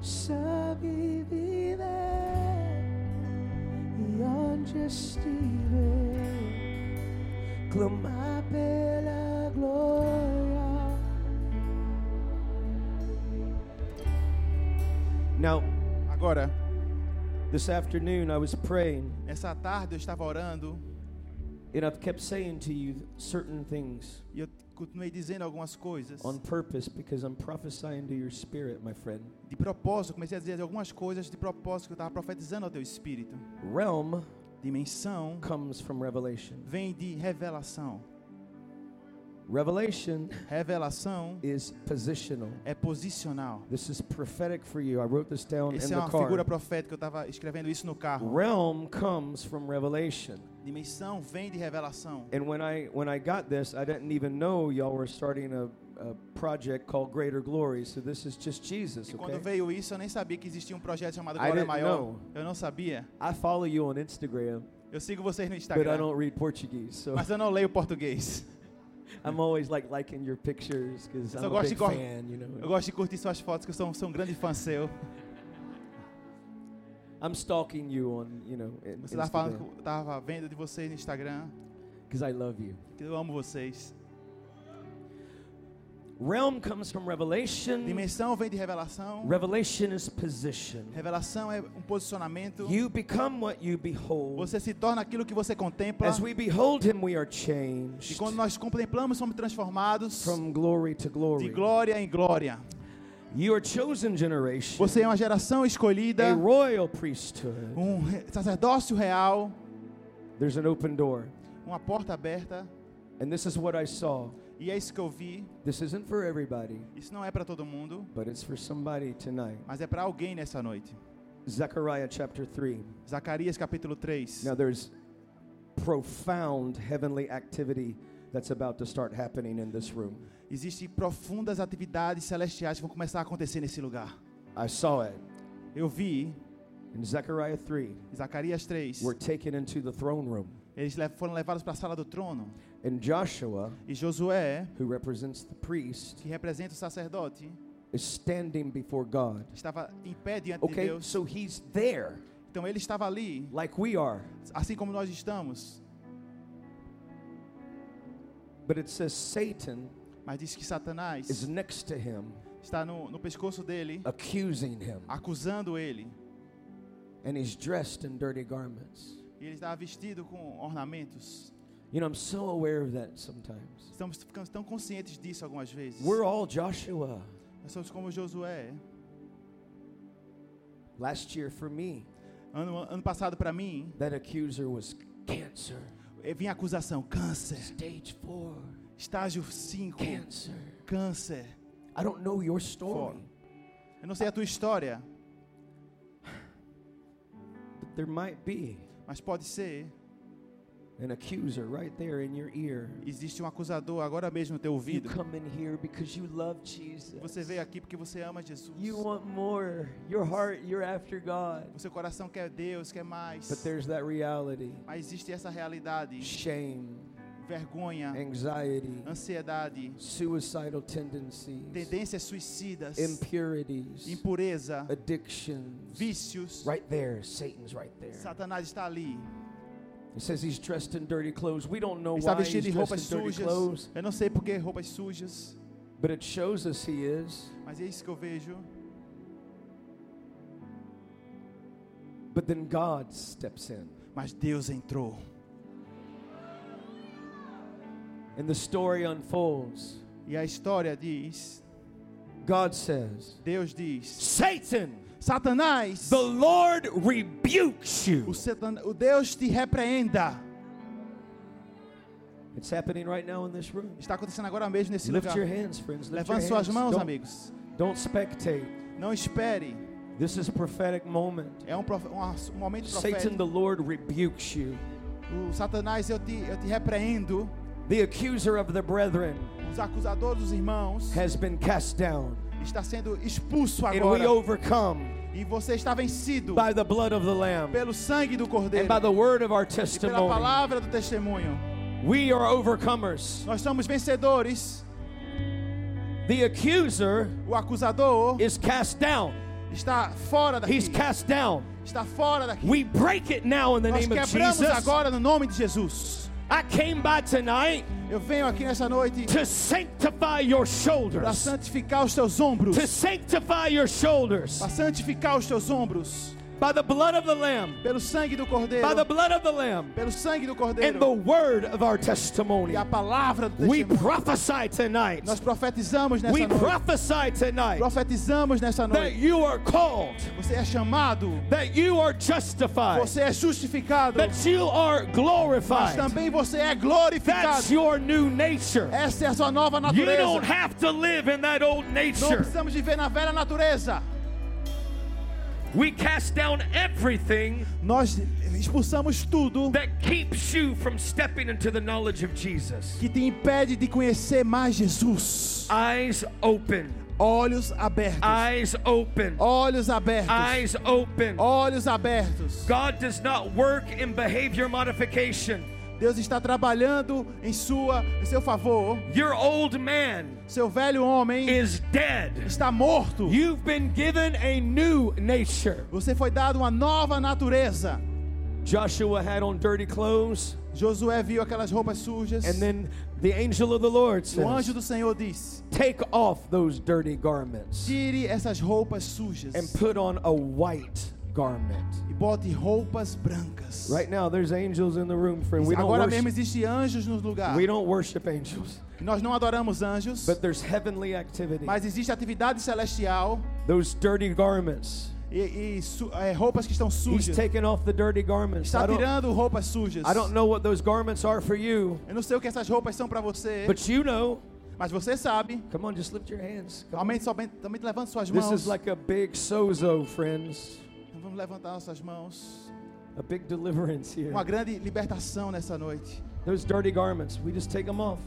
Speaker 5: sabe viver e onde estiver clamar pela glória Now,
Speaker 4: Agora,
Speaker 5: this afternoon I was praying
Speaker 4: nessa tarde eu estava orando
Speaker 5: And I've kept saying to you certain things
Speaker 4: e eu continuei dizendo algumas coisas.
Speaker 5: on purpose because I'm prophesying to your spirit, my friend.
Speaker 4: De propósito, comecei a dizer algumas coisas de propósito que eu estava profetizando ao teu espírito.
Speaker 5: Realm
Speaker 4: Dimensão
Speaker 5: comes from revelation.
Speaker 4: vem de revelação.
Speaker 5: Revelation
Speaker 4: Revelação
Speaker 5: is positional.
Speaker 4: é posicional.
Speaker 5: This is prophetic for you. I wrote this down in
Speaker 4: Essa é
Speaker 5: the
Speaker 4: uma
Speaker 5: card.
Speaker 4: figura profética, eu estava escrevendo isso no carro.
Speaker 5: Realm comes from revelation.
Speaker 4: Dimensão vem de revelação.
Speaker 5: And when I when I got this, I didn't even know y'all were starting a, a project called Greater Glory. So this is just Jesus,
Speaker 4: E quando
Speaker 5: okay?
Speaker 4: veio isso, eu nem sabia que existia um projeto chamado
Speaker 5: I
Speaker 4: Glória
Speaker 5: didn't
Speaker 4: Maior.
Speaker 5: know.
Speaker 4: Eu não sabia.
Speaker 5: I follow you on Instagram,
Speaker 4: Eu sigo vocês no
Speaker 5: but I
Speaker 4: Instagram,
Speaker 5: don't read Portuguese. So
Speaker 4: mas eu não leio português.
Speaker 5: I'm always like liking your pictures because
Speaker 4: Eu
Speaker 5: I'm
Speaker 4: só
Speaker 5: a
Speaker 4: gosto
Speaker 5: big
Speaker 4: de cor-
Speaker 5: fan, you know.
Speaker 4: Eu gosto de curtir suas fotos, que eu sou, um- sou um grande fã seu.
Speaker 5: I'm stalking you on, you know, in-
Speaker 4: Você estava falando
Speaker 5: Instagram
Speaker 4: que eu estava vendo de vocês no Instagram,
Speaker 5: because I love you.
Speaker 4: que eu amo vocês.
Speaker 5: Realm comes from revelation.
Speaker 4: Dimensão vem de revelação.
Speaker 5: Revelation is position.
Speaker 4: Revelação é um posicionamento.
Speaker 5: You become what you behold.
Speaker 4: Você se torna aquilo que você contempla.
Speaker 5: As we behold Him, we are
Speaker 4: E
Speaker 5: changed
Speaker 4: quando nós contemplamos, somos transformados
Speaker 5: from glory to
Speaker 4: de
Speaker 5: glory.
Speaker 4: glória em glória.
Speaker 5: You are chosen generation,
Speaker 4: Você é uma geração escolhida,
Speaker 5: a royal priesthood.
Speaker 4: um re- sacerdócio real,
Speaker 5: There's an open door,
Speaker 4: uma porta aberta.
Speaker 5: and this is what I saw.
Speaker 4: E é isso que eu vi.
Speaker 5: This isn't for everybody,
Speaker 4: Isso não é para todo mundo,
Speaker 5: but it's for somebody tonight.
Speaker 4: mas é para alguém nessa noite.
Speaker 5: Zechariah chapter three.
Speaker 4: Zacarias capítulo 3.
Speaker 5: Now there's profound heavenly activity that's about to start happening in this room.
Speaker 4: Existem profundas atividades celestiais que vão começar a acontecer nesse lugar.
Speaker 5: I saw it.
Speaker 4: Eu vi
Speaker 5: In Zechariah 3,
Speaker 4: Em Zacarias 3,
Speaker 5: we're taken into the throne room.
Speaker 4: eles le- foram levados para a sala do trono.
Speaker 5: And Joshua,
Speaker 4: E Josué,
Speaker 5: who represents the priest,
Speaker 4: que representa o sacerdote,
Speaker 5: is standing before God.
Speaker 4: estava em pé diante de
Speaker 5: Okay,
Speaker 4: Deus.
Speaker 5: so he's there,
Speaker 4: Então ele estava ali,
Speaker 5: like we are.
Speaker 4: assim como nós estamos.
Speaker 5: But it says Satan
Speaker 4: Mas diz que Satanás
Speaker 5: is next to him,
Speaker 4: está no, no pescoço dele,
Speaker 5: accusing him.
Speaker 4: acusando ele.
Speaker 5: And he's dressed in dirty garments.
Speaker 4: E ele estava vestido com ornamentos.
Speaker 5: You know, I'm so aware of that sometimes.
Speaker 4: Estamos ficando tão conscientes disso algumas vezes.
Speaker 5: We're all Joshua.
Speaker 4: Nós somos como Josué.
Speaker 5: Last year for me,
Speaker 4: Ano, ano passado, para mim,
Speaker 5: that accuser was cancer,
Speaker 4: eh, vinha a acusação: câncer,
Speaker 5: stage four,
Speaker 4: estágio 5,
Speaker 5: cancer.
Speaker 4: câncer.
Speaker 5: I don't know your story,
Speaker 4: Eu não sei a tua história,
Speaker 5: but there might be
Speaker 4: mas pode ser.
Speaker 5: an accuser right there in your ear.
Speaker 4: Existe um acusador agora mesmo no teu
Speaker 5: You
Speaker 4: ouvido.
Speaker 5: come in here because you love Jesus.
Speaker 4: Você veio aqui porque você ama Jesus.
Speaker 5: You want more. Your heart, you're after God.
Speaker 4: O seu coração quer Deus, quer mais.
Speaker 5: But there's that reality
Speaker 4: Mas existe essa realidade:
Speaker 5: shame,
Speaker 4: vergonha,
Speaker 5: anxiety,
Speaker 4: ansiedade,
Speaker 5: suicidal tendencies,
Speaker 4: tendências suicidas,
Speaker 5: impurities,
Speaker 4: impureza,
Speaker 5: addictions.
Speaker 4: vícios.
Speaker 5: Right there, Satan's right there.
Speaker 4: Satanás está ali.
Speaker 5: He says he's dressed in dirty clothes. We don't know
Speaker 4: Ele está
Speaker 5: why he's
Speaker 4: vestido de
Speaker 5: dressed
Speaker 4: roupas
Speaker 5: in dirty
Speaker 4: sujas.
Speaker 5: clothes,
Speaker 4: Eu não sei por que roupas sujas,
Speaker 5: but it shows us he is.
Speaker 4: mas é isso que eu vejo.
Speaker 5: But then God steps in.
Speaker 4: Mas Deus entrou.
Speaker 5: And the story unfolds.
Speaker 4: E a história diz:
Speaker 5: God says,
Speaker 4: Deus diz,
Speaker 5: Satan,
Speaker 4: Satanás,
Speaker 5: the Lord rebukes
Speaker 4: o,
Speaker 5: you.
Speaker 4: Satan- o Deus te repreenda.
Speaker 5: It's happening right now in this room.
Speaker 4: Está acontecendo agora mesmo nesse
Speaker 5: Lift
Speaker 4: lugar.
Speaker 5: your hands, friends. Lift
Speaker 4: Levante
Speaker 5: your hands.
Speaker 4: suas mãos,
Speaker 5: don't,
Speaker 4: amigos.
Speaker 5: don't spectate.
Speaker 4: Não espere.
Speaker 5: This is a prophetic moment.
Speaker 4: É um, prof- um ass- um momento
Speaker 5: Satan,
Speaker 4: profético.
Speaker 5: the Lord rebukes you.
Speaker 4: O Satanás, eu te, eu te repreendo.
Speaker 5: The accuser of the brethren
Speaker 4: Os acusadores dos irmãos
Speaker 5: has been cast down.
Speaker 4: está sendo expulso
Speaker 5: And we
Speaker 4: agora.
Speaker 5: overcome
Speaker 4: E você está vencido
Speaker 5: by the blood of the Lamb
Speaker 4: pelo sangue do Cordeiro
Speaker 5: and by the word of our
Speaker 4: e pela
Speaker 5: testimony.
Speaker 4: palavra do testemunho.
Speaker 5: We are overcomers.
Speaker 4: Nós somos vencedores.
Speaker 5: The accuser
Speaker 4: O acusador
Speaker 5: is cast down.
Speaker 4: está fora daqui.
Speaker 5: He's cast down.
Speaker 4: Está fora daqui.
Speaker 5: We break it now in the
Speaker 4: Nós
Speaker 5: name of
Speaker 4: quebramos
Speaker 5: Jesus.
Speaker 4: agora no nome de Jesus.
Speaker 5: I came by tonight
Speaker 4: Eu venho aqui nessa noite
Speaker 5: to sanctify your
Speaker 4: para
Speaker 5: shoulders.
Speaker 4: santificar os teus ombros.
Speaker 5: To sanctify your shoulders
Speaker 4: Para santificar os teus ombros
Speaker 5: by the blood of the Lamb,
Speaker 4: pelo sangue do Cordeiro.
Speaker 5: by the blood of the Lamb,
Speaker 4: Pelo sangue do
Speaker 5: and the
Speaker 4: Cordeiro
Speaker 5: word of our testimony.
Speaker 4: e a palavra do
Speaker 5: We
Speaker 4: testemunho.
Speaker 5: prophesy tonight.
Speaker 4: Nós profetizamos nessa
Speaker 5: We
Speaker 4: noite.
Speaker 5: prophesy tonight
Speaker 4: Profetizamos nessa
Speaker 5: that
Speaker 4: noite.
Speaker 5: you are called,
Speaker 4: Você é chamado,
Speaker 5: that you are justified,
Speaker 4: você é justificado,
Speaker 5: that you are
Speaker 4: mas
Speaker 5: glorified.
Speaker 4: também você é
Speaker 5: That's
Speaker 4: glorificado.
Speaker 5: your new nature.
Speaker 4: Essa é a sua nova
Speaker 5: You don't
Speaker 4: natureza.
Speaker 5: have to live in that old
Speaker 4: Não
Speaker 5: nature.
Speaker 4: precisamos viver na velha natureza.
Speaker 5: We cast down everything
Speaker 4: Nós expulsamos tudo
Speaker 5: that keeps you from stepping into the knowledge of Jesus.
Speaker 4: que te impede de conhecer mais Jesus.
Speaker 5: Eyes open,
Speaker 4: Olhos abertos.
Speaker 5: eyes open,
Speaker 4: Olhos abertos.
Speaker 5: eyes open.
Speaker 4: Olhos abertos.
Speaker 5: God does not work in behavior modification.
Speaker 4: Deus está trabalhando em sua em seu favor.
Speaker 5: Your old man
Speaker 4: Seu velho homem
Speaker 5: is dead.
Speaker 4: está morto.
Speaker 5: You've been given a new nature.
Speaker 4: Você foi dado uma nova natureza.
Speaker 5: Joshua had on dirty clothes,
Speaker 4: Josué viu aquelas roupas sujas.
Speaker 5: and then the angel of the Lord
Speaker 4: o anjo
Speaker 5: says,
Speaker 4: do Senhor disse:
Speaker 5: Take off those dirty garments
Speaker 4: Tire essas roupas sujas
Speaker 5: and put on a white garment.
Speaker 4: e bote roupas brancas.
Speaker 5: Right now, there's angels in the room, friend. We don't,
Speaker 4: Agora mesmo
Speaker 5: worship,
Speaker 4: existem anjos no lugar.
Speaker 5: we don't worship angels,
Speaker 4: Nós não adoramos anjos,
Speaker 5: but there's heavenly activity.
Speaker 4: mas existe atividade celestial
Speaker 5: Those dirty garments.
Speaker 4: e, e su- é, roupas que estão
Speaker 5: He's
Speaker 4: sujas.
Speaker 5: taking off the dirty garments. I
Speaker 4: Está
Speaker 5: don't,
Speaker 4: tirando roupas sujas.
Speaker 5: I don't know what those garments are for you,
Speaker 4: Eu não sei o que essas roupas são para você,
Speaker 5: but you know.
Speaker 4: mas você sabe.
Speaker 5: Come on, just lift your hands. Come on.
Speaker 4: Aumente, somente, também levante suas
Speaker 5: This
Speaker 4: mãos.
Speaker 5: is like a big sozo, friends.
Speaker 4: Vamos levantar nossas mãos.
Speaker 5: A big deliverance here.
Speaker 4: Uma grande libertação nessa noite.
Speaker 5: Those dirty garments, we just take them off.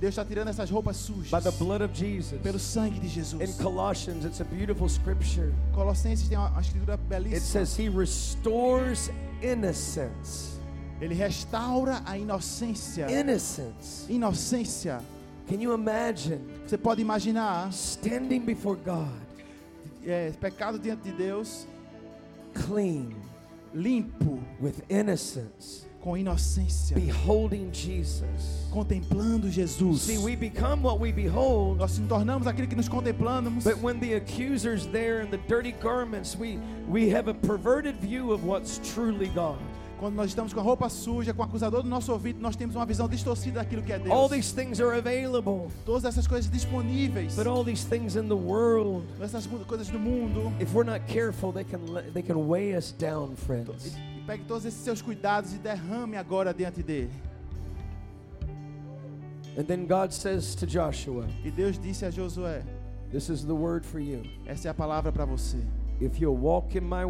Speaker 4: Deus está tirando essas roupas sujas
Speaker 5: by the blood of Jesus.
Speaker 4: pelo sangue de
Speaker 5: In
Speaker 4: Jesus.
Speaker 5: Colossians, it's a beautiful scripture.
Speaker 4: Colossenses tem uma uma escritura
Speaker 5: It
Speaker 4: belíssima.
Speaker 5: says, He restores innocence.
Speaker 4: Ele restaura a inocência.
Speaker 5: Innocence.
Speaker 4: Inocência.
Speaker 5: Can you imagine
Speaker 4: Você pode imaginar
Speaker 5: standing before God,
Speaker 4: é, pecado diante de Deus,
Speaker 5: clean,
Speaker 4: limpo,
Speaker 5: with innocence,
Speaker 4: com inocência,
Speaker 5: beholding Jesus?
Speaker 4: contemplando Jesus.
Speaker 5: See, we become what we behold,
Speaker 4: Nós nos tornamos aquilo que nos contemplamos.
Speaker 5: but when the accuser's there in the dirty garments, we, we have a perverted view of what's truly God.
Speaker 4: Quando nós estamos com a roupa suja, com o acusador do nosso ouvido, nós temos uma visão distorcida daquilo que é
Speaker 5: All
Speaker 4: Deus.
Speaker 5: these things are available,
Speaker 4: Todas essas coisas disponíveis,
Speaker 5: but all these things in the world,
Speaker 4: essas mu- coisas do mundo.
Speaker 5: if we're not careful, they can, le- they can weigh us down, friends.
Speaker 4: E e pegue todos esses seus cuidados e derrame agora diante dele.
Speaker 5: And then God says to Joshua,
Speaker 4: E Deus disse a Josué:
Speaker 5: This is the word for you.
Speaker 4: Essa é a palavra para você.
Speaker 5: If you'll walk in my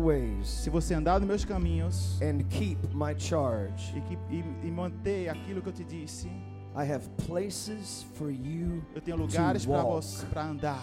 Speaker 4: Se
Speaker 5: ways
Speaker 4: você andar nos meus caminhos
Speaker 5: and keep my charge,
Speaker 4: e, que, e, e manter aquilo que eu te disse,
Speaker 5: I have places for you.
Speaker 4: eu tenho
Speaker 5: to
Speaker 4: lugares para
Speaker 5: walk.
Speaker 4: você para andar.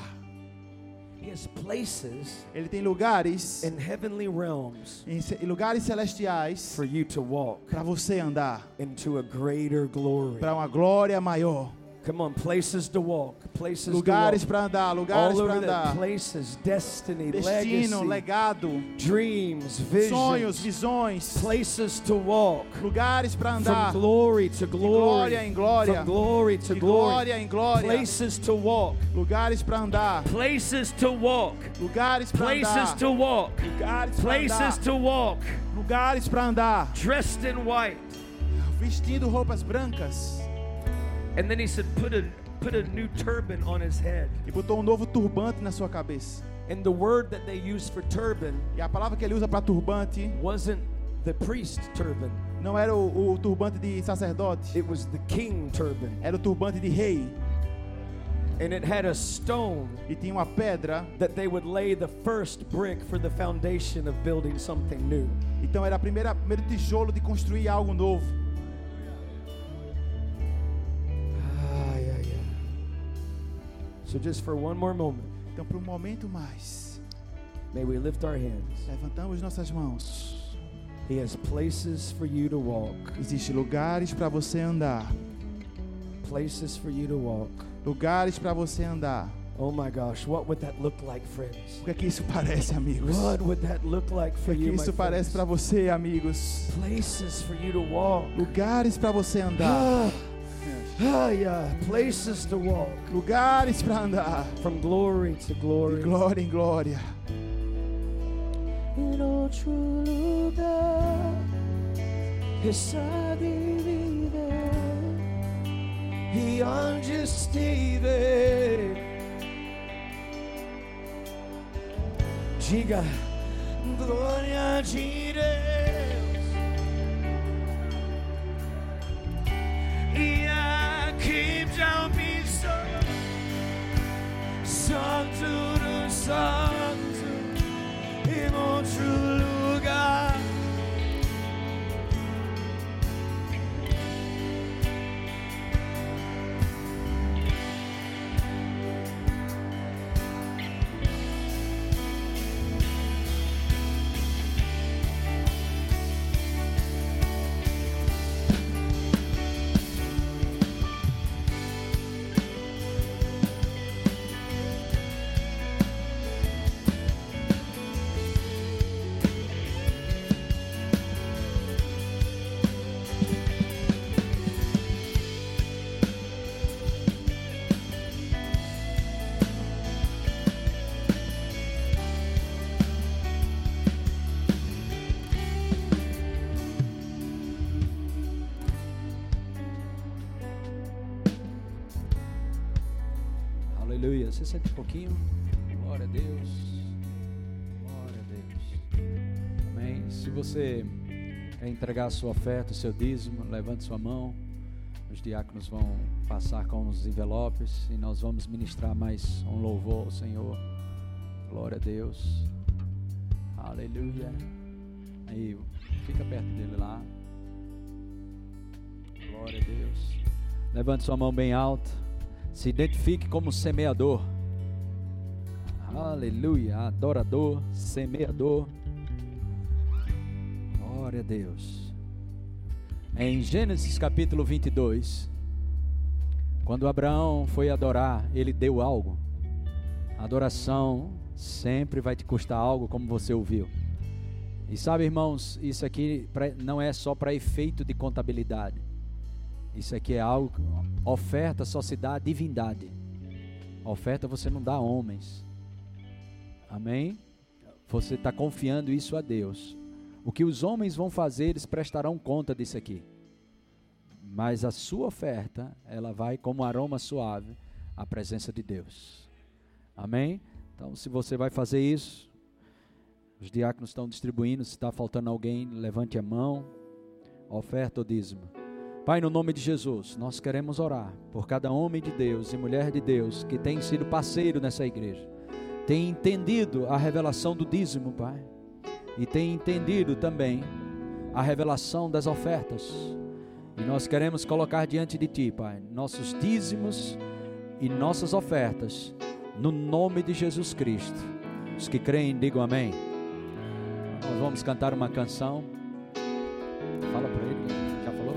Speaker 5: He has places
Speaker 4: Ele tem lugares
Speaker 5: in heavenly realms
Speaker 4: em ce- lugares celestiais
Speaker 5: for you to walk
Speaker 4: para você andar
Speaker 5: into a greater glory.
Speaker 4: para uma glória maior.
Speaker 5: Come on, places to walk, places
Speaker 4: Lugares
Speaker 5: to
Speaker 4: para andar,
Speaker 5: walk. All
Speaker 4: lugares para
Speaker 5: over
Speaker 4: andar.
Speaker 5: that places, destiny,
Speaker 4: Destino,
Speaker 5: legacy,
Speaker 4: legado,
Speaker 5: dreams, visions,
Speaker 4: sonhos, visões,
Speaker 5: places to walk.
Speaker 4: lugares para
Speaker 5: From
Speaker 4: andar.
Speaker 5: glory to glory,
Speaker 4: glória em glória.
Speaker 5: from glory to
Speaker 4: De
Speaker 5: glory,
Speaker 4: glória em glória.
Speaker 5: places to walk,
Speaker 4: Lugares para andar.
Speaker 5: places to walk,
Speaker 4: Lugares para
Speaker 5: places
Speaker 4: andar.
Speaker 5: to walk,
Speaker 4: Lugares para
Speaker 5: places
Speaker 4: andar.
Speaker 5: to walk,
Speaker 4: Lugares para andar.
Speaker 5: dressed in white.
Speaker 4: Vestindo roupas brancas.
Speaker 5: And then he said, put a put a new turban on his head.
Speaker 4: E botou um novo turbante na sua cabeça.
Speaker 5: And the word that they used for turban
Speaker 4: E a palavra que ele usa para turbante
Speaker 5: wasn't the priest turban;
Speaker 4: não era o, o turbante de sacerdote,
Speaker 5: it was the king turban,
Speaker 4: era o turbante de rei.
Speaker 5: and it had a stone.
Speaker 4: E tinha uma pedra.
Speaker 5: That they would lay the first brick for the foundation of building something new.
Speaker 4: Então era a primeira primeiro tijolo de construir algo novo.
Speaker 5: Ah, yeah, yeah. So, just for one more moment,
Speaker 4: Então por um momento mais,
Speaker 5: may we lift our hands.
Speaker 4: levantamos nossas mãos.
Speaker 5: He has places for you to walk,
Speaker 4: Existem lugares para você andar,
Speaker 5: places for you to walk.
Speaker 4: lugares para você andar.
Speaker 5: Oh my gosh, what would that look like, friends?
Speaker 4: O que é que isso parece, amigos?
Speaker 5: What would that look like
Speaker 4: O que
Speaker 5: for
Speaker 4: é que
Speaker 5: you, my
Speaker 4: isso parece para
Speaker 5: friends?
Speaker 4: você, amigos?
Speaker 5: Places for you to walk.
Speaker 4: Lugares para você andar,
Speaker 5: Ah, ah, yeah, places to walk
Speaker 4: lugares para andar.
Speaker 5: from glory to
Speaker 4: De
Speaker 5: glory.
Speaker 4: glória em glória.
Speaker 5: En otro lugar esa divide y onde estive diga glória de Deus e aqui já me sou santo santo em outro oh, lugar. Aleluia. Você sente um pouquinho?
Speaker 2: Glória a Deus. Glória a Deus. Amém. Se você quer entregar a sua oferta, o seu dízimo, levante sua mão. Os diáconos vão passar com os envelopes e nós vamos ministrar mais um louvor ao Senhor. Glória a Deus. Aleluia. Aí, fica perto dele lá. Glória a Deus. Levante sua mão bem alta. Se identifique como semeador. Aleluia. Adorador, semeador. Glória a Deus. Em Gênesis capítulo 22, quando Abraão foi adorar, ele deu algo. A adoração sempre vai te custar algo, como você ouviu. E sabe, irmãos, isso aqui pra- não é só para efeito de contabilidade. Isso aqui é algo. Oferta só se dá à divindade. Oferta você não dá a homens. Amém? Você está confiando isso a Deus. O que os homens vão fazer, eles prestarão conta disso aqui. Mas a sua oferta, ela vai como aroma suave à presença de Deus. Amém? Então, se você vai fazer isso, os diáconos estão distribuindo. Se está faltando alguém, levante a mão. Oferta ou dízimo. Pai, no nome de Jesus, nós queremos orar por cada homem de Deus e mulher de Deus que tem sido parceiro nessa igreja, tem entendido a revelação do dízimo, Pai, e tem entendido também a revelação das ofertas. E nós queremos colocar diante de Ti, Pai, nossos dízimos e nossas ofertas, no nome de Jesus Cristo. Os que creem, digam amém. Nós vamos cantar uma canção. Fala para ele, já falou?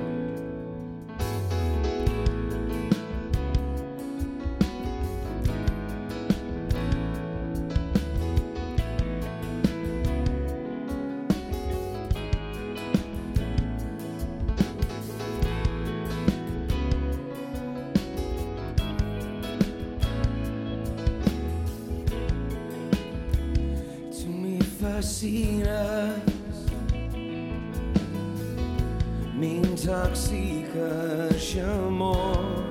Speaker 3: Tú me fascinas, me
Speaker 5: uh,
Speaker 3: intoxicas amor.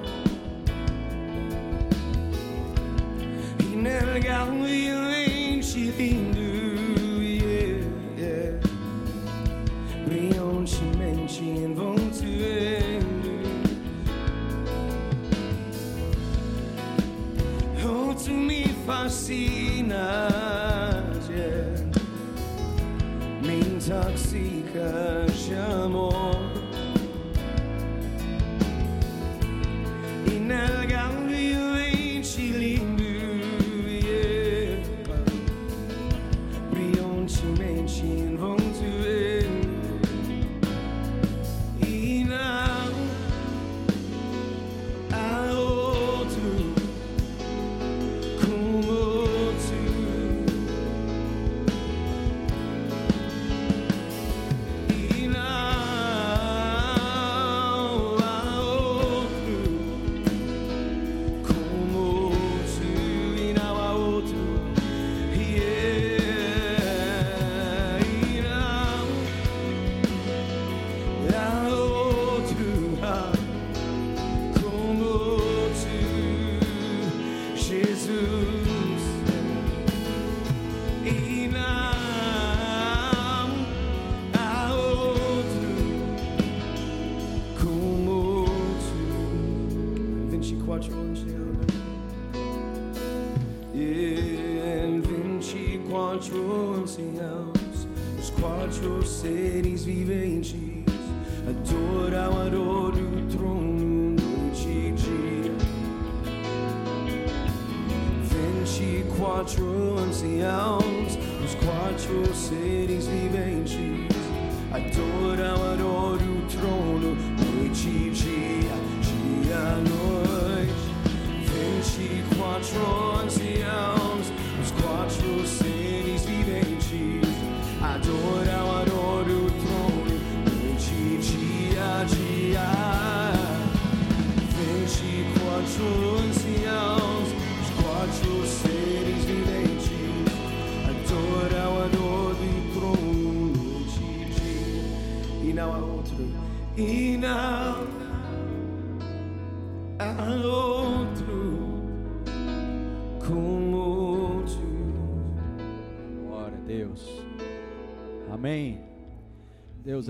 Speaker 3: Y en el gaudiente lindo, yeah, yeah. Brilhantemente envolvendo. Oh, tu me fascinas, yeah. me intoxicas de amor. Inalgavelmente lindo, yeah. brilhantemente envolvendo. E não há outro como tu e não há outro como tu e não há outro yeah. e não há outro ah como tu, Jesus, e não há outro como tu. 24 anos de alma. Em 24 anciãos, os quatro seres viventes adoram a dor do trono noite e dia. 24 anciãos, os quatro seres viventes adoram a dor do trono noite e dia, dia e noite. 24 anciãos, os quatro seres viventes adoram a dor do trono noite e dia, dia. 24 anciãos, os quatro seres viventes, adoram a dor do trono noite e dia. E não há outro, e não há outro como um. tu.
Speaker 2: Glória a Deus. Amém. Deus